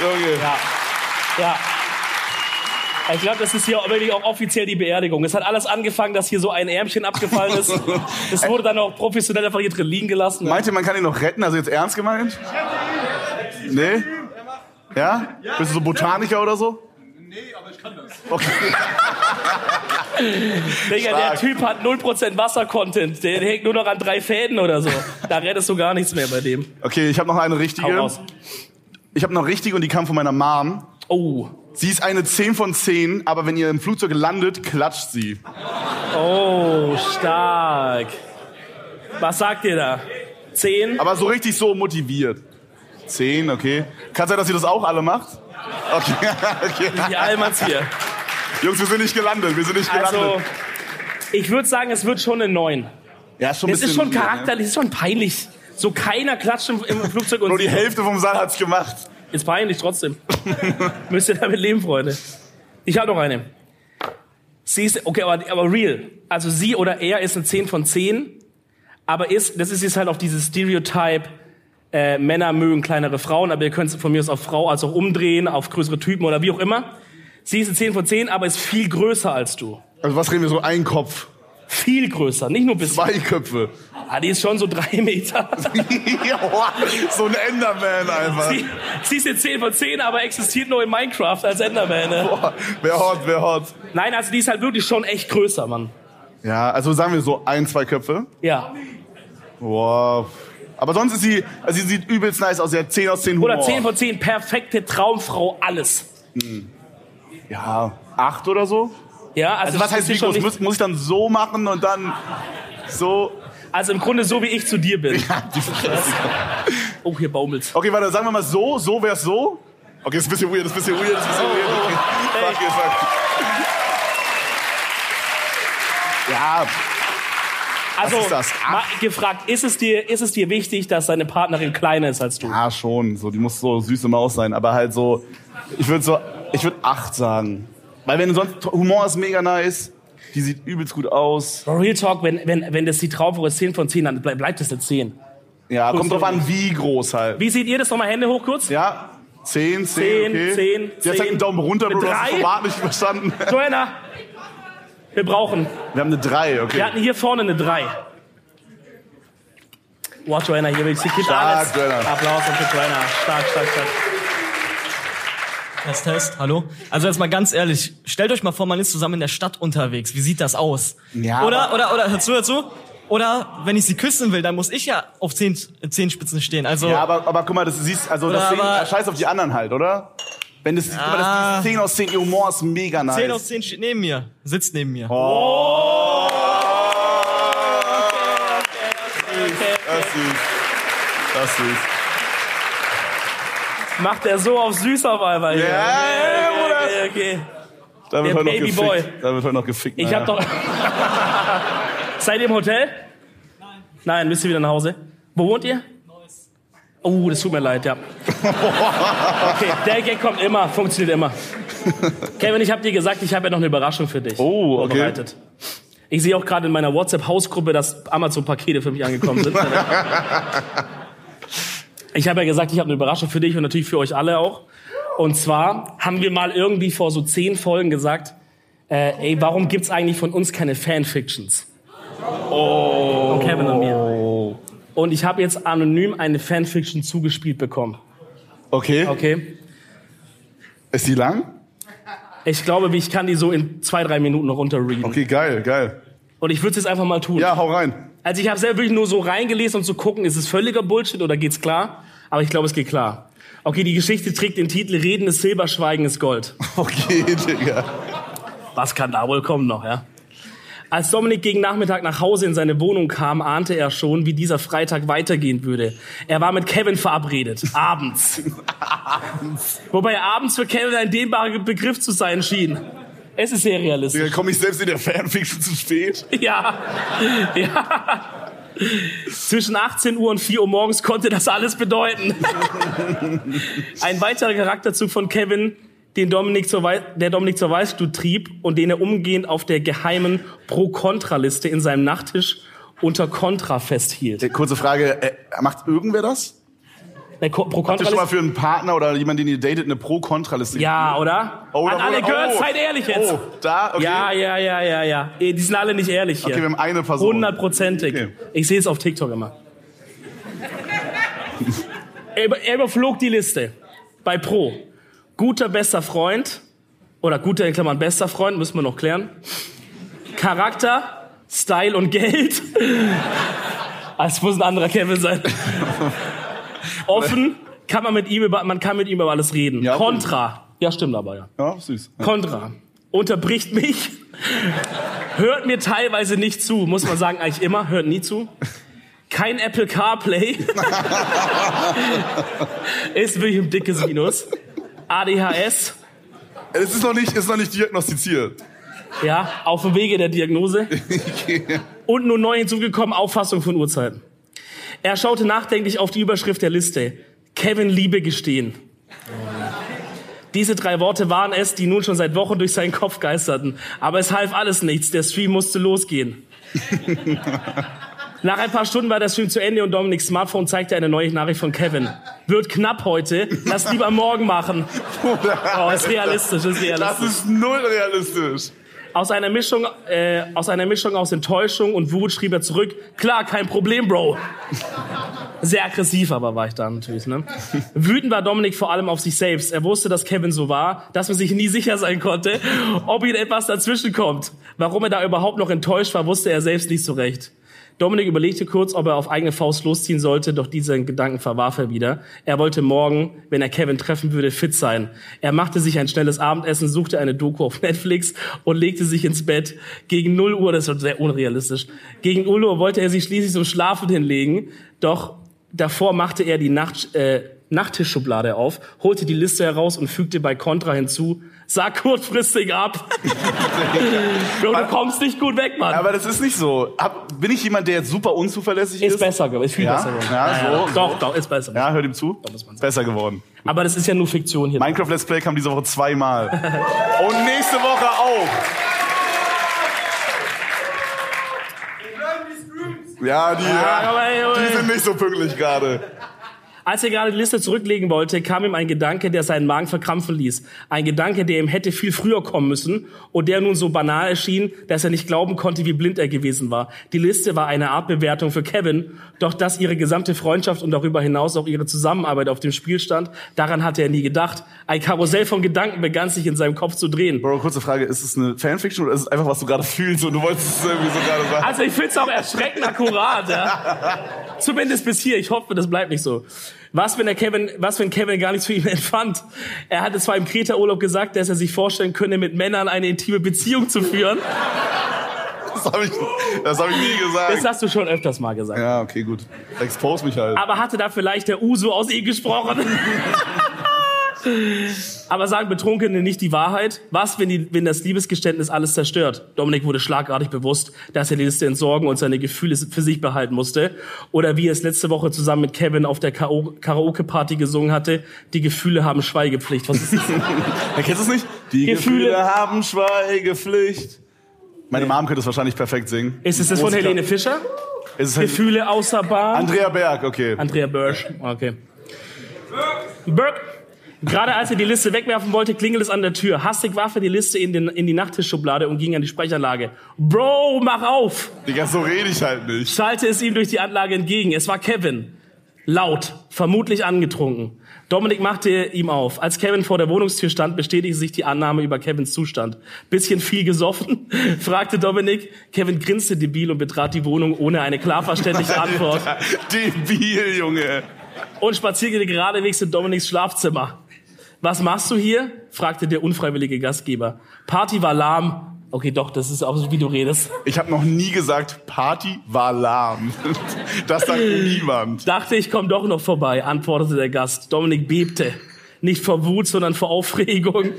C: Junge.
B: ja. Ich glaube, das ist hier wirklich auch offiziell die Beerdigung. Es hat alles angefangen, dass hier so ein Ärmchen abgefallen ist. Es wurde dann auch professionell einfach hier drin liegen gelassen.
C: Meint ihr, man kann ihn noch retten? Also jetzt ernst gemeint? Nee? Ja? Bist du so Botaniker oder so?
B: Digga, der Typ hat 0% Wasser-Content. Der hängt nur noch an drei Fäden oder so. Da rettest du gar nichts mehr bei dem.
C: Okay, ich habe noch eine
B: Hau
C: richtige.
B: raus.
C: Ich habe noch richtige und die kam von meiner Mom.
B: Oh.
C: Sie ist eine 10 von 10, aber wenn ihr im Flugzeug landet, klatscht sie.
B: Oh, stark. Was sagt ihr da? Zehn?
C: Aber so richtig so motiviert. 10, okay. Kann sein, dass ihr das auch alle macht? Okay, okay.
B: Die Almans hier.
C: Jungs, wir sind nicht gelandet, wir sind nicht gelandet.
B: Also, ich würde sagen, es wird schon eine Neun.
C: ja, ist schon ein
B: Es
C: bisschen,
B: ist schon
C: Ja,
B: charakterlich, es ist schon peinlich. So keiner klatscht im, im Flugzeug und
C: Nur die Hälfte vom Saal hat's gemacht.
B: ist peinlich trotzdem. Müsst ihr damit leben, Freunde. Ich habe noch eine. Sie ist, okay, aber, aber real. Also sie oder er ist eine 10 von 10, aber ist, das ist jetzt halt auch dieses Stereotype, äh, Männer mögen kleinere Frauen, aber ihr könnt es von mir aus auf Frau als auch umdrehen, auf größere Typen oder wie auch immer. Sie ist eine 10 von 10, aber ist viel größer als du.
C: Also was reden wir so? Ein Kopf,
B: Viel größer, nicht nur ein bisschen.
C: zwei Köpfe.
B: Ah, die ist schon so drei Meter.
C: so ein Enderman einfach.
B: Sie, sie ist jetzt 10 von 10, aber existiert nur in Minecraft als Enderman. Ne?
C: Boah, wer hot, wer hot.
B: Nein, also die ist halt wirklich schon echt größer, Mann.
C: Ja, also sagen wir so ein, zwei Köpfe.
B: Ja.
C: Boah. Aber sonst ist sie, also sie sieht übelst nice aus. Sie hat 10 aus 10 Humor.
B: Oder 10 von 10, perfekte Traumfrau, alles.
C: Ja, 8 oder so.
B: Ja, also,
C: Also was
B: das
C: heißt
B: ist schon
C: Mikros?
B: nicht,
C: Muss, muss ich dann so machen und dann so...
B: Also im Grunde so, wie ich zu dir bin.
C: Die Fresse.
B: Oh, hier baumelt's.
C: Okay, warte, sagen wir mal so, so wär's so. Okay, ist ein bisschen weird, ist ein bisschen weird, ist ein bisschen
B: Oh,
C: weird. Okay. Fuck, it, fuck. Ja,
B: Also,
C: ist das?
B: mal gefragt, ist es, dir, ist es dir wichtig, dass deine Partnerin kleiner ist als du?
C: ah, schon, so, die muss so süße Maus sein, aber halt so, ich würde so, ich würde acht sagen. Weil wenn sonst, Humor ist mega nice, die sieht übelst gut aus.
B: Real Talk, wenn, wenn, wenn das die Traumfrau ist 10 von 10, dann bleib- bleibt es eine 10.
C: Ja, kommt drauf an, wie groß halt.
B: Wie seht ihr das? Nochmal Hände hoch kurz.
C: Ja, zehn, zehn,
B: Zehn,
C: okay.
B: zehn,
C: Jetzt zeig
B: zehn.
C: einen Daumen runter, Bro,
B: Eine
C: du hast das
B: drei?
C: Format nicht verstanden.
B: Joanna, wir brauchen.
C: Wir haben eine drei, okay.
B: Wir hatten hier vorne eine 3. Wow, Joanna, hier will ich sie gibt
C: Stark,
B: alles.
C: Joanna.
B: Applaus für Joanna. Stark, stark, stark.
I: Test, Test, hallo. Also jetzt mal ganz ehrlich, stellt euch mal vor, man ist zusammen in der Stadt unterwegs. Wie sieht das aus?
C: Ja,
I: Oder, oder, oder, hör zu, hör zu. Oder, wenn ich sie küssen will, dann muss ich ja auf zehn, zehn Spitzen stehen. Also,
C: Ja, aber, aber guck mal, das siehst, also das
I: Oder
C: sehen,
I: aber-
C: scheiß auf die anderen halt, oder? Wenn das, guck mal, das die 10 aus 10, ihr Humor ist mega nice.
I: zehn aus zehn steht neben mir, sitzt neben mir.
C: Das ist süß. Das ist süß.
B: Macht er so auf süß auf einmal. hier.
C: Ja, Bruder.
B: okay, okay.
C: Da wird
B: Der
C: heute noch
B: Babyboy.
C: gefickt. Da wird heute noch gefickt.
B: Ich hab
C: naja.
B: doch. Seid ihr im Hotel? Nein. Nein, müsst ihr wieder nach Hause? Wo wohnt ihr? Neuss. Oh, das tut mir leid, ja. Okay, der Gag kommt immer, funktioniert immer. Kevin, ich habe dir gesagt, ich habe ja noch eine Überraschung für dich.
C: Oh, okay.
B: vorbereitet. Ich sehe auch gerade in meiner WhatsApp-Hausgruppe, dass Amazon-Pakete für mich angekommen sind. ich habe ja gesagt, ich habe eine Überraschung für dich und natürlich für euch alle auch. Und zwar haben wir mal irgendwie vor so zehn Folgen gesagt, äh, ey, warum gibt's eigentlich von uns keine Fanfictions? Oh. Von Kevin und mir. Und ich habe jetzt anonym eine Fanfiction zugespielt bekommen.
C: Okay.
B: Okay?
C: Ist die lang?
B: Ich glaube, ich kann die so in zwei, drei Minuten noch runterreaden.
C: Okay, geil, geil.
B: Und ich würde es jetzt einfach mal tun.
C: Ja, hau rein.
B: Also ich habe selber wirklich nur so reingelesen, um zu gucken, ist es völliger Bullshit oder geht's klar? Aber ich glaube, es geht klar. Okay, die Geschichte trägt den Titel Reden ist Silber, Schweigen ist Gold.
C: Okay, Digga.
B: Was kann da wohl kommen noch, ja? Als Dominik gegen Nachmittag nach Hause in seine Wohnung kam, ahnte er schon, wie dieser Freitag weitergehen würde. Er war mit Kevin verabredet. Abends. Wobei abends für Kevin ein dehnbarer Begriff zu sein schien. Es ist sehr realistisch.
C: Digga, komme ich selbst in der Fanfiction zu spät?
B: Ja. ja. Zwischen 18 Uhr und 4 Uhr morgens konnte das alles bedeuten. Ein weiterer Charakterzug von Kevin, den Dominik zur Wei der Dominik zur Weißglut trieb und den er umgehend auf der geheimen Pro-Kontra-Liste in seinem Nachttisch unter Kontra festhielt.
C: Äh, Kurze Frage, äh, macht irgendwer das?
B: Der Äh, Ko-
C: Habt ihr schon mal
B: Pro-Kontra-Liste?
C: für einen Partner oder jemanden, den ihr datet, eine Pro-Kontra-Liste?
B: Ja, oder?
C: Oh,
B: An
C: da-
B: alle
C: oh,
B: Girls,
C: oh.
B: seid ehrlich jetzt.
C: Oh, da? Okay.
B: Ja, ja, ja, ja, ja. Eh, Die sind alle nicht ehrlich hier.
C: Okay, wir haben eine Person.
B: Hundertprozentig.
C: Okay.
B: Ich sehe es auf TikTok immer. er, über, er überflog die Liste. Bei Pro. Guter bester Freund. Oder guter in Klammern bester Freund, müssen wir noch klären. Charakter, Style und Geld. Es muss ein anderer Kevin sein. Offen, kann man mit ihm über, man kann mit ihm über alles reden.
C: Ja, okay.
B: Kontra. Ja, stimmt aber, ja.
C: Ja, süß.
B: Kontra. Unterbricht mich. Hört mir teilweise nicht zu. Muss man sagen, eigentlich immer. Hört nie zu. Kein Apple CarPlay. ist wirklich ein dickes Minus. ADHS.
C: Es ist noch nicht, ist noch nicht diagnostiziert.
B: Ja, auf dem Wege der Diagnose. Und nur neu hinzugekommen, Auffassung von Uhrzeiten. Er schaute nachdenklich auf die Überschrift der Liste. Kevin Liebe gestehen. Diese drei Worte waren es, die nun schon seit Wochen durch seinen Kopf geisterten. Aber es half alles nichts. Der Stream musste losgehen. Nach ein paar Stunden war der Stream zu Ende und Dominiks Smartphone zeigte eine neue Nachricht von Kevin. Wird knapp heute. Lass lieber morgen machen. Oh, ist realistisch, ist realistisch.
C: Das ist null realistisch.
B: Aus einer Mischung, äh, aus einer Mischung aus Enttäuschung und Wut schrieb er zurück, klar, kein Problem, Bro. Sehr aggressiv aber war ich da natürlich, ne? Wütend war Dominik vor allem auf sich selbst. Er wusste, dass Kevin so war, dass man sich nie sicher sein konnte, ob ihm etwas dazwischen kommt. Warum er da überhaupt noch enttäuscht war, wusste er selbst nicht so recht. Dominik überlegte kurz, ob er auf eigene Faust losziehen sollte, doch diesen Gedanken verwarf er wieder. Er wollte morgen, wenn er Kevin treffen würde, fit sein. Er machte sich ein schnelles Abendessen, suchte eine Doku auf Netflix und legte sich ins Bett. Gegen 0 Uhr, das ist sehr unrealistisch, gegen 0 Uhr wollte er sich schließlich zum Schlafen hinlegen, doch davor machte er die Nacht, äh, Nachttischschublade auf, holte die Liste heraus und fügte bei Contra hinzu, sah kurzfristig ab. Bro, du kommst nicht gut weg, Mann.
C: Aber das ist nicht so. Hab, bin ich jemand, der jetzt super unzuverlässig ist?
B: Ist besser geworden, ist viel
C: Ja?
B: besser geworden.
C: Ja, so, so.
B: Doch, doch, ist besser.
C: Ja, hört ihm zu. Besser geworden.
B: Aber das ist ja nur Fiktion hier.
C: Minecraft Let's Play kam diese Woche zweimal. Und nächste Woche auch. Ja, die,
B: Ja, aber, ey,
C: die
B: ey.
C: sind nicht so pünktlich gerade.
B: Als er gerade die Liste zurücklegen wollte, kam ihm ein Gedanke, der seinen Magen verkrampfen ließ. Ein Gedanke, der ihm hätte viel früher kommen müssen und der nun so banal erschien, dass er nicht glauben konnte, wie blind er gewesen war. Die Liste war eine Art Bewertung für Kevin, doch dass ihre gesamte Freundschaft und darüber hinaus auch ihre Zusammenarbeit auf dem Spiel stand, daran hatte er nie gedacht. Ein Karussell von Gedanken begann sich in seinem Kopf zu drehen.
C: Bro, kurze Frage. Ist es eine Fanfiction oder ist es einfach, was du gerade fühlst und du wolltest es irgendwie so gerade sagen?
B: Also ich find's auch erschreckend akkurat, ja. Zumindest bis hier. Ich hoffe, das bleibt nicht so. Was, wenn der Kevin, was, wenn Kevin gar nichts für ihn empfand? Er hatte zwar im Kreta-Urlaub gesagt, dass er sich vorstellen könne, mit Männern eine intime Beziehung zu führen.
C: Das habe ich, das hab ich nie
B: Das
C: gesagt.
B: hast du schon öfters mal gesagt.
C: Ja, okay, gut. Expose mich halt.
B: Aber hatte da vielleicht der Uso aus ihm gesprochen? Aber sagen Betrunkene nicht die Wahrheit? Was, wenn, die, wenn das Liebesgeständnis alles zerstört? Dominik wurde schlagartig bewusst, dass er die Liste entsorgen und seine Gefühle für sich behalten musste. Oder wie er es letzte Woche zusammen mit Kevin auf der K.O. Karaoke-Party gesungen hatte, die Gefühle haben Schweigepflicht. Was ist das?
C: Kennst du es nicht? Die
B: Gefühle-
C: Gefühle, haben Schweigepflicht. Meine Mom könnte es wahrscheinlich perfekt singen.
B: Ist es das von
C: Großes Kla-
B: Helene Fischer?
C: Ist es Hel-
B: Gefühle außer Bahn?
C: Andrea Berg, okay.
B: Andrea Börsch, okay. Burke. Gerade als er die Liste wegwerfen wollte, klingelt es an der Tür. Hastig warf er die Liste in, den, in die Nachttischschublade und ging an die Sprechanlage. Bro, mach auf!
C: Digga, so rede ich halt nicht.
B: Schallte es ihm durch die Anlage entgegen. Es war Kevin. Laut, vermutlich angetrunken. Dominik machte ihm auf. Als Kevin vor der Wohnungstür stand, bestätigte sich die Annahme über Kevins Zustand. Bisschen viel gesoffen, fragte Dominik. Kevin grinste debil und betrat die Wohnung ohne eine klar verständliche Antwort
C: Debil, Junge.
B: und spazierte geradewegs in Dominiks Schlafzimmer. Was machst du hier? fragte der unfreiwillige Gastgeber. Party war lahm. Okay, doch, das ist auch, wie du redest.
C: Ich habe noch nie gesagt, Party war lahm. Das sagt mir niemand.
B: Dachte, ich komm doch noch vorbei, antwortete der Gast. Dominik bebte. Nicht vor Wut, sondern vor Aufregung.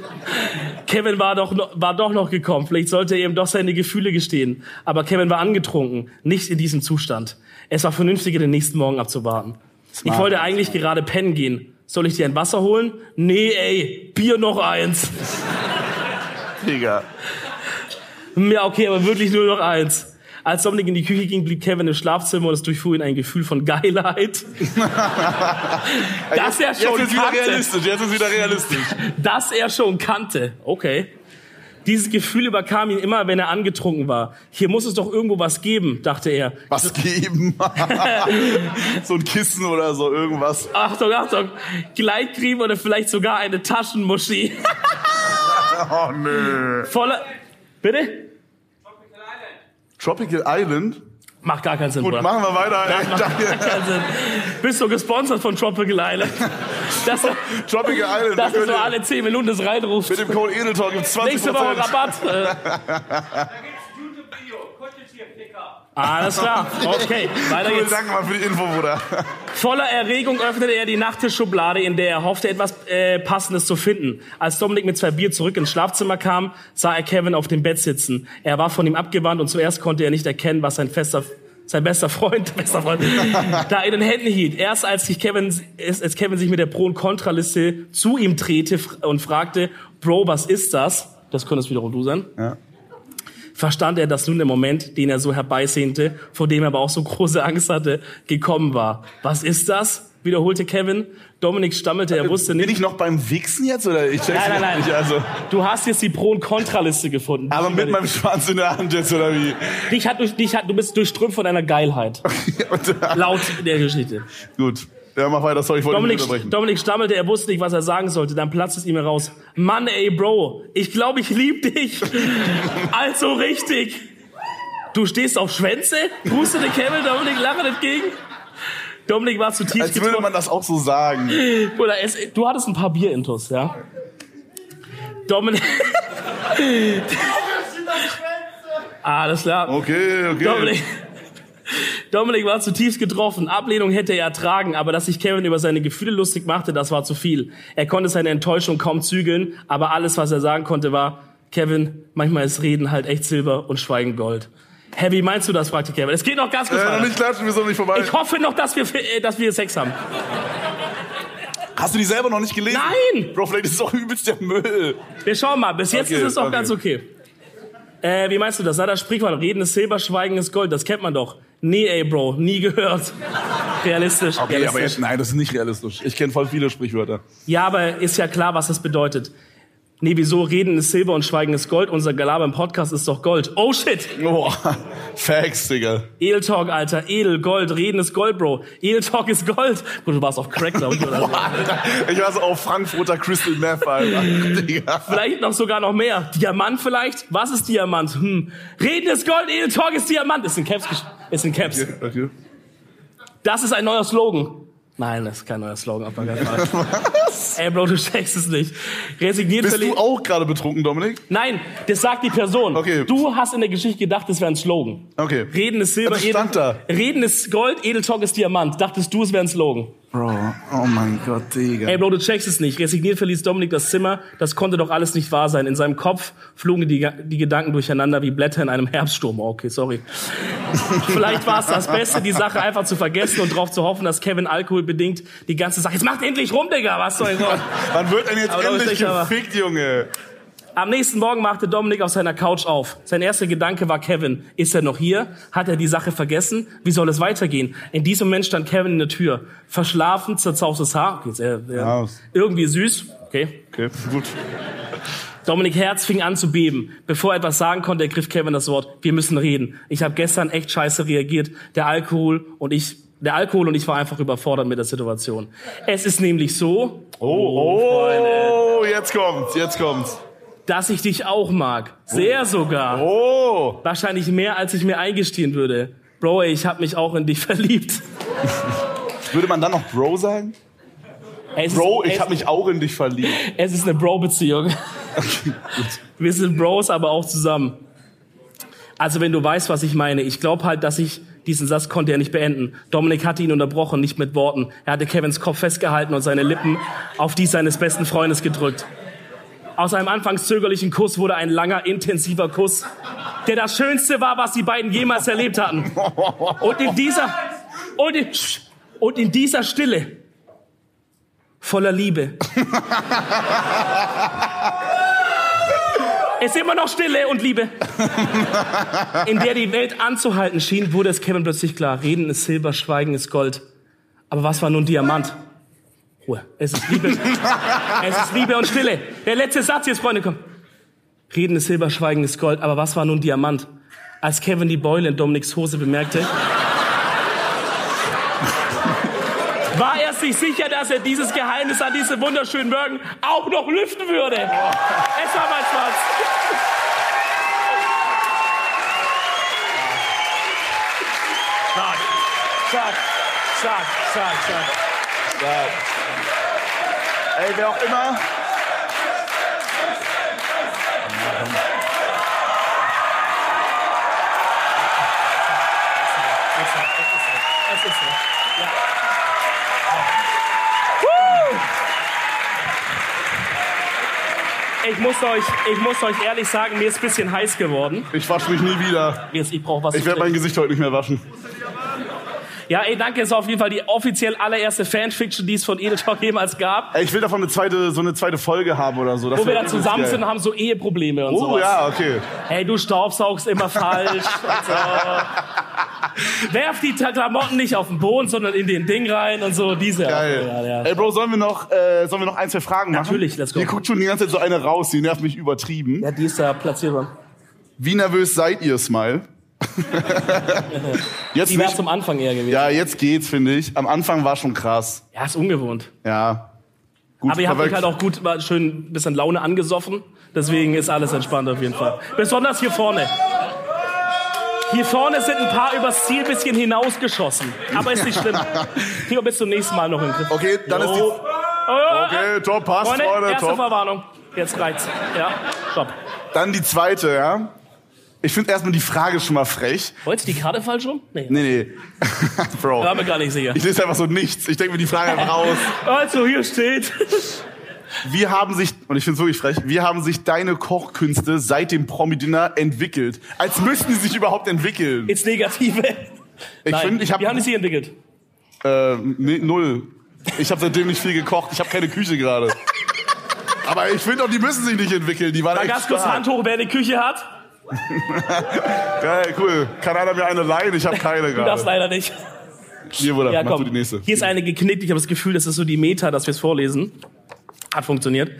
B: Kevin war doch, noch, war doch noch gekommen. Vielleicht sollte er ihm doch seine Gefühle gestehen. Aber Kevin war angetrunken, nicht in diesem Zustand. Es war vernünftiger, den nächsten Morgen abzuwarten. ich wollte eigentlich gerade pennen gehen. Soll ich dir ein Wasser holen? Nee, ey, Bier noch eins.
C: Digga.
B: Hm, Ja, okay, aber wirklich nur noch eins. Als Dominik in die Küche ging, blieb Kevin im Schlafzimmer und es durchfuhr ihn ein Gefühl von Geilheit. das er
C: Jetzt
B: schon
C: ist wieder
B: kannte.
C: realistisch, jetzt ist wieder realistisch.
B: Das er schon kannte. Okay. Dieses Gefühl überkam ihn immer, wenn er angetrunken war. Hier muss es doch irgendwo was geben, dachte er.
C: Was geben? so ein Kissen oder so, irgendwas.
B: Achtung, Achtung. Gleitgrieb oder vielleicht sogar eine Taschenmuschi.
C: Oh, nö.
B: Voller. Bitte?
C: Tropical Island?
B: Macht gar keinen Sinn,
C: Gut,
B: Bruder.
C: machen wir weiter. Ey,
B: Macht
C: danke.
B: gar keinen Sinn. Also, Bist du gesponsert von Tropical Island? Das,
C: Tropical Island.
B: das
C: wir
B: ist
C: können
B: so alle 10 Minuten das reinruft.
C: mit dem Code Edeltalk gibt's 20%.
B: Nächste Woche Rabatt. Äh, alles klar. Okay, weiter
C: Cool,
B: geht's.
C: danke mal für die Info, Bruder.
B: Voller Erregung öffnete er die Nachttischschublade, in der er hoffte, etwas äh, Passendes zu finden. Als Dominik mit zwei Bier zurück ins Schlafzimmer kam, sah er Kevin auf dem Bett sitzen. Er war von ihm abgewandt und zuerst konnte er nicht erkennen, was sein fester sein bester Freund, bester Freund, da in den Händen hielt. Erst als sich Kevin, erst als Kevin sich mit der Pro- und Kontraliste zu ihm drehte fr- und fragte, Bro, was ist das? Das könntest wiederum du sein verstand er, dass nun der Moment, den er so herbeisehnte, vor dem er aber auch so große Angst hatte, gekommen war. Was ist das? wiederholte Kevin. Dominik stammelte, er wusste
C: Äh, Bin
B: nicht.
C: ich noch beim Wichsen jetzt? Oder ich check's
B: Nein, nein, nein.
C: nicht. Also,
B: Du hast jetzt die Pro- und Kontraliste gefunden.
C: aber mit meinem Schwanz in der Hand jetzt, oder wie?
B: dich hat durch, dich hat, du bist durchströmt von einer Geilheit.
C: Und, äh,
B: Laut der Geschichte.
C: Gut. Ja, mach weiter, sorry, ich wollte
B: Dominik,
C: nicht unterbrechen.
B: Dominik stammelte, er wusste nicht, was er sagen sollte. Dann platzte es ihm heraus. Mann, ey, Bro, ich glaube, ich lieb dich. also richtig. Du stehst auf Schwänze? Hustete Kevin Dominik lachend entgegen. Dominik war zu tief
C: Als würde man
B: getrunken.
C: das auch so sagen.
B: Oder es, du hattest ein paar Bierintus, ja? Dominik. Alles klar.
C: Okay, Äh, okay.
B: Dominik, Dominik war zutiefst getroffen. Ablehnung hätte er ertragen, aber dass sich Kevin über seine Gefühle lustig machte, das war zu viel. Er konnte seine Enttäuschung kaum zügeln, aber alles, was er sagen konnte, war, Kevin, manchmal ist Reden halt echt Silber und Schweigen Gold. Heavy, meinst du das? fragte Kevin. Es geht noch ganz kurz
C: Äh, noch
B: weiter.
C: nicht klatschen, wir sind noch nicht vorbei.
B: Ich hoffe noch, dass wir, äh, dass wir Sex haben.
C: Hast du die selber noch nicht gelesen?
B: Nein!
C: Bro, vielleicht ist es auch übelst der Müll.
B: Wir schauen mal. Bis jetzt
C: Okay,
B: ist es doch
C: okay.
B: ganz okay. Äh, wie meinst du das? Na, das Sprichwort. Reden ist Silber, Schweigen ist Gold. Das kennt man doch. Nee, ey, Bro. Nie gehört. Realistisch.
C: Okay,
B: realistisch.
C: aber jetzt, nein, das ist nicht realistisch. Ich kenne voll viele Sprichwörter.
B: Ja, aber ist ja klar, was das bedeutet. Nee, wieso? Reden ist Silber und Schweigen ist Gold. Unser Gelaber im Podcast ist doch Gold. Oh shit!
C: Oh, Facts, Digga.
B: Edeltalk, Alter. Edel, Gold. Reden ist Gold, Bro. Edeltalk ist Gold. Gut, du warst auf Crack, glaub ich, oder so.
C: Boah, Alter. Ich war so auf Frankfurter Crystal Meth, Alter. Digga.
B: Vielleicht noch sogar noch mehr. Diamant vielleicht? Was ist Diamant? Hm. Reden ist Gold, Edeltalk ist Diamant. Ist in Caps. gesch- Ist in Caps.
C: Okay.
B: Das ist ein neuer Slogan. Nein, das ist kein neuer Slogan, auf gar keinen Fall. Ey, Bro, du checkst es nicht. Resigniert
C: Bist
B: verli-
C: du auch gerade betrunken, Dominik?
B: Nein, das sagt die Person.
C: Okay.
B: Du hast in der Geschichte gedacht, das wäre ein Slogan.
C: Okay.
B: Reden ist Silber,
C: Das stand da.
B: Reden ist Gold, Edeltalk ist Diamant. Dachtest du, es wäre ein Slogan?
C: Bro, oh mein Gott, Digga.
B: Ey, Bro, du checkst es nicht. Resigniert verließ Dominik das Zimmer. Das konnte doch alles nicht wahr sein. In seinem Kopf flogen die, die Gedanken durcheinander wie Blätter in einem Herbststurm. Oh, Okay, sorry. Vielleicht war es das Beste, die Sache einfach zu vergessen und darauf zu hoffen, dass Kevin alkoholbedingt die ganze Sache... Jetzt macht endlich rum, Digga! Was soll ich
C: Wann wird denn jetzt
B: Aber da ist
C: endlich
B: nicht, aber-
C: gefickt, Junge?
B: Am nächsten Morgen machte Dominik auf seiner Couch auf. Sein erster Gedanke war Kevin. Ist er noch hier? Hat er die Sache vergessen? Wie soll es weitergehen? In diesem Moment stand Kevin in der Tür. Verschlafen, zerzaustes Haar. Okay, sehr, sehr,
C: Aus.
B: Irgendwie süß. Okay.
C: Okay, gut.
B: Dominik Herz fing an zu beben. Bevor er etwas sagen konnte, ergriff Kevin das Wort. Wir müssen reden. Ich habe gestern echt scheiße reagiert. Der Alkohol und ich, der Alkohol und ich war einfach überfordert mit der Situation. Es ist nämlich so,
C: Oh, oh, jetzt kommt's, jetzt kommt's.
B: dass ich dich auch mag. Sehr sogar.
C: Oh,
B: Wahrscheinlich mehr, als ich mir eingestehen würde. Bro, ey, ich hab mich auch in dich verliebt.
C: würde man dann noch Bro sagen?
B: Ey, es
C: Bro,
B: ist,
C: ich habe mich auch in dich verliebt.
B: Es ist eine Bro-Beziehung. Wir sind Bros, aber auch zusammen. Also wenn du weißt, was ich meine. Ich glaube halt, dass ich diesen Satz konnte er nicht beenden. Dominik hatte ihn unterbrochen, nicht mit Worten. Er hatte Kevins Kopf festgehalten und seine Lippen auf die seines besten Freundes gedrückt. Aus einem anfangs zögerlichen Kuss wurde ein langer, intensiver Kuss, der das Schönste war, was die beiden jemals erlebt hatten. Und in dieser und in, und in dieser Stille voller Liebe Es ist immer noch Stille und Liebe. In der die Welt anzuhalten schien, wurde es Kevin plötzlich klar. Reden ist Silber, Schweigen ist Gold. Aber was war nun Diamant? Ruhe. Es ist Liebe. es ist Liebe und Stille. Der letzte Satz jetzt, Freunde, komm. Reden ist Silber, Schweigen ist Gold. Aber was war nun Diamant? Als Kevin die Beule in Dominiks Hose bemerkte, war er sich sicher, dass er dieses Geheimnis an diese wunderschönen Mögen auch noch lüften würde. Es war mein Spaß.
J: Stark, stark, stark, stark.
C: Ey, wer auch immer.
J: Es ist so.
B: Ich muss euch, ich muss euch ehrlich sagen, mir ist ein bisschen heiß geworden.
C: Ich wasche mich nie wieder.
B: Jetzt, ich brauche was.
C: Ich
B: zu
C: werde mein
B: trinken.
C: Gesicht heute nicht mehr waschen.
B: ja, ey, danke. Ist auf jeden Fall die offiziell allererste Fanfiction, die es von Edel Talk jemals gab.
C: Ey, ich will davon eine zweite, so eine zweite Folge haben oder so. Das
B: Wo wir
C: wär
B: dann zusammen
C: übelst
B: sind und
C: geil.
B: haben so Eheprobleme und
C: Oh
B: sowas.
C: ja, okay.
B: Hey, du staubsaugst immer falsch. und so. Werf die Ta- Klamotten nicht auf den Boden, sondern in den Ding rein und so. Diese.
C: Geil.
B: Ja, ja.
C: Ey, Bro, sollen wir noch, äh, sollen wir noch ein, zwei Fragen machen?
B: Natürlich, let's go.
C: Hier guckt schon die ganze Zeit so eine raus, die nervt mich übertrieben.
B: ja, die ist da platziert worden.
C: Wie nervös seid ihr, Smile? jetzt
B: Die wäre
C: nicht,
B: zum Anfang eher gewesen.
C: ja, jetzt geht's, finde ich. Am Anfang war schon krass.
B: ja ist ungewohnt.
C: Ja. Gut,
B: Aber ihr habt euch
C: verwirkt.
B: halt auch gut, war schön ein bisschen Laune angesoffen. Deswegen ist alles entspannt auf jeden Fall. Besonders hier vorne. Hier vorne sind ein paar übers Ziel bisschen hinausgeschossen. Aber ist nicht schlimm. Timo, bis zum nächsten Mal noch im Griff.
C: Okay, dann ist die.
B: Okay,
C: Okay, top, passt,
B: Freunde,
C: Freunde,
B: erste
C: top.
B: Verwarnung. Jetzt reicht's. Ja, stopp.
C: Dann die zweite, ja. Ich finde erstmal die Frage schon mal frech.
B: Wolltest du die Karte falsch rum? Nee.
C: Nee, nee. Bro.
B: War mir gar nicht sicher.
C: Ich lese einfach so nichts. Ich denke mir die Frage einfach raus.
B: Also, hier steht.
C: Wie haben sich, und ich finde es wirklich frech, wie haben sich deine Kochkünste seit dem Promi-Dinner entwickelt? Als müssten sie sich überhaupt entwickeln.
B: Ins Negative.
C: Ich
B: Nein,
C: finde, ich
B: Wir haben
C: habe
B: es hier entwickelt.
C: äh, nee, null. Ich habe seitdem nicht viel gekocht. Ich habe keine Küche gerade. Aber ich finde auch, die müssen sich nicht entwickeln. Die waren echt
B: Ganz kurz
C: stark.
B: Hand hoch, wer eine Küche hat.
C: Geil, cool. Kann einer mir eine leihen? Ich habe keine
B: Du darfst
C: gerade.
B: leider nicht.
C: Hier, Bruder,
B: Ja,
C: mach du
B: komm.
C: die nächste.
B: Hier ist eine geknickt. Ich habe das Gefühl, das ist so die Meta, dass wir es vorlesen. Hat funktioniert.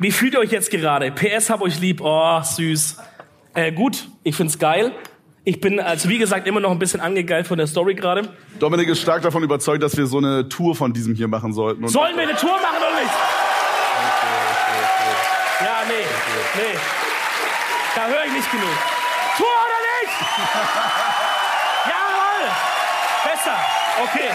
B: Wie fühlt ihr euch jetzt gerade? PS hab euch lieb. Oh, süß. Äh, gut, ich find's geil. Ich bin, also wie gesagt, immer noch ein bisschen angegeilt von der Story gerade.
C: Dominik ist stark davon überzeugt, dass wir so eine Tour von diesem hier machen sollten. Und
B: Sollen wir eine Tour machen oder nicht? Ja, nee, nee. Da höre ich nicht genug. Tour oder nicht? Jawohl! Besser. Okay.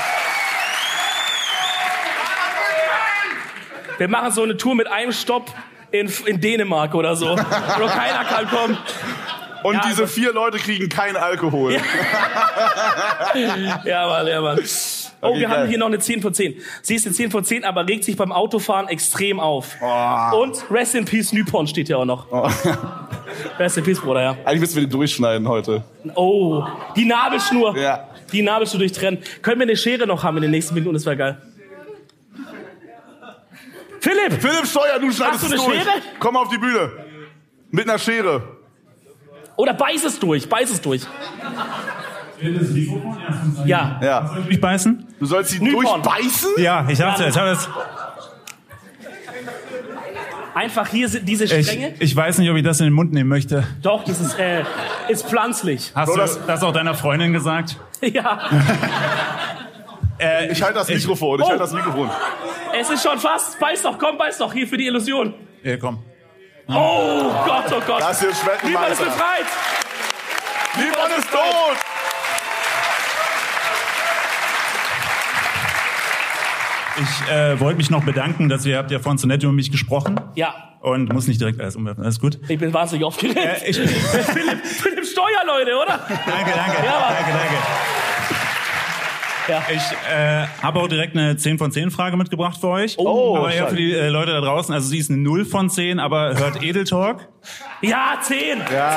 B: Wir machen so eine Tour mit einem Stopp in, in Dänemark oder so. Nur keiner kann kommen.
C: Und
B: Ja,
C: diese
B: also-
C: vier Leute kriegen keinen Alkohol.
B: ja, Mann, ja, Mann. Oh,
C: Okay,
B: wir
C: geil.
B: haben hier noch eine 10 von 10. Sie ist eine 10 von 10, aber regt sich beim Autofahren extrem auf.
C: Oh, Ah.
K: Ah.
B: Und Rest in Peace Nypon steht hier auch noch. Rest in Peace, Bruder, ja.
C: Eigentlich müssen wir die durchschneiden heute.
B: Oh, die Nabelschnur.
C: Ja.
B: Die Nabelschnur durchtrennen. Können wir eine Schere noch haben in den nächsten Minuten? Das wäre geil. Philipp!
C: Philipp Steuer, du schneidest
B: Hast du
C: es
B: eine
C: durch.
B: Schere?
C: Komm auf die Bühne. Mit einer Schere.
B: Oder beiß es durch, beiß es durch. Ja.
C: Ja.
K: Soll ich mich beißen?
C: Du sollst sie
B: Nypon.
C: durchbeißen?
K: Ja, ich dachte, ich habe das.
B: Einfach hier sind diese
K: Ich,
B: Stränge.
K: ich weiß nicht, ob ich das in den Mund nehmen möchte.
B: Doch, das ist, äh, ist pflanzlich.
K: Hast
C: Bro,
K: du
C: das-
K: das, auch deiner Freundin gesagt?
B: Ja.
K: Äh,
C: Ich halte das Mikrofon. Ich
B: Oh.
C: halte das Mikrofon.
B: Es ist schon fast. Beiß doch, komm, beiß doch. Hier für die Illusion.
K: Ja, Äh, komm. Ah.
B: Oh Gott, oh Gott.
C: Das hier schmeckt
B: Niemand ist
C: Meister.
B: befreit.
C: Niemand ist tot.
K: Ich äh, wollte mich noch bedanken, dass ihr habt ja vorhin so nett über mich gesprochen
B: Ja,
K: und muss nicht direkt alles umwerfen. Alles gut.
B: ich bin wahnsinnig aufgeregt.
K: Äh, ich,
B: Philipp, Philipp Steuer, Leute, oder?
K: Danke, danke.
B: Ja, Mann.
K: danke, danke.
B: Ja.
K: Ich äh, habe auch direkt eine 10 von 10 Frage mitgebracht für euch.
C: Oh,
K: aber ja,
C: schade.
K: für die äh, Leute da draußen, also sie ist eine 0 von 10, aber hört Edel Talk.
B: Ja, zehn.
C: Ja,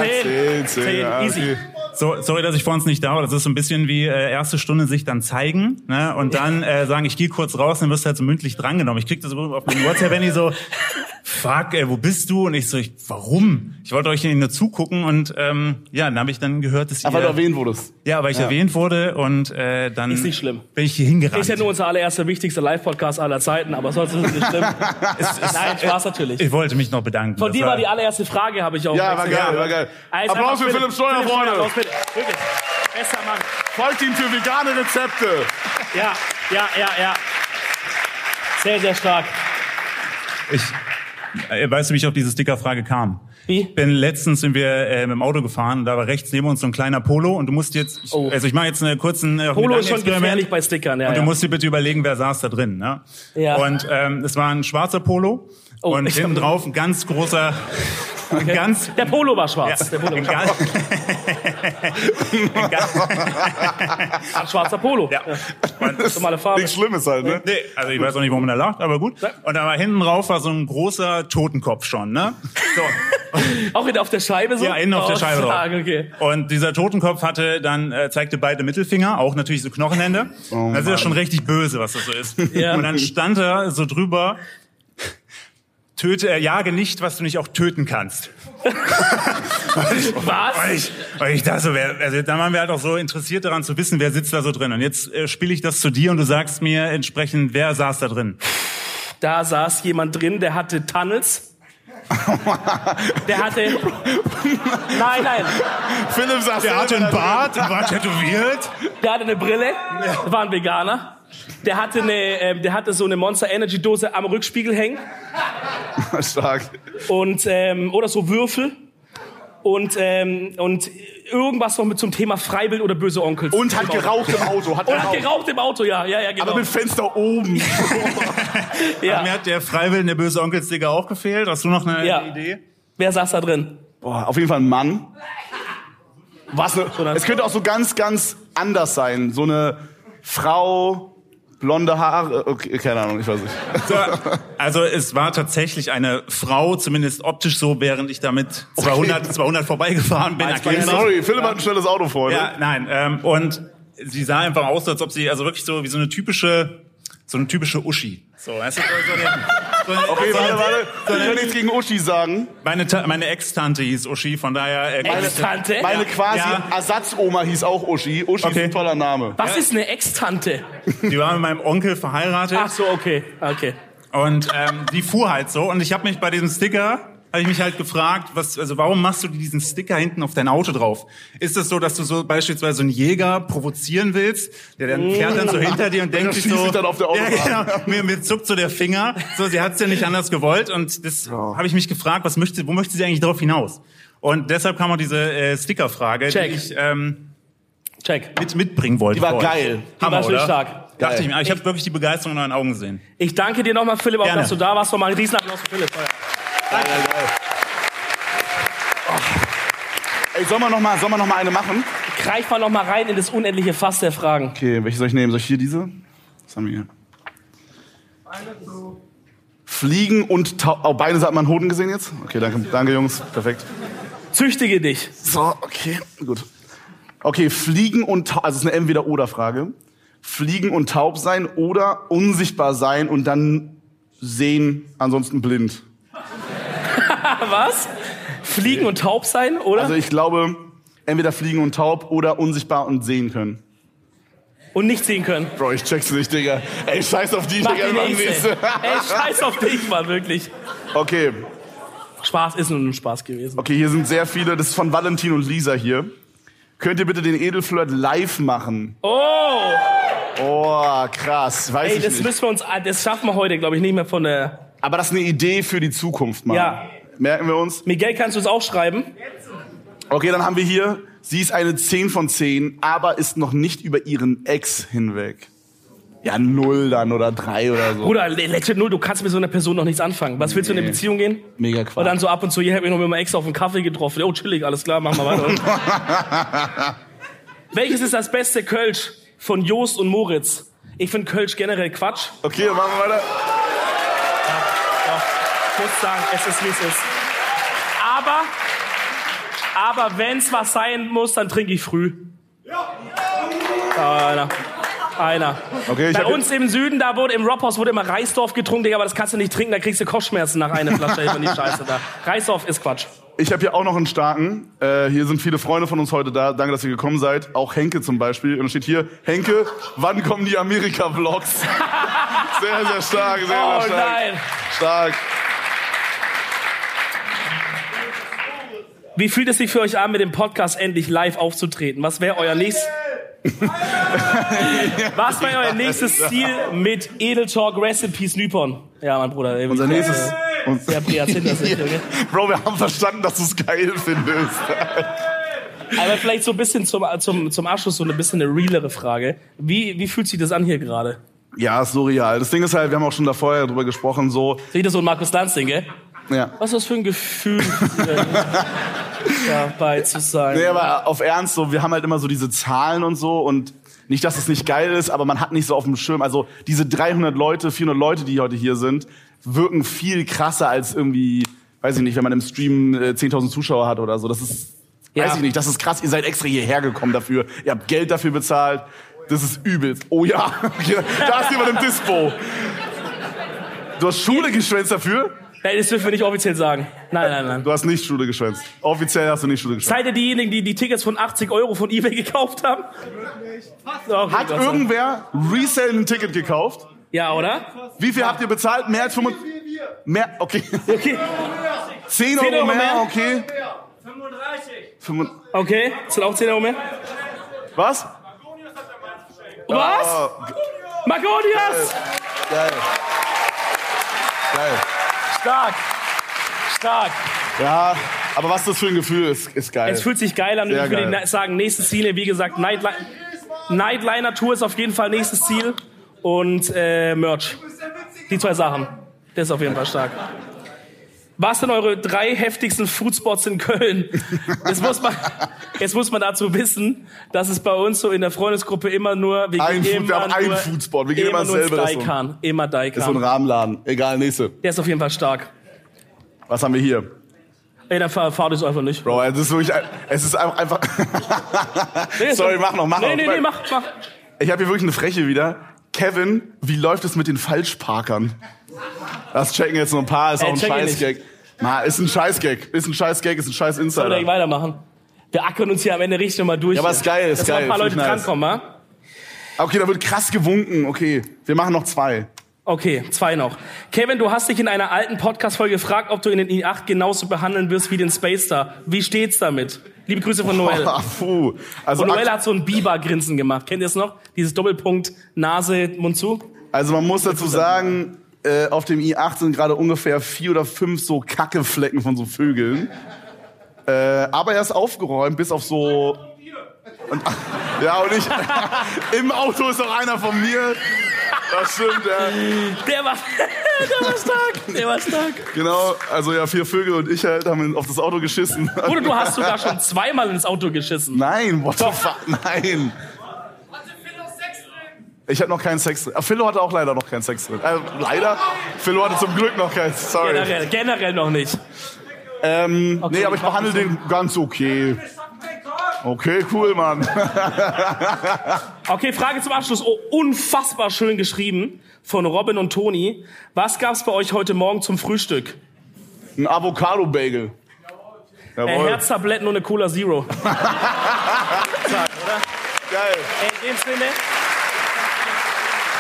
C: zehn,
B: zehn.
C: zehn, ja,
B: easy.
C: okay.
K: So, sorry, dass ich vor uns nicht da war. Das ist so ein bisschen wie äh, erste Stunde sich dann zeigen ne? und dann äh, sagen, ich gehe kurz raus, dann wirst du halt so mündlich drangenommen. Ich krieg das übrigens auf meinem WhatsApp, wenn ich so, fuck, ey, wo bist du? Und ich so, ich, warum? Ich wollte euch nicht nur zugucken und ähm, ja, dann habe ich dann gehört, dass ihr...
C: Aber du erwähnt wurdest.
K: Ja, weil ich erwähnt wurde und äh, dann
B: Ist nicht schlimm.
K: bin ich hier hingerannt.
B: Ist ja nur unser allererster wichtigster Live-Podcast aller Zeiten, aber sonst ist es nicht schlimm. Nein, Spaß natürlich.
K: ich wollte mich noch bedanken.
B: Von
K: Das
B: dir war die allererste Frage, habe ich auch.
C: Ja, war
B: extra
C: geil,
B: gehört.
C: war geil.
B: Also
C: Applaus
B: einfach
C: für Philipp Steuer, Freunde.
B: Applaus, bitte. Wirklich. Bester Mann.
C: Folgt ihm für vegane Rezepte.
B: Ja, ja, ja, ja. Sehr, sehr stark.
K: ich, äh, weißt du, wie ich auf diese Stickerfrage kam?
B: Wie?
K: Bin letztens sind wir äh, mit dem Auto gefahren, da war rechts neben uns so ein kleiner Polo und du musst jetzt, ich,
B: Oh.
K: also ich mache jetzt einen kurzen äh,
B: Polo ist schon
K: Gedankenexperiment.
B: gefährlich bei Stickern. Ja,
K: Und du
B: ja.
K: musst dir bitte überlegen, wer saß da drin. Ne?
B: Ja.
K: Und ähm, es war ein schwarzer Polo
B: Oh,
K: und
B: ich
K: hinten
B: hab-
K: drauf ein ganz großer, ein ganz
B: Der Polo war schwarz. Der Polo war
K: ein
B: schwarz.
K: ganz, ein ganz,
B: Ein schwarzer Polo.
K: ja. Und
B: Das ist normale Farbe.
C: Nichts Schlimmes halt, ne?
K: Nee, also ich weiß auch nicht, warum er lacht, aber gut. Und da war hinten drauf war so ein großer Totenkopf schon, ne? So.
B: Auch hinten auf der Scheibe so?
K: Ja, innen auf der
B: Oh,
K: Scheibe drauf.
B: stark, okay.
K: Und dieser Totenkopf hatte dann äh, zeigte beide Mittelfinger, auch natürlich so Knochenhände. das ist ja schon richtig böse, was das so ist.
B: Ja.
K: Und dann stand er so drüber. Töte, äh, jage nicht, was du nicht auch töten kannst.
B: Was?
K: Und ich, und ich dachte so, wer, also dann waren wir halt auch so interessiert daran zu wissen, wer sitzt da so drin. Und jetzt äh, spiele ich das zu dir und du sagst mir entsprechend, wer saß da drin.
B: Da saß jemand drin, der hatte Tunnels. Der hatte. Nein, nein.
C: Philipp sagt,
K: Der hatte einen Bart, war tätowiert.
B: Der hatte eine Brille. Das war ein Veganer. Der hatte, eine, ähm, der hatte so eine Monster Energy Dose am Rückspiegel hängen.
C: Stark.
B: Und, ähm, oder so Würfel. Und, ähm, und irgendwas noch mit zum Thema Freibild oder böse Onkels.
C: Und hat geraucht im Auto. Hat
B: Und hat
C: geraucht.
B: geraucht im Auto, ja, ja, ja, genau.
C: Aber mit Fenster oben.
B: ja.
K: Mir hat der Freiwillen der böse Onkelsticker auch gefehlt. Hast du noch eine
B: Ja.
K: Idee?
B: Wer saß da drin?
C: Boah, auf jeden Fall ein Mann. Was eine, es könnte auch so ganz, ganz anders sein. So eine Frau, blonde Haare. Okay, keine Ahnung, ich weiß nicht.
K: So, also es war tatsächlich eine Frau, zumindest optisch so, während ich damit 200, 200 vorbeigefahren bin.
C: Okay,
K: Erkennbar.
C: sorry, Philipp hat ein schnelles Auto, ne? Freunde.
K: genau. Ja, nein. Ähm, und sie sah einfach aus, als ob sie, also wirklich so wie so eine typische, so eine typische Uschi. So, weißt du, so eine, so eine,
C: Okay,
K: so
C: warte,
K: eine,
C: warte. Ich will nichts gegen Uschi sagen.
K: meine, Ta- meine Ex-Tante hieß Uschi, von daher... Äh,
B: Ex-Tante?
C: Meine quasi
K: Ja.
C: Ersatzoma hieß auch Uschi. Uschi ist
K: Okay.
C: ein toller Name.
B: Was ist eine Ex-Tante?
K: die war mit meinem Onkel verheiratet.
B: Ach so, okay, okay.
K: Und ähm, die fuhr halt so. Und ich habe mich bei diesem Sticker habe ich mich halt gefragt, was, also warum machst du diesen Sticker hinten auf dein Auto drauf? Ist das so, dass du so beispielsweise einen Jäger provozieren willst, der dann fährt dann so hinter dir und denkt sich
C: Mm. schießt
K: so,
C: sich dann auf der
K: ja,
C: Autobahn.
K: genau, mir, mir zuckt so der Finger. So, sie hat es ja nicht anders gewollt und das habe ich mich gefragt, was möchte, wo möchte sie eigentlich drauf hinaus? Und deshalb kam auch diese äh, Stickerfrage, die
B: Check.
K: ich ähm,
B: Check.
K: mit mitbringen wollte.
C: Die war
K: für euch.
C: geil.
B: Die
K: Hammer,
B: war schön
K: oder?
B: stark.
K: Dachte ich mir, ich habe wirklich die Begeisterung in euren Augen gesehen.
B: Ich danke dir nochmal, Philipp, auch
K: Gerne.
B: dass du da warst. Nochmal einen Riesenapplaus für Philipp.
C: Ey, soll man noch mal, soll man noch mal eine machen?
B: Greif mal noch mal rein in das unendliche Fass der Fragen.
C: Okay, welche soll ich nehmen? Soll ich hier diese? Was haben wir hier? Fliegen und Tau oh, Beine hat man Hoden gesehen jetzt? Okay, danke, danke Jungs, perfekt.
B: Züchtige dich.
C: So, okay, gut. Okay, Fliegen und Taub, also es ist eine entweder oder Frage. Fliegen und taub sein oder unsichtbar sein und dann sehen, ansonsten blind.
B: Was? Fliegen und taub sein, oder?
C: Also ich glaube, entweder fliegen und taub oder unsichtbar und sehen können.
B: Und nicht sehen können.
C: Bro, ich check's nicht, Digga. Ey, scheiß auf die,
B: Mach
C: Digga,
B: die
C: wir machen
B: nächste.
C: nächste.
B: Ey, scheiß auf dich, Mann, wirklich.
C: Okay.
B: Spaß ist nur ein Spaß gewesen.
C: Okay, hier sind sehr viele. Das ist von Valentin und Lisa hier. Könnt ihr bitte den Edelflirt live machen?
B: Oh!
C: Oh, krass. Weiß
B: Ey,
C: ich
B: das
C: nicht.
B: müssen wir uns, das schaffen wir heute, glaube ich, nicht mehr von der.
C: Aber das ist eine Idee für die Zukunft, Mann.
B: Ja.
C: Merken wir uns?
B: Miguel, kannst du es auch schreiben?
C: Okay, dann haben wir hier, sie ist eine 10 von 10, aber ist noch nicht über ihren Ex hinweg. Ja, 0 dann oder 3 oder so.
B: Bruder, le- legit null, du kannst mit so einer Person noch nichts anfangen. Was willst du in eine
C: Nee.
B: Beziehung gehen?
C: Mega Quatsch.
B: Und dann so ab und zu, hier hab ich noch mit meinem Ex auf einen Kaffee getroffen. Oh, chillig, alles klar, machen wir weiter. Welches ist das beste Kölsch von Joost und Moritz? Ich finde Kölsch generell Quatsch.
C: Okay, machen wir weiter.
B: Ich muss sagen, es ist wie es ist. Aber, aber wenn's was sein muss, dann trinke ich früh. Ja. Einer. Einer.
C: Okay, ich
B: Bei
C: hab
B: uns im Süden, da wurde im Robhaus wurde immer Reisdorf getrunken, Digga, aber das kannst du nicht trinken, da kriegst du Kopfschmerzen nach einer Flasche ey, von die Scheiße da. Reisdorf ist Quatsch.
C: Ich habe hier auch noch einen starken. Äh, hier sind viele Freunde von uns heute da. Danke, dass ihr gekommen seid. Auch Henke zum Beispiel. Und da steht hier, Henke, wann kommen die Amerika-Vlogs? sehr, sehr stark, sehr,
B: Oh
C: sehr stark.
B: nein.
C: Stark.
B: Wie fühlt es sich für euch an, mit dem Podcast endlich live aufzutreten? Was wäre euer nächstes Was wäre euer nächstes Ziel mit Edel Talk Recipes Nypon? Ja, mein Bruder. ey,
C: Unser
B: wie-
C: nächstes-
B: Äh, der Brea hat hinter sich, okay?
C: Bro, wir haben verstanden, dass du es geil findest.
B: Aber vielleicht so ein bisschen zum, zum, zum Abschluss so ein bisschen eine realere Frage. Wie, wie fühlt sich das an hier gerade?
C: ja, ist surreal. Das Ding ist halt, wir haben auch schon da vorher drüber gesprochen, so.
B: Seht ihr so ein Markus Lanz-Ding, gell?
C: Ja.
B: Was ist das für ein Gefühl, äh, dabei zu sein?
C: Nee, aber auf Ernst, so, wir haben halt immer so diese Zahlen und so und nicht, dass es nicht geil ist, aber man hat nicht so auf dem Schirm. Also diese 300 Leute, 400 Leute, die heute hier sind, wirken viel krasser als irgendwie, weiß ich nicht, wenn man im Stream äh, 10.000 Zuschauer hat oder so. Das ist,
B: Ja.
C: weiß ich nicht, das ist krass. Ihr seid extra hierher gekommen dafür. Ihr habt Geld dafür bezahlt. Das ist übelst. Oh ja, da ist jemand im Dispo. Du hast Schule geschwänzt dafür?
B: Nein, das dürfen wir nicht offiziell sagen. Nein, nein, nein.
C: Du hast nicht Schule geschwänzt. Offiziell hast du nicht Schule geschwänzt.
B: Seid ihr diejenigen, die die Tickets von 80 Euro von eBay gekauft haben? Oh,
C: Hat
B: Gott sei Dank.
C: irgendwer Resale ein Ticket gekauft?
B: Ja, oder?
C: Wie viel habt ihr bezahlt? Mehr als 25? Mehr, okay.
B: okay.
C: 10 Euro, mehr, okay.
L: 35.
C: Fünfund-
B: Okay, sind auch 10 Euro mehr?
C: Was?
B: Was?
C: Oh,
B: Magonias!
C: geil. Geil.
B: Stark! Stark!
C: Ja, aber was das für ein Gefühl ist, ist geil.
B: Es fühlt sich geil an.
C: Sehr
B: ich würde
C: geil.
B: na- sagen, nächstes Ziel, wie gesagt, Nightli Nightliner Tour ist auf jeden Fall nächstes Ziel. Und äh, Merch. Die zwei Sachen. Das ist auf jeden Fall stark. Was sind eure drei heftigsten Foodspots in Köln? Jetzt muss man, jetzt muss man dazu wissen, dass es bei uns so in der Freundesgruppe immer nur, wir
C: Ein
B: gehen
C: Food- wir
B: immer
C: haben einen
B: nur,
C: Foodspot, wir gehen immer
B: nur ins
C: dasselbe Restaurant.
B: Daikan, immer
C: ist so ein
B: Daikan.
C: Rahmenladen. Egal, nächste.
B: Der ist auf jeden Fall stark.
C: Was haben wir hier?
B: Ey, dann fahr, fahr das einfach nicht.
C: Bro, es ist wirklich, ein- es ist einfach, einfach
B: Nee, ist
C: sorry,
B: so-
C: mach noch, mach
B: nee,
C: noch.
B: Nee, nee, mach, mach.
C: Ich habe hier wirklich eine Freche wieder. Kevin, wie läuft es mit den Falschparkern? Das checken jetzt nur ein paar, ist
B: Ey,
C: auch ein
B: Äh, check ich nicht.
C: Scheißgag. Na, ist ein Scheißgag, ist ein Scheißgag, ist ein scheiß
B: Sollen wir
C: Insider.
B: direkt weitermachen? Wir ackern uns hier am Ende richtig nochmal durch.
C: Ja, aber ist geil, ist
B: Dass noch
C: geil,
B: ein paar
C: finde ich
B: Leute
C: nice.
B: drankommen, ha?
C: Ah, Okay, da wird krass gewunken. Okay, wir machen noch zwei.
B: Okay, zwei noch. Kevin, du hast dich in einer alten Podcast-Folge gefragt, ob du in den i8 genauso behandeln wirst wie den Space Star. Wie steht's damit? Liebe Grüße von Noel.
C: Ah, puh. Also,
B: und Noel
C: akt-
B: hat so ein Biber-Grinsen gemacht. Kennt ihr es noch? Dieses Doppelpunkt Nase, Mund zu?
C: also man muss dazu sagen, äh, auf dem i8 sind gerade ungefähr vier oder fünf so Kackeflecken von so Vögeln. Äh, aber er ist aufgeräumt, bis auf so... Und, ja, und ich... Im Auto ist auch einer von mir. Das stimmt, ja.
B: Der war, der war stark. Der war stark.
C: Genau, also ja, vier Vögel und ich halt haben auf das Auto geschissen.
B: Bruder, du hast sogar schon zweimal ins Auto geschissen.
C: Nein, what the fuck, nein. Ich hatte noch keinen Sex drin. Ah, Philo hatte auch leider noch keinen Sex drin. Äh, leider? Philo hatte zum Glück noch keinen, sorry.
B: Generell, generell noch nicht.
C: Ähm, nee, aber ich behandle den ganz okay. Okay, cool, Mann.
B: Okay, Frage zum Abschluss. Oh, unfassbar schön geschrieben von Robin und Toni. Was gab's bei euch heute Morgen zum Frühstück?
C: Ein Avocado-Bagel.
B: Äh,
C: Jawohl.
B: Herztabletten und eine Cola Zero. Zack, oder?
C: Geil.
B: Ey, In dem Sinne,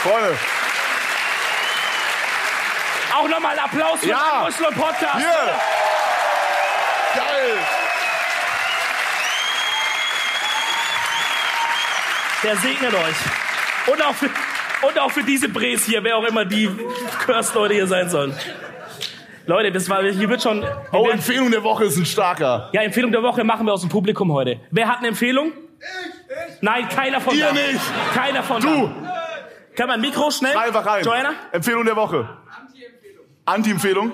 C: Freunde,
B: auch nochmal einen Applaus für
C: Ja.
B: den Muslim Podcast.
C: hier. Geil.
B: Der segnet euch. Und auch für, und auch für diese Bres hier, wer auch immer die Curse-Leute hier sein sollen. Leute, das war, hier wird schon.
C: Oh, Empfehlung der Woche ist ein starker.
B: Ja, Empfehlung der Woche machen wir aus dem Publikum heute. Wer hat eine Empfehlung? Ich, ich. Nein, keiner von
C: Ihr
B: da.
C: nicht.
B: Keiner von
C: Du.
B: da. Kann man Mikro schnell?
C: Schrei Einfach rein.
B: Joanna?
C: Empfehlung der Woche. Anti-Empfehlung.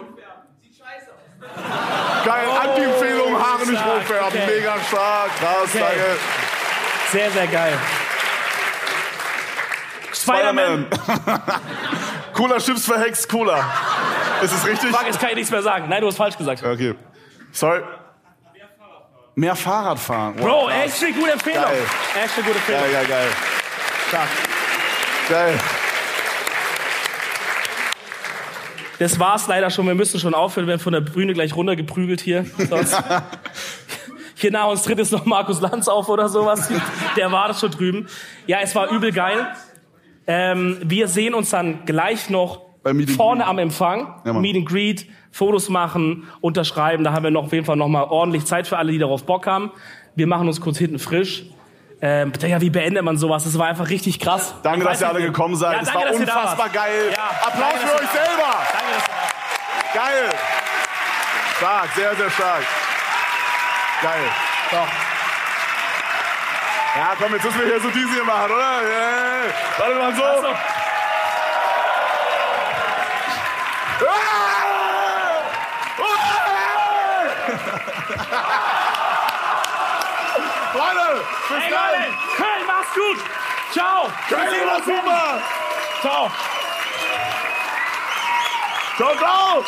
C: Geil, Anti-Empfehlung, Haare nicht
B: Oh, stark,
C: hochfärben.
B: okay.
C: Mega stark, krass,
B: Okay.
C: danke.
B: Sehr, sehr geil. Spider-Man.
C: Cola Chips verhext Cola. Ist es richtig?
B: Fuck, jetzt kann ich nichts mehr sagen. Nein, du hast falsch gesagt.
C: Okay. Sorry. Mehr Fahrrad fahren. Wow,
B: Bro,
C: krass.
B: echt eine gute Empfehlung.
C: Geil.
B: Echt eine gute Empfehlung.
C: Geil, geil, geil.
B: Stark.
C: Geil.
B: Das war's leider schon. Wir müssen schon aufhören. Wir werden von der Bühne gleich runtergeprügelt hier. Sonst hier nach uns tritt jetzt noch Markus Lanz auf oder sowas. Der war das schon drüben. Ja, es war übel geil. Ähm, wir sehen uns dann gleich noch
C: Bei Meet and
B: vorne
C: Greet.
B: am Empfang.
C: Ja, Mann.
B: Meet and Greet, Fotos machen, unterschreiben. Da haben wir noch auf jeden Fall noch mal ordentlich Zeit für alle, die darauf Bock haben. Wir machen uns kurz hinten frisch. Ähm, ja, wie beendet man sowas? Das war einfach richtig krass.
C: Danke,
B: Ich weiß
C: dass ihr alle
B: nicht.
C: gekommen seid.
B: Ja,
C: es
B: danke,
C: war
B: dass ihr da wart.
C: unfassbar geil.
B: Ja,
C: Applaus
B: danke,
C: für
B: dass
C: euch selber.
B: Danke, dass ihr da wart.
C: Geil. Stark, sehr, sehr stark. Geil.
B: Doch.
C: Ja, komm, jetzt müssen wir hier so diese hier machen, oder? Yeah. Warte mal so.
B: Also,
C: Ah! Freunde, bis
B: Hey
C: gleich.
B: Leute, Köln, mach's gut. Ciao.
C: Köln war super.
B: Ciao.
C: Ciao, ciao.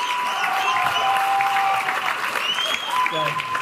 B: Geil.